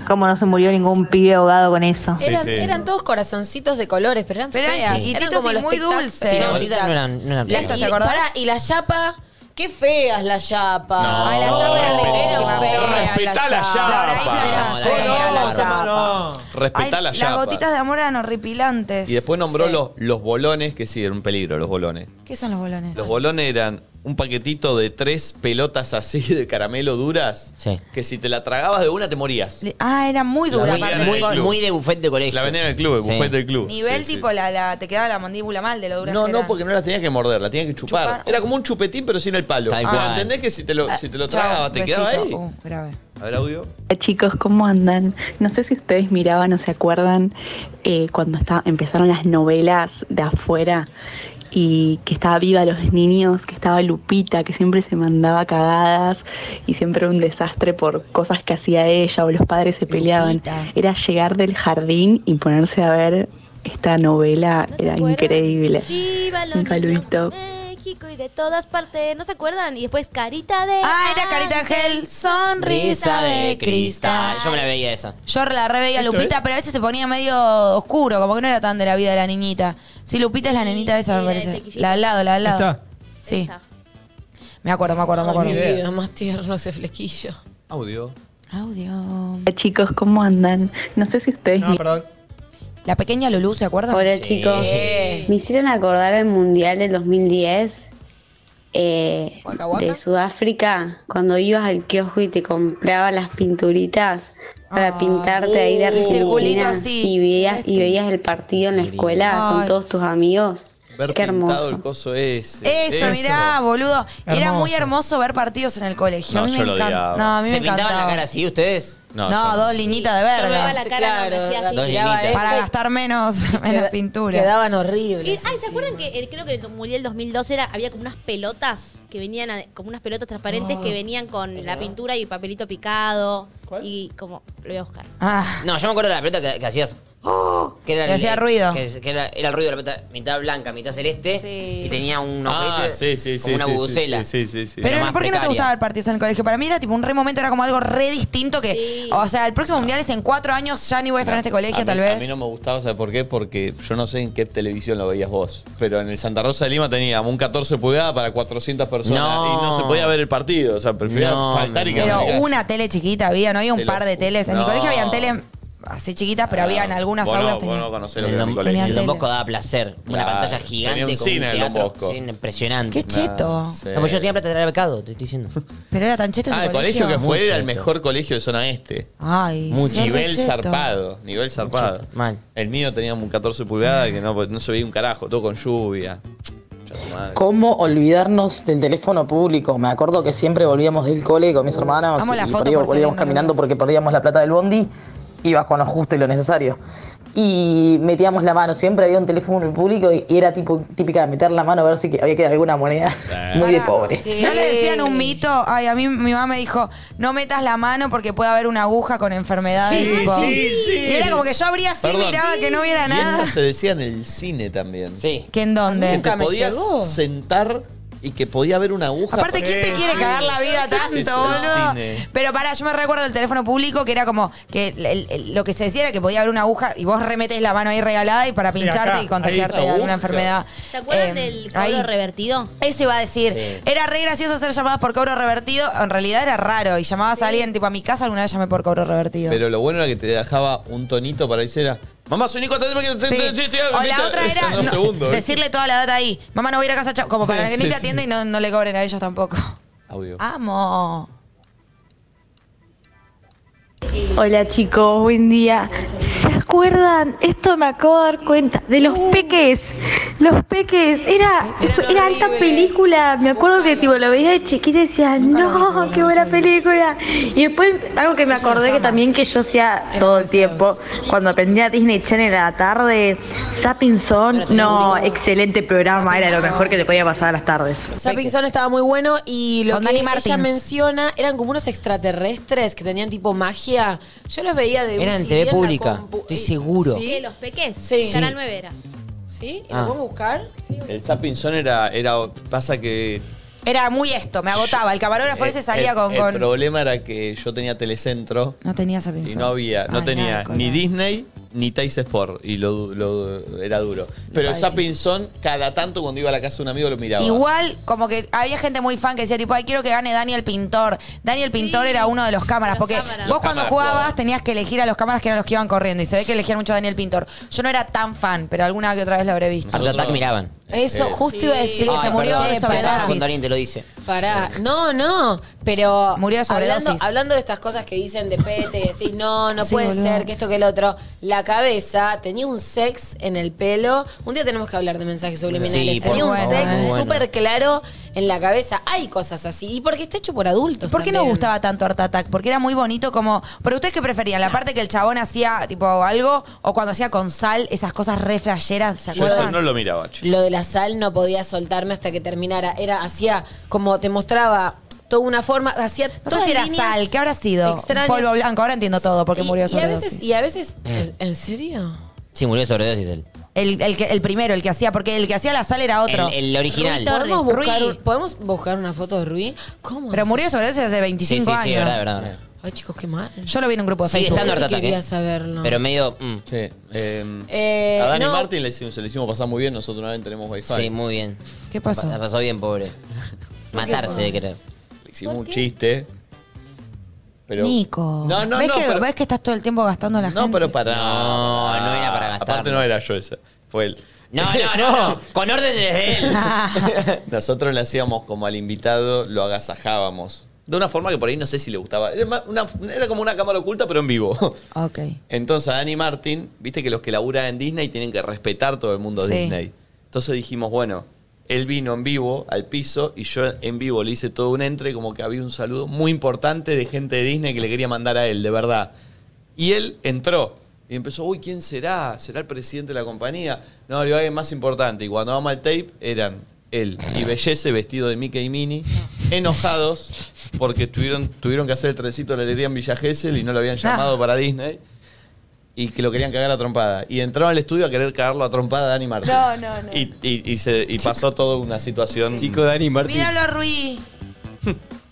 S: ¿Cómo no se murió ningún pibe ahogado con eso?
F: Eran, eran todos corazoncitos de colores, pero eran
B: eran
F: feas.
B: chiquititos
F: Eran como
B: y
F: los
B: muy
F: tic-tac.
B: dulces.
G: Sí,
F: Sí,
G: las
F: no,
G: gotitas no eran, no eran
F: La-
G: ricas.
F: y, pará, y la chapa, qué feas la chapa.
G: No.
F: Ay, la chapa era re- era Oh, fea.
A: Respetá la llama.
F: Fea la chapa.
A: Respetá la
B: Las gotitas de
A: llama.
B: amor eran horripilantes.
A: Y después nombró
B: Sí.
A: los, los bolones, que sí, era un peligro, los bolones.
B: ¿Qué son los bolones?
A: Los bolones eran un paquetito de tres pelotas así de caramelo duras que si te la tragabas de una te morías.
B: Ah, era muy dura.
A: La vendían
B: aparte.
A: en el club.
G: muy de buffet de colegio.
A: La vendían en el club, el
G: Sí.
A: buffet del club.
B: Nivel
A: Sí, sí.
B: tipo la, la- te quedaba la mandíbula mal de lo dura
A: No,
B: que
A: no,
B: era.
A: porque no las tenías que morder, la tenías que chupar.
B: Chupar.
A: Era como un chupetín, pero sin el palo.
B: Tal
A: Ah,
B: cual.
A: ¿Entendés que si te lo, si te lo
B: Chao,
A: tragabas, te quedaba
B: besito.
A: ahí?
B: Uh, grave.
A: A ver, audio.
T: Hola, Chicos, ¿cómo andan? No sé si ustedes miraban o se acuerdan eh, cuando está- empezaron las novelas de afuera y que estaba viva los niños, que estaba Lupita, que siempre se mandaba cagadas y siempre era un desastre por cosas que hacía ella o los padres se peleaban. Era llegar del jardín y ponerse a ver esta novela, era increíble.
C: Viva los
T: Un saludito.
C: México y de todas partes, ¿no se acuerdan? Y después Carita de
B: Ah, era Carita Ángel, sonrisa de cristal.
G: Yo me la veía esa.
B: Yo la re veía a
G: ¿Esto
B: Lupita,
G: es?
B: pero a veces se ponía medio oscuro, como que no era tan de la vida de la niñita. Sí, Lupita es la nenita esa, me parece. La al lado, la al lado.
D: ¿Está?
B: Sí. Me acuerdo, me acuerdo, me acuerdo.
F: mi vida, más tierno ese flequillo.
A: Audio.
B: Audio.
T: Hola, Chicos, ¿cómo andan? No sé si ustedes... mi-
B: La pequeña Lulú, ¿se acuerdan?
U: Hola chicos, me hicieron acordar el Mundial del 2010 eh, de Sudáfrica, cuando ibas al kiosco y te comprabas las pinturitas para pintarte ahí de
B: Ah, uh,
F: Uh,
B: el circulito
U: Argentina
B: así,
U: y veías, y veías el partido en la escuela
B: Ay.
U: con todos tus amigos.
A: Ver
U: Qué
A: pintado
U: hermoso.
A: el coso ese.
B: Eso, mirá, boludo. Era muy hermoso ver partidos en el colegio. a
A: No,
B: mí
A: yo
B: me
A: lo
B: encanta-
A: odiaba.
B: No, a mí
G: ¿Se
B: me
G: pintaban
B: encantaba.
G: la cara así ustedes?
B: No, dos linitas de
F: Yo me
B: verga.
F: daba la Sí, cara, no, claro, me hacía así.
G: Dos
F: tiraba
G: linitas.
B: Para gastar menos en la pintura.
F: Quedaban
C: Y- ay,
F: horribles.
C: ¿se acuerdan que el- creo que en el Mundial 2002 era, había como unas pelotas que venían, a- como unas pelotas transparentes
G: Ah.
C: que venían con la pintura y papelito picado? Y como, lo voy a buscar.
G: No, yo me acuerdo de la pelota que, que hacías. ¡oh! Que, era
B: Ah. Que hacía ruido.
G: Que, que era, era el ruido de la pelota, mitad blanca, mitad celeste. Y tenía un
A: Ah,
G: objeto
A: sí, sí, sí.
G: como una
A: sí, sí,
G: bubucela.
A: Sí, sí, sí. sí.
B: Pero, ¿por qué no te gustaba ver partidos en el colegio? Para mí era tipo un re momento, era como algo re distinto que. O sea, el próximo mundial es en cuatro años, ya ni voy a estar en este colegio,
A: A mí-
B: tal vez.
A: A mí no me gustaba, ¿sabes por qué? Porque yo no sé en qué televisión lo veías vos. Pero en el Santa Rosa de Lima teníamos un 14 pulgadas para 400 personas.
G: No.
A: Y no se podía ver el partido. O sea, prefería
G: No,
A: faltar y que
B: Pero
A: me digas.
B: una tele chiquita había, no había un
A: Te lo
B: par de
A: ju-
B: teles. En mi
A: No. Ah,
B: colegio habían teles así chiquitas, pero había en algunas
A: Vos no,
B: aulas.
A: vos
B: tenían-
A: no conocés lo que
G: El
A: era
G: Don,
A: mi colegio.
G: el Don
B: Tele.
G: Bosco daba placer. Una
A: Claro,
G: pantalla
A: tenía
G: gigante
A: un
G: con
A: cine
G: un
A: en Don
G: teatro.
A: Bosco.
G: sí, impresionante.
B: Qué cheto.
A: sí.
G: No, porque yo no tenía plata de traer becado, te estoy diciendo.
B: Pero era tan cheto ese
A: Ah, el colegio que
G: Muy
A: fue era el
G: cheto.
A: mejor colegio de zona este.
G: Ah.
B: Ay,
G: Mucho.
A: Nivel
G: Cheto.
A: zarpado, nivel zarpado. El mío tenía un 14 pulgadas que no, no se veía un carajo, todo con lluvia. Ya tu madre.
V: ¿Cómo olvidarnos del teléfono público? Me acuerdo que siempre volvíamos del cole con mis hermanos
B: Amo
V: y
B: la foto
V: por ahí
B: por
V: volvíamos
B: salir,
V: caminando porque perdíamos la plata del bondi, ibas con lo justo y lo necesario. Y metíamos la mano, siempre había un teléfono en el público y y era tipo típica de meter la mano a ver si que- había quedado alguna moneda. Muy de pobre.
B: ¿No le decían un mito? Ay, a mí mi mamá me dijo, no metas la mano porque puede haber una aguja con enfermedades.
A: Sí,
B: tipo.
A: sí, sí.
B: Y era como que yo abría así,
A: Perdón.
B: miraba que no hubiera
A: Y
B: nada.
A: eso se decía en el cine también.
G: Sí.
B: ¿Que en dónde?
A: Que te podías sentar y que podía haber una aguja.
B: Aparte,
A: por- Ah,
B: ¿quién te quiere cagar la vida
A: ¿Qué es
B: tanto,
A: eso del
B: boludo?
A: cine?
B: Pero pará, yo me recuerdo del teléfono público que era como que el- el- el- lo que se decía era que podía haber una aguja y vos remetes la mano ahí regalada y para
C: Sí,
B: pincharte
C: acá,
B: y contagiarte
C: ahí.
B: de alguna
C: Aguja.
B: enfermedad.
C: ¿Se acuerdan
B: Eh,
C: del
B: ahí.
C: cobro revertido?
B: Eso iba a decir.
C: Sí.
B: Era re gracioso hacer llamadas por cobro revertido. En realidad era raro. Y llamabas a alguien, tipo, a mi casa alguna vez llamé por cobro revertido.
A: Pero lo bueno era que te dejaba un tonito para decir, era, mamá, soy Nico, atendeme que te-
B: Sí.
A: te- te- te-
B: O
A: ¿viste?
B: la otra era
A: En dos
B: no,
A: segundos, ¿viste?
B: decirle toda la data ahí. Mamá no voy a ir a casa, chao. Como para que ni
A: Sí,
B: te
A: sí.
B: atienda y no, no le cobren a ellos tampoco.
A: Audio.
B: Amo.
W: Hola chicos, buen día. ¿Se acuerdan? Esto me acabo de dar cuenta. De los peques. Los peques. Era, era alta película. Me acuerdo que tipo, lo veía de chiquita y decía, no, qué buena película. Y después algo que me acordé que también que yo hacía todo el tiempo. Cuando aprendía Disney Channel a la tarde, Zapping Zone, no, excelente programa. Era lo mejor que te podía pasar a las tardes.
F: Zapping Zone estaba muy bueno y lo
B: Con
F: que
B: Dani
F: ella
B: Martins.
F: menciona eran como unos extraterrestres que tenían tipo magia. Yo los veía de
G: Era en
F: CD
G: TV
F: la
G: pública,
F: compu.
G: estoy seguro.
C: ¿De los peques?
F: Sí.
C: Canal 9 era.
F: ¿Sí?
A: ¿Y lo Ah. podemos
F: buscar?
A: El Zappinson era, era. Pasa que.
B: Era muy esto, me agotaba. El camarógrafo ese
A: el-
B: salía
A: el-
B: con.
A: El
B: con-
A: problema era que yo tenía Telecentro
B: No tenía esa
A: eh, y no había. No
B: Ay,
A: tenía
B: nada,
A: ni Disney ni Tais Sport. Y lo, du- lo du- era duro. Pero el
B: Parecido.
A: Zappinson, cada tanto cuando iba a la casa de un amigo lo miraba.
B: Igual, como que había gente muy fan que decía, tipo, ay, quiero que gane Daniel Pintor. Daniel Pintor era uno de los cámaras, porque vos
A: Los
B: cuando
A: cámaras
B: jugabas
A: jugaban.
B: tenías que elegir a los cámaras que eran los que iban corriendo, y se ve que elegían mucho a Daniel Pintor. Yo no era tan fan, pero alguna que otra vez lo habré visto.
G: Art Attack miraban.
F: Eso,
A: Eh,
G: Eh, Sí.
F: justo iba a decir
G: Ay,
F: que se murió
G: perdón, pará,
F: de sobredosis.
G: Cuando alguien te lo dice.
F: Pará, no, no, pero
B: Murió de
F: hablando,
B: sobredosis.
F: hablando de estas cosas que dicen de pete, que decís, no, no
B: Sí,
F: puede
B: boludo.
F: ser, que esto, que el otro, la cabeza tenía un sex en el pelo, un día tenemos que hablar de mensajes subliminales,
G: Sí, por
F: tenía un
G: favor,
F: sex
G: muy bueno.
F: súper claro en la cabeza, hay cosas así, y porque está hecho por adultos.
B: ¿Por qué no
F: también.
B: gustaba tanto Art Attack? Porque era muy bonito como... ¿Pero ustedes qué preferían? ¿La parte que el chabón hacía tipo algo? ¿O cuando hacía con sal esas cosas re flasheras? ¿Se
A: Yo eso
B: acuerdan?
A: no lo miraba, che.
F: Lo de la sal no podía soltarme hasta que terminara. Era, hacía, como te mostraba toda una forma, hacía
B: No sé
F: todas
B: si era
F: líneas
B: sal, ¿qué habrá sido?
F: extrañas.
B: Polvo blanco, ahora entiendo todo porque
F: Y-
B: murió
F: y
B: de
F: a
B: sobredosis.
F: veces, y a veces, ¿en serio?
G: Sí, murió de sobredosis él.
B: El, el, que- el primero, el que hacía, porque el que hacía la sal era otro.
G: El, el original.
F: ¿Podemos buscar,
B: Rui.
F: un- ¿Podemos buscar una foto de Rui? ¿Cómo?
B: Pero
F: es?
B: murió de sobredosis hace
G: Sí,
B: 25
G: sí,
B: años.
G: sí, verdad, verdad. verdad.
F: Ay, chicos, qué mal.
B: Yo lo vi en un grupo de
G: Sigue
B: Facebook.
G: estando Art
F: Yo sí
G: Attack,
F: quería
G: eh.
F: saberlo.
G: Pero medio. mm.
A: Sí. eh,
F: Eh,
A: a Dani
F: no.
A: Martin le hicimos, se le hicimos pasar muy bien, nosotros una vez tenemos wifi.
G: Sí, muy bien.
B: ¿Qué pasó?
G: La pasó bien, pobre. Matarse de querer.
A: Le hicimos un chiste. Pero.
B: Nico.
A: No, no,
B: ¿Ves
A: no,
B: Que,
A: pero-
B: ¿Ves que estás todo el tiempo gastando la
A: No,
B: gente?
A: pero para. No, no era para gastar. Ah, Aparte no era yo ese. Fue él.
G: No, no, no, no. Con órdenes de él.
A: Nosotros le hacíamos como al invitado, lo agasajábamos. De una forma que por ahí no sé si le gustaba. Era, más una- era como una cámara oculta, pero en vivo.
B: Ok.
A: Entonces, a Dani Martin, viste que los que laburan en Disney tienen que respetar todo el mundo
B: Sí.
A: Disney. Entonces dijimos, bueno, él vino en vivo al piso y yo en vivo le hice todo un entre, como que había un saludo muy importante de gente de Disney que le quería mandar a él, de verdad. Y él entró y empezó, uy, ¿quién será? ¿Será el presidente de la compañía? No, le digo, alguien más importante. Y cuando vamos al tape, eran él y Bellece vestido de Mickey y Minnie, enojados porque tuvieron, tuvieron que hacer el trencito de la alegría en Villa Gesell y no lo habían llamado para Disney. Y que lo querían cagar a trompada. Y entraron al estudio a querer cagarlo a trompada a Dani Martín.
B: No, no, no.
A: Y, y- y se, y pasó toda una situación. Chico
H: Dani
B: Míralo a Rui.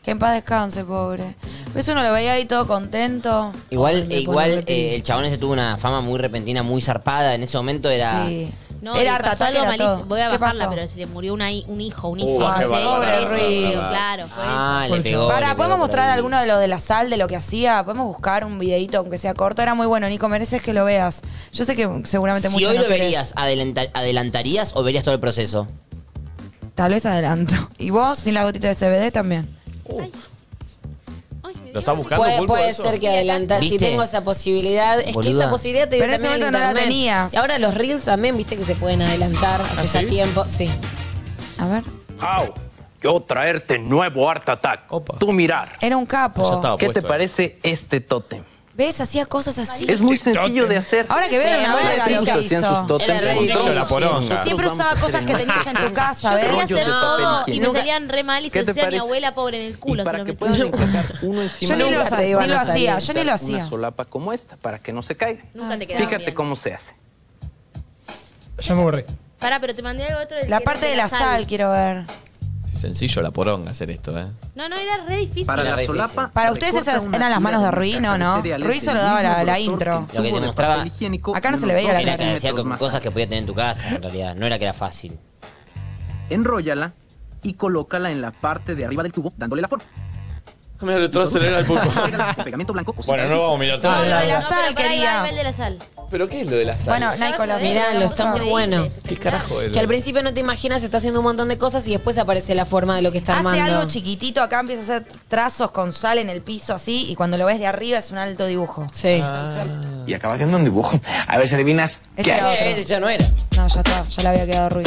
B: que en paz descanse, pobre. ¿Ves uno lo veía ahí todo contento?
G: Igual,
B: me
G: igual
B: pone re
G: eh,
B: triste.
G: el chabón ese tuvo una fama muy repentina, muy zarpada. En ese momento era.
B: Sí.
C: No,
B: Era
C: le
B: Art
C: pasó
B: Attack,
C: algo
B: era
C: malísimo.
B: todo.
C: Voy a
B: ¿Qué
C: bajarla,
B: pasó?
C: pero se le murió una, hi- un hijo, un
G: Uh,
C: hijo.
G: qué
C: sí,
G: bárbaro,
C: por eso,
G: bárbaro, bárbaro.
C: Claro, fue
G: Ah, le pegó. le
B: Para,
G: pegó
B: ¿podemos
G: por
B: mostrar
G: ahí.
B: alguno de lo de la sal, de lo que hacía? ¿Podemos buscar un videito, aunque sea corto? Era muy bueno, Nico, mereces que lo veas. Yo sé que seguramente
G: Si
B: muchos
G: hoy
B: no
G: lo
B: querés.
G: verías, adelanta- ¿adelantarías o verías todo el proceso?
B: Tal vez adelanto. Y vos, sin la gotita de CBD también.
A: ¿Lo estás buscando,
F: Puede,
A: Pulpo,
F: puede
A: eso?
F: ser que adelanta, si
G: ¿Viste?
F: tengo esa posibilidad. Es que
G: Boluda.
F: esa posibilidad te
B: Pero en ese
F: también
B: momento no la
F: internet.
B: tenías.
F: Y ahora los reels también, viste que se pueden adelantar hace
H: ¿Ah,
F: ya
H: sí?
F: tiempo. Sí.
B: A ver.
H: How, yo traerte nuevo Art Attack. Tú mirar.
B: Era un
Q: Pues
B: capo.
H: ¿Qué te
A: eh.
H: parece este tótem?
B: ¿Ves? Hacía cosas así.
H: Es muy
A: Este
H: sencillo de hacer.
B: Ahora que vieron a verga lo que
H: hacían sus
B: hizo.
H: tótems
A: re
H: con
A: difícil.
H: todo.
A: La poronga.
B: Siempre usaba cosas que tenías en tu casa,
C: Yo
B: ¿ves?
C: quería
H: Rollos
C: hacer
H: de este papel
C: todo y
H: higiénico.
C: me salían re mal y
H: ¿Qué
C: se
H: te
C: decía a mi
H: parece?
C: abuela pobre en el culo. se lo
H: Para que
C: metía.
H: puedan encajar uno encima
B: Yo ni
H: del
B: lo
H: otro.
B: sa- ni lo hacía, yo ni lo hacía.
H: Una solapa como esta para que no se caiga.
C: Nunca te quedaba
H: Fíjate
C: bien.
H: cómo se hace.
D: Ya me acordé.
C: Pará, pero te mandé algo otro. del
B: La
C: que-
B: parte de la sal, quiero ver.
A: Sí, sencillo la poronga hacer esto, ¿eh?
C: No, no, era re difícil.
H: Para la solapa.
B: Para ustedes
H: recorta
B: esas
H: una
B: eran las manos de
H: tira
B: Rui,
H: una
B: no,
H: caja de
B: ¿no?
H: cereales
B: Rui solo
H: del
B: daba la,
H: mismo
B: la
H: grosor
B: intro.
H: que
G: Lo que
H: tubo
G: te
H: de
G: mostraba.
H: papel higiénico
B: Acá no
H: y
B: se le
H: unos
B: veía la
H: dos
G: Era que
B: cara.
G: hacía
H: centímetros
G: con
H: más
G: cosas que podía tener en tu casa, en realidad. No era que era fácil.
H: Enróllala y colócala en la parte de arriba del tubo, dándole la forma.
A: Mira, le trasera al pulpo.
H: Pegamento blanco.
A: Bueno, no vamos a mirar todo.
B: No, lo de la
C: Pero
B: sal
C: pará, ahí va
B: quería.
C: el de la sal.
A: ¿Pero qué es lo de la sal?
B: Bueno, Nico, lo
F: Mirá, lo está muy bueno.
A: ¿Qué carajo es lo
F: Que al
A: de-
F: principio no te imaginas, está haciendo un montón de cosas y después aparece la forma de lo que está
B: Hace
F: armando.
B: algo chiquitito, acá empieza a hacer trazos con sal en el piso así, y cuando lo ves de arriba es un alto dibujo.
F: Sí.
H: Ah.
E: Y acaba haciendo un dibujo. A ver si adivinas
B: Este
E: qué
B: era
E: hay.
B: otro.
G: Ese ya no era.
B: No, ya está, ya le había quedado Rui.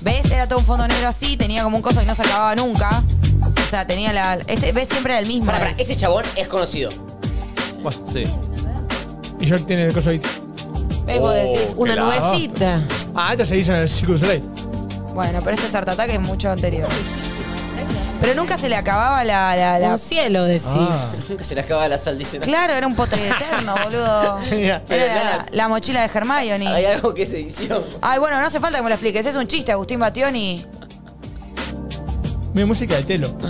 B: ¿Ves? Era todo un fondo negro así, tenía como un coso que no se acababa nunca. O sea, tenía la. Este, ¿Ves? Siempre era el mismo.
G: Pará, pará, ese chabón es conocido.
A: Bueno, sí.
D: Y yo tiene el coso ahí.
F: ¿Ves?
D: Oh,
F: Vos decís, una nubecita.
D: Ah, esta se hizo en el Circus du Soleil.
B: Bueno, pero este es Art Attack es mucho anterior. Pero nunca se le acababa la. la- la-
F: Un cielo, decís.
G: Ah. Nunca se le acaba la sal, dicen.
B: Claro, era un potre eterno, boludo.
G: Mira, pero
B: Era la,
G: nada.
B: la mochila de Hermione.
G: Hay algo que se hizo.
B: Ay, bueno, no hace falta que me lo expliques. Es un chiste, Agustín Bationi.
D: Mira, música de Chelo.
F: Ah,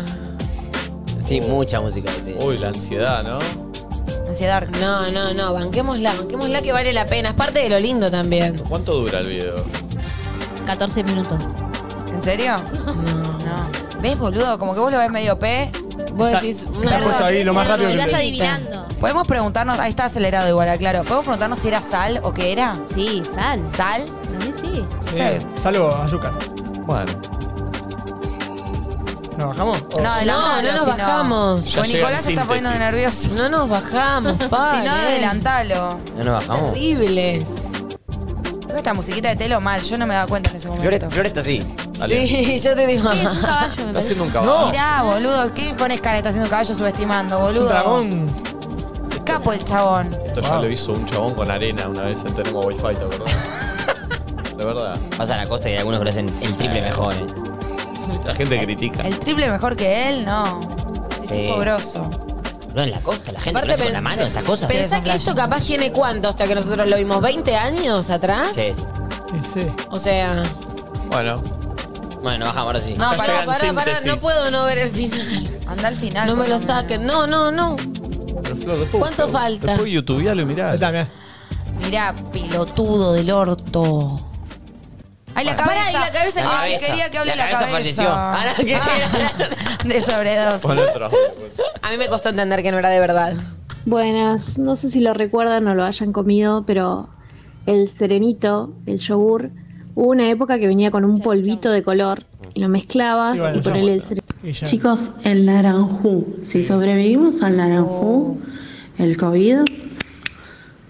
G: Sí, mucha música.
A: Uy, la ansiedad, ¿no?
B: Ansiedad.
F: No, no, no, banquémosla, banquémosla que vale la pena. Es parte de lo lindo también.
A: ¿Cuánto dura el video?
C: 14 minutos.
B: ¿En serio?
F: No.
B: ¿Ves, boludo? Como que vos lo ves medio P.
F: Vos decís,
D: una está puesto ahí lo más rápido que
C: Estás
D: se-
C: adivinando.
B: Podemos preguntarnos, ahí está acelerado igual, claro. ¿Podemos preguntarnos si era sal o qué era?
C: Sí, sal.
B: ¿Sal?
C: mí sí.
D: Eh, Salvo azúcar.
A: Bueno.
D: ¿Nos bajamos? Oh. ¿O-
B: No, de la
F: No,
B: mano,
F: no nos
B: si
F: bajamos.
B: Ya Pues llega Nicolás en se está poniendo síntesis. nervioso.
F: No nos bajamos, pa.
B: Si no, adelantalo.
G: ¿No nos bajamos?
F: Horribles.
B: Tengo esta musiquita de telo mal, yo no me daba cuenta en ese momento.
G: Flores está así.
F: Sí, yo te digo.
A: Está haciendo un caballo.
B: Mirá, boludo, ¿qué pones cara? Está haciendo caballo subestimando, boludo.
D: dragón.
B: Capo el chabón.
A: Esto
G: Ah.
A: ya lo hizo un chabón con arena una vez en Tenemos Wi-Fi, ¿te acordás? De verdad.
G: Vas a la costa y algunos lo hacen el triple mejor. eh.
A: La gente critica.
B: El triple mejor que él, no.
G: Sí.
B: Tipo grosso.
G: No, en la costa, la gente
F: Aparte,
G: lo hace con
F: pen-
G: la mano, esas cosas.
F: Pensá que esto capaz tiene cuánto hasta que nosotros lo vimos, ¿20 años atrás?
G: Sí.
F: O sea.
A: Bueno.
G: Bueno, bajamos ahora sí.
F: No, pará, pará, pará, no puedo no ver el final.
B: Anda al final.
F: No me
B: por
F: lo
B: lo
F: saquen. No, no, no.
A: Pero Flor, después,
F: ¿Cuánto
A: buscá-
F: falta?
A: Después youtubealo y mirá.
B: Mirá, pilotudo del orto. Ay, la cabeza.
F: Pará, y la cabeza
B: Ay,
F: que-
B: sí, quería que hable la, cabeza.
G: falleció. Ah, no, que-
B: De sobredosis.
A: Pon otro.
F: A mí me costó entender que no era de verdad.
J: Buenas, no sé si lo recuerdan o lo hayan comido, pero el serenito, el yogur, hubo una época que venía con un polvito de color y lo mezclabas
S: Y bueno,
J: y
S: ya
J: ponele el serenito.
S: Chicos, el naranjú. Si sobrevivimos al naranjú, el COVID,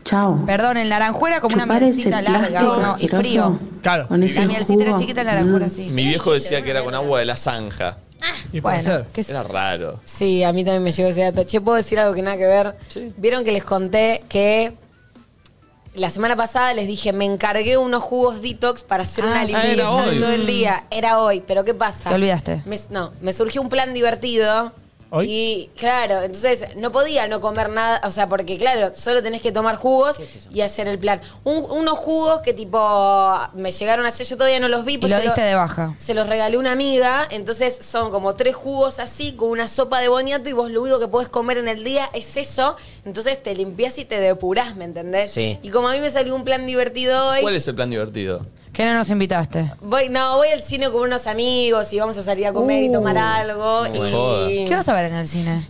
S: chao.
B: Perdón, el naranjuera como una
S: Chupar ese
B: mielcita larga,
S: plástico
B: ¿o no? Y frío.
S: asqueroso.
D: Claro.
S: Con ese
B: La mielcita era
S: jugo.
B: chiquita, el naranjuera sí.
A: Mi viejo decía que era con agua de la zanja.
F: Bueno. que-
A: Era raro.
F: Sí, a mí también me llegó ese dato. Che, ¿puedo decir algo que nada que ver? Vieron que les conté que la semana pasada les dije, me encargué unos jugos detox para hacer
B: Ah,
F: una
B: sí.
F: limpieza
B: Ah, era hoy.
F: todo el día. Era hoy, pero ¿qué pasa?
B: Te olvidaste.
F: Me- no, me surgió un plan divertido.
B: ¿Hoy?
F: Y claro, entonces no podía no comer nada, o sea, porque claro, solo tenés que tomar jugos y hacer el plan. Un- unos jugos que tipo me llegaron ayer, yo todavía no los vi.
B: Y
F: pues
B: lo
F: se
B: diste de baja.
F: se los regalé una amiga, entonces son como tres jugos así, con una sopa de boniato y vos lo único que podés comer en el día es eso. Entonces te limpias y te depurás, ¿me entendés?
A: Sí.
F: Y como a mí me salió un plan divertido hoy,
A: ¿Cuál es el plan divertido?
B: ¿Qué no nos invitaste?
F: voy, no, voy al cine con unos amigos y vamos a salir a comer y
A: Uh.
F: tomar algo.
A: no me
F: y-
A: jodas.
F: y,
B: Uh. ¿Qué vas a ver en el cine?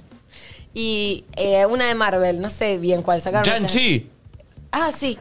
F: eh, una de Marvel, no sé bien cuál sacaron.
A: Jan
F: no sé.
A: Chi.
F: Ah, sí.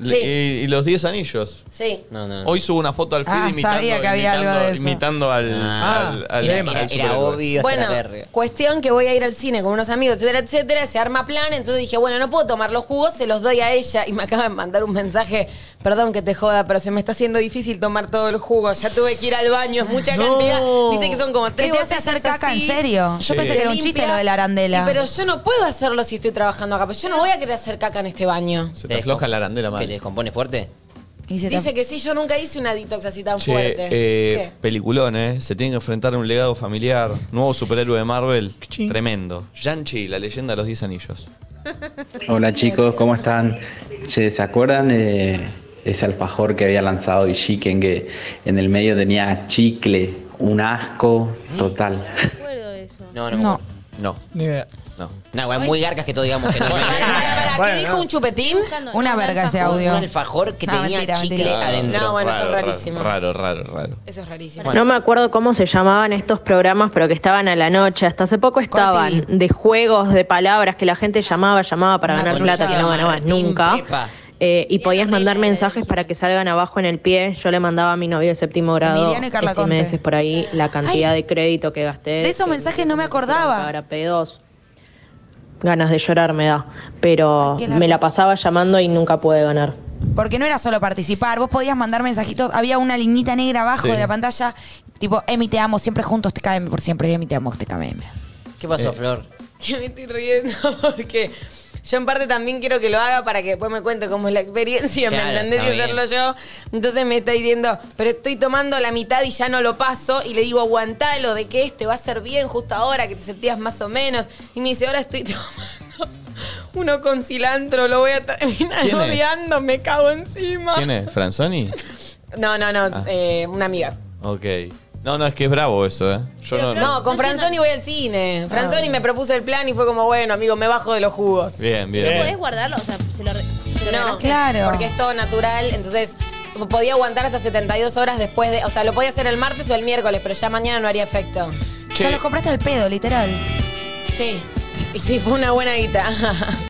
A: Le- eh, Y, y los 10 anillos.
F: Sí.
G: No, no.
A: Hoy subo una foto al feed
F: Ah,
A: imitando,
F: sabía que había
A: imitando-
F: algo de eso.
A: imitando al, al, al-
G: era-
A: al
G: era- era
A: superhéroe.
G: obvio. hasta
F: Bueno,
G: la verga.
F: cuestión que voy a ir al cine con unos amigos, etcétera, etcétera, se arma plan, entonces dije, bueno, no puedo tomar los jugos, se los doy a ella y me acaba de mandar un mensaje, perdón que te joda, pero se me está haciendo difícil tomar todo el jugo, ya tuve que ir al baño, es mucha
B: No.
F: cantidad, dice que son como tres
B: ¿Qué te hace
F: botellas
B: hacer caca
F: así.
B: en serio? Yo
F: Sí.
B: pensé que era un
F: Limpia.
B: chiste lo de la arandela.
F: Y pero yo no puedo hacerlo si estoy trabajando acá, pero yo no voy a querer hacer caca en este baño.
A: Se te afloja la arandela mal.
G: ¿Que te descompone fuerte?
F: Dice que sí, yo nunca hice una detox así tan
A: Che,
F: fuerte.
A: eh, peliculón, ¿eh? Se tiene que enfrentar a un legado familiar. Nuevo superhéroe de Marvel. Tremendo. Yanchi, la leyenda de los 10 anillos.
I: Hola chicos, ¿cómo están? Che, ¿se acuerdan de ese alfajor que había lanzado Ishiken que en el medio tenía chicle? Un asco total.
G: No, no. No.
A: No.
D: Ni idea.
A: No.
G: No, güey, muy garcas que todos digamos que no.
F: ¿Para qué dijo un chupetín?
B: Una verga ese
G: Un-
B: audio.
G: Un alfajor que
B: No,
G: tenía
B: mentira,
G: chicle
B: mentira.
G: adentro.
F: Ah, No, bueno, eso es
A: Raro,
F: rarísimo.
A: Raro, raro, raro.
F: Eso es rarísimo.
O: No me acuerdo cómo se llamaban estos programas, pero que estaban a la noche. Hasta hace poco estaban de juegos, de palabras que la gente llamaba, llamaba
B: Ah,
O: para
G: Una
O: ganar
G: concha
O: plata que no
G: de
O: ganabas
G: Martín
O: nunca.
G: Pepa.
O: Eh, y podías mandar mensajes para que salgan abajo en el pie. Yo le mandaba a mi novio de séptimo grado
B: Emiliano y Carla
O: ese
B: Conte.
O: meses por ahí la cantidad de crédito que gasté.
B: De esos
O: que-
B: mensajes no me acordaba.
O: Ahora P2. Ganas de llorar me da. Pero
B: Ay, qué largo.
O: me la pasaba llamando y nunca pude ganar.
B: Porque no era solo participar, vos podías mandar mensajitos, había una lignita negra abajo
A: Sí.
B: de la pantalla, tipo, Emi, te amo, siempre juntos, te KM por siempre, Emi, te amo, te KM.
G: ¿Qué pasó,
B: Eh.
G: Flor?
F: que me estoy riendo porque yo en parte también quiero que lo haga para que después me cuente cómo es la experiencia,
G: Claro,
F: ¿me entendés?
G: está
F: Y hacerlo yo. Entonces me está diciendo, pero estoy tomando la mitad y ya no lo paso. Y le digo, aguantalo, de que este va a ser bien justo ahora, que te sentías más o menos. Y me dice, ahora estoy tomando uno con cilantro, lo voy a terminar
A: ¿Quién es?
F: odiando, me cago encima.
A: ¿Quién es? ¿Franzoni?
F: No, no, no,
A: Ah.
F: eh, una amiga.
A: Ok. No, no, es que es bravo eso, ¿eh? Yo no,
F: No, con Franzoni voy al cine. Franzoni
C: Ah.
F: me propuso el plan y fue como, bueno, amigo, me bajo de los jugos.
A: Bien, bien.
C: ¿No
A: bien.
C: podés guardarlo? O sea, se lo, re- se lo
F: No,
C: regalaste.
F: claro. Porque es todo natural, entonces podía aguantar hasta 72 horas después de. O sea, lo podía hacer el martes o el miércoles, pero ya mañana no haría efecto.
B: O sea, los compraste al pedo, literal.
F: Sí. Sí, fue una buena guita.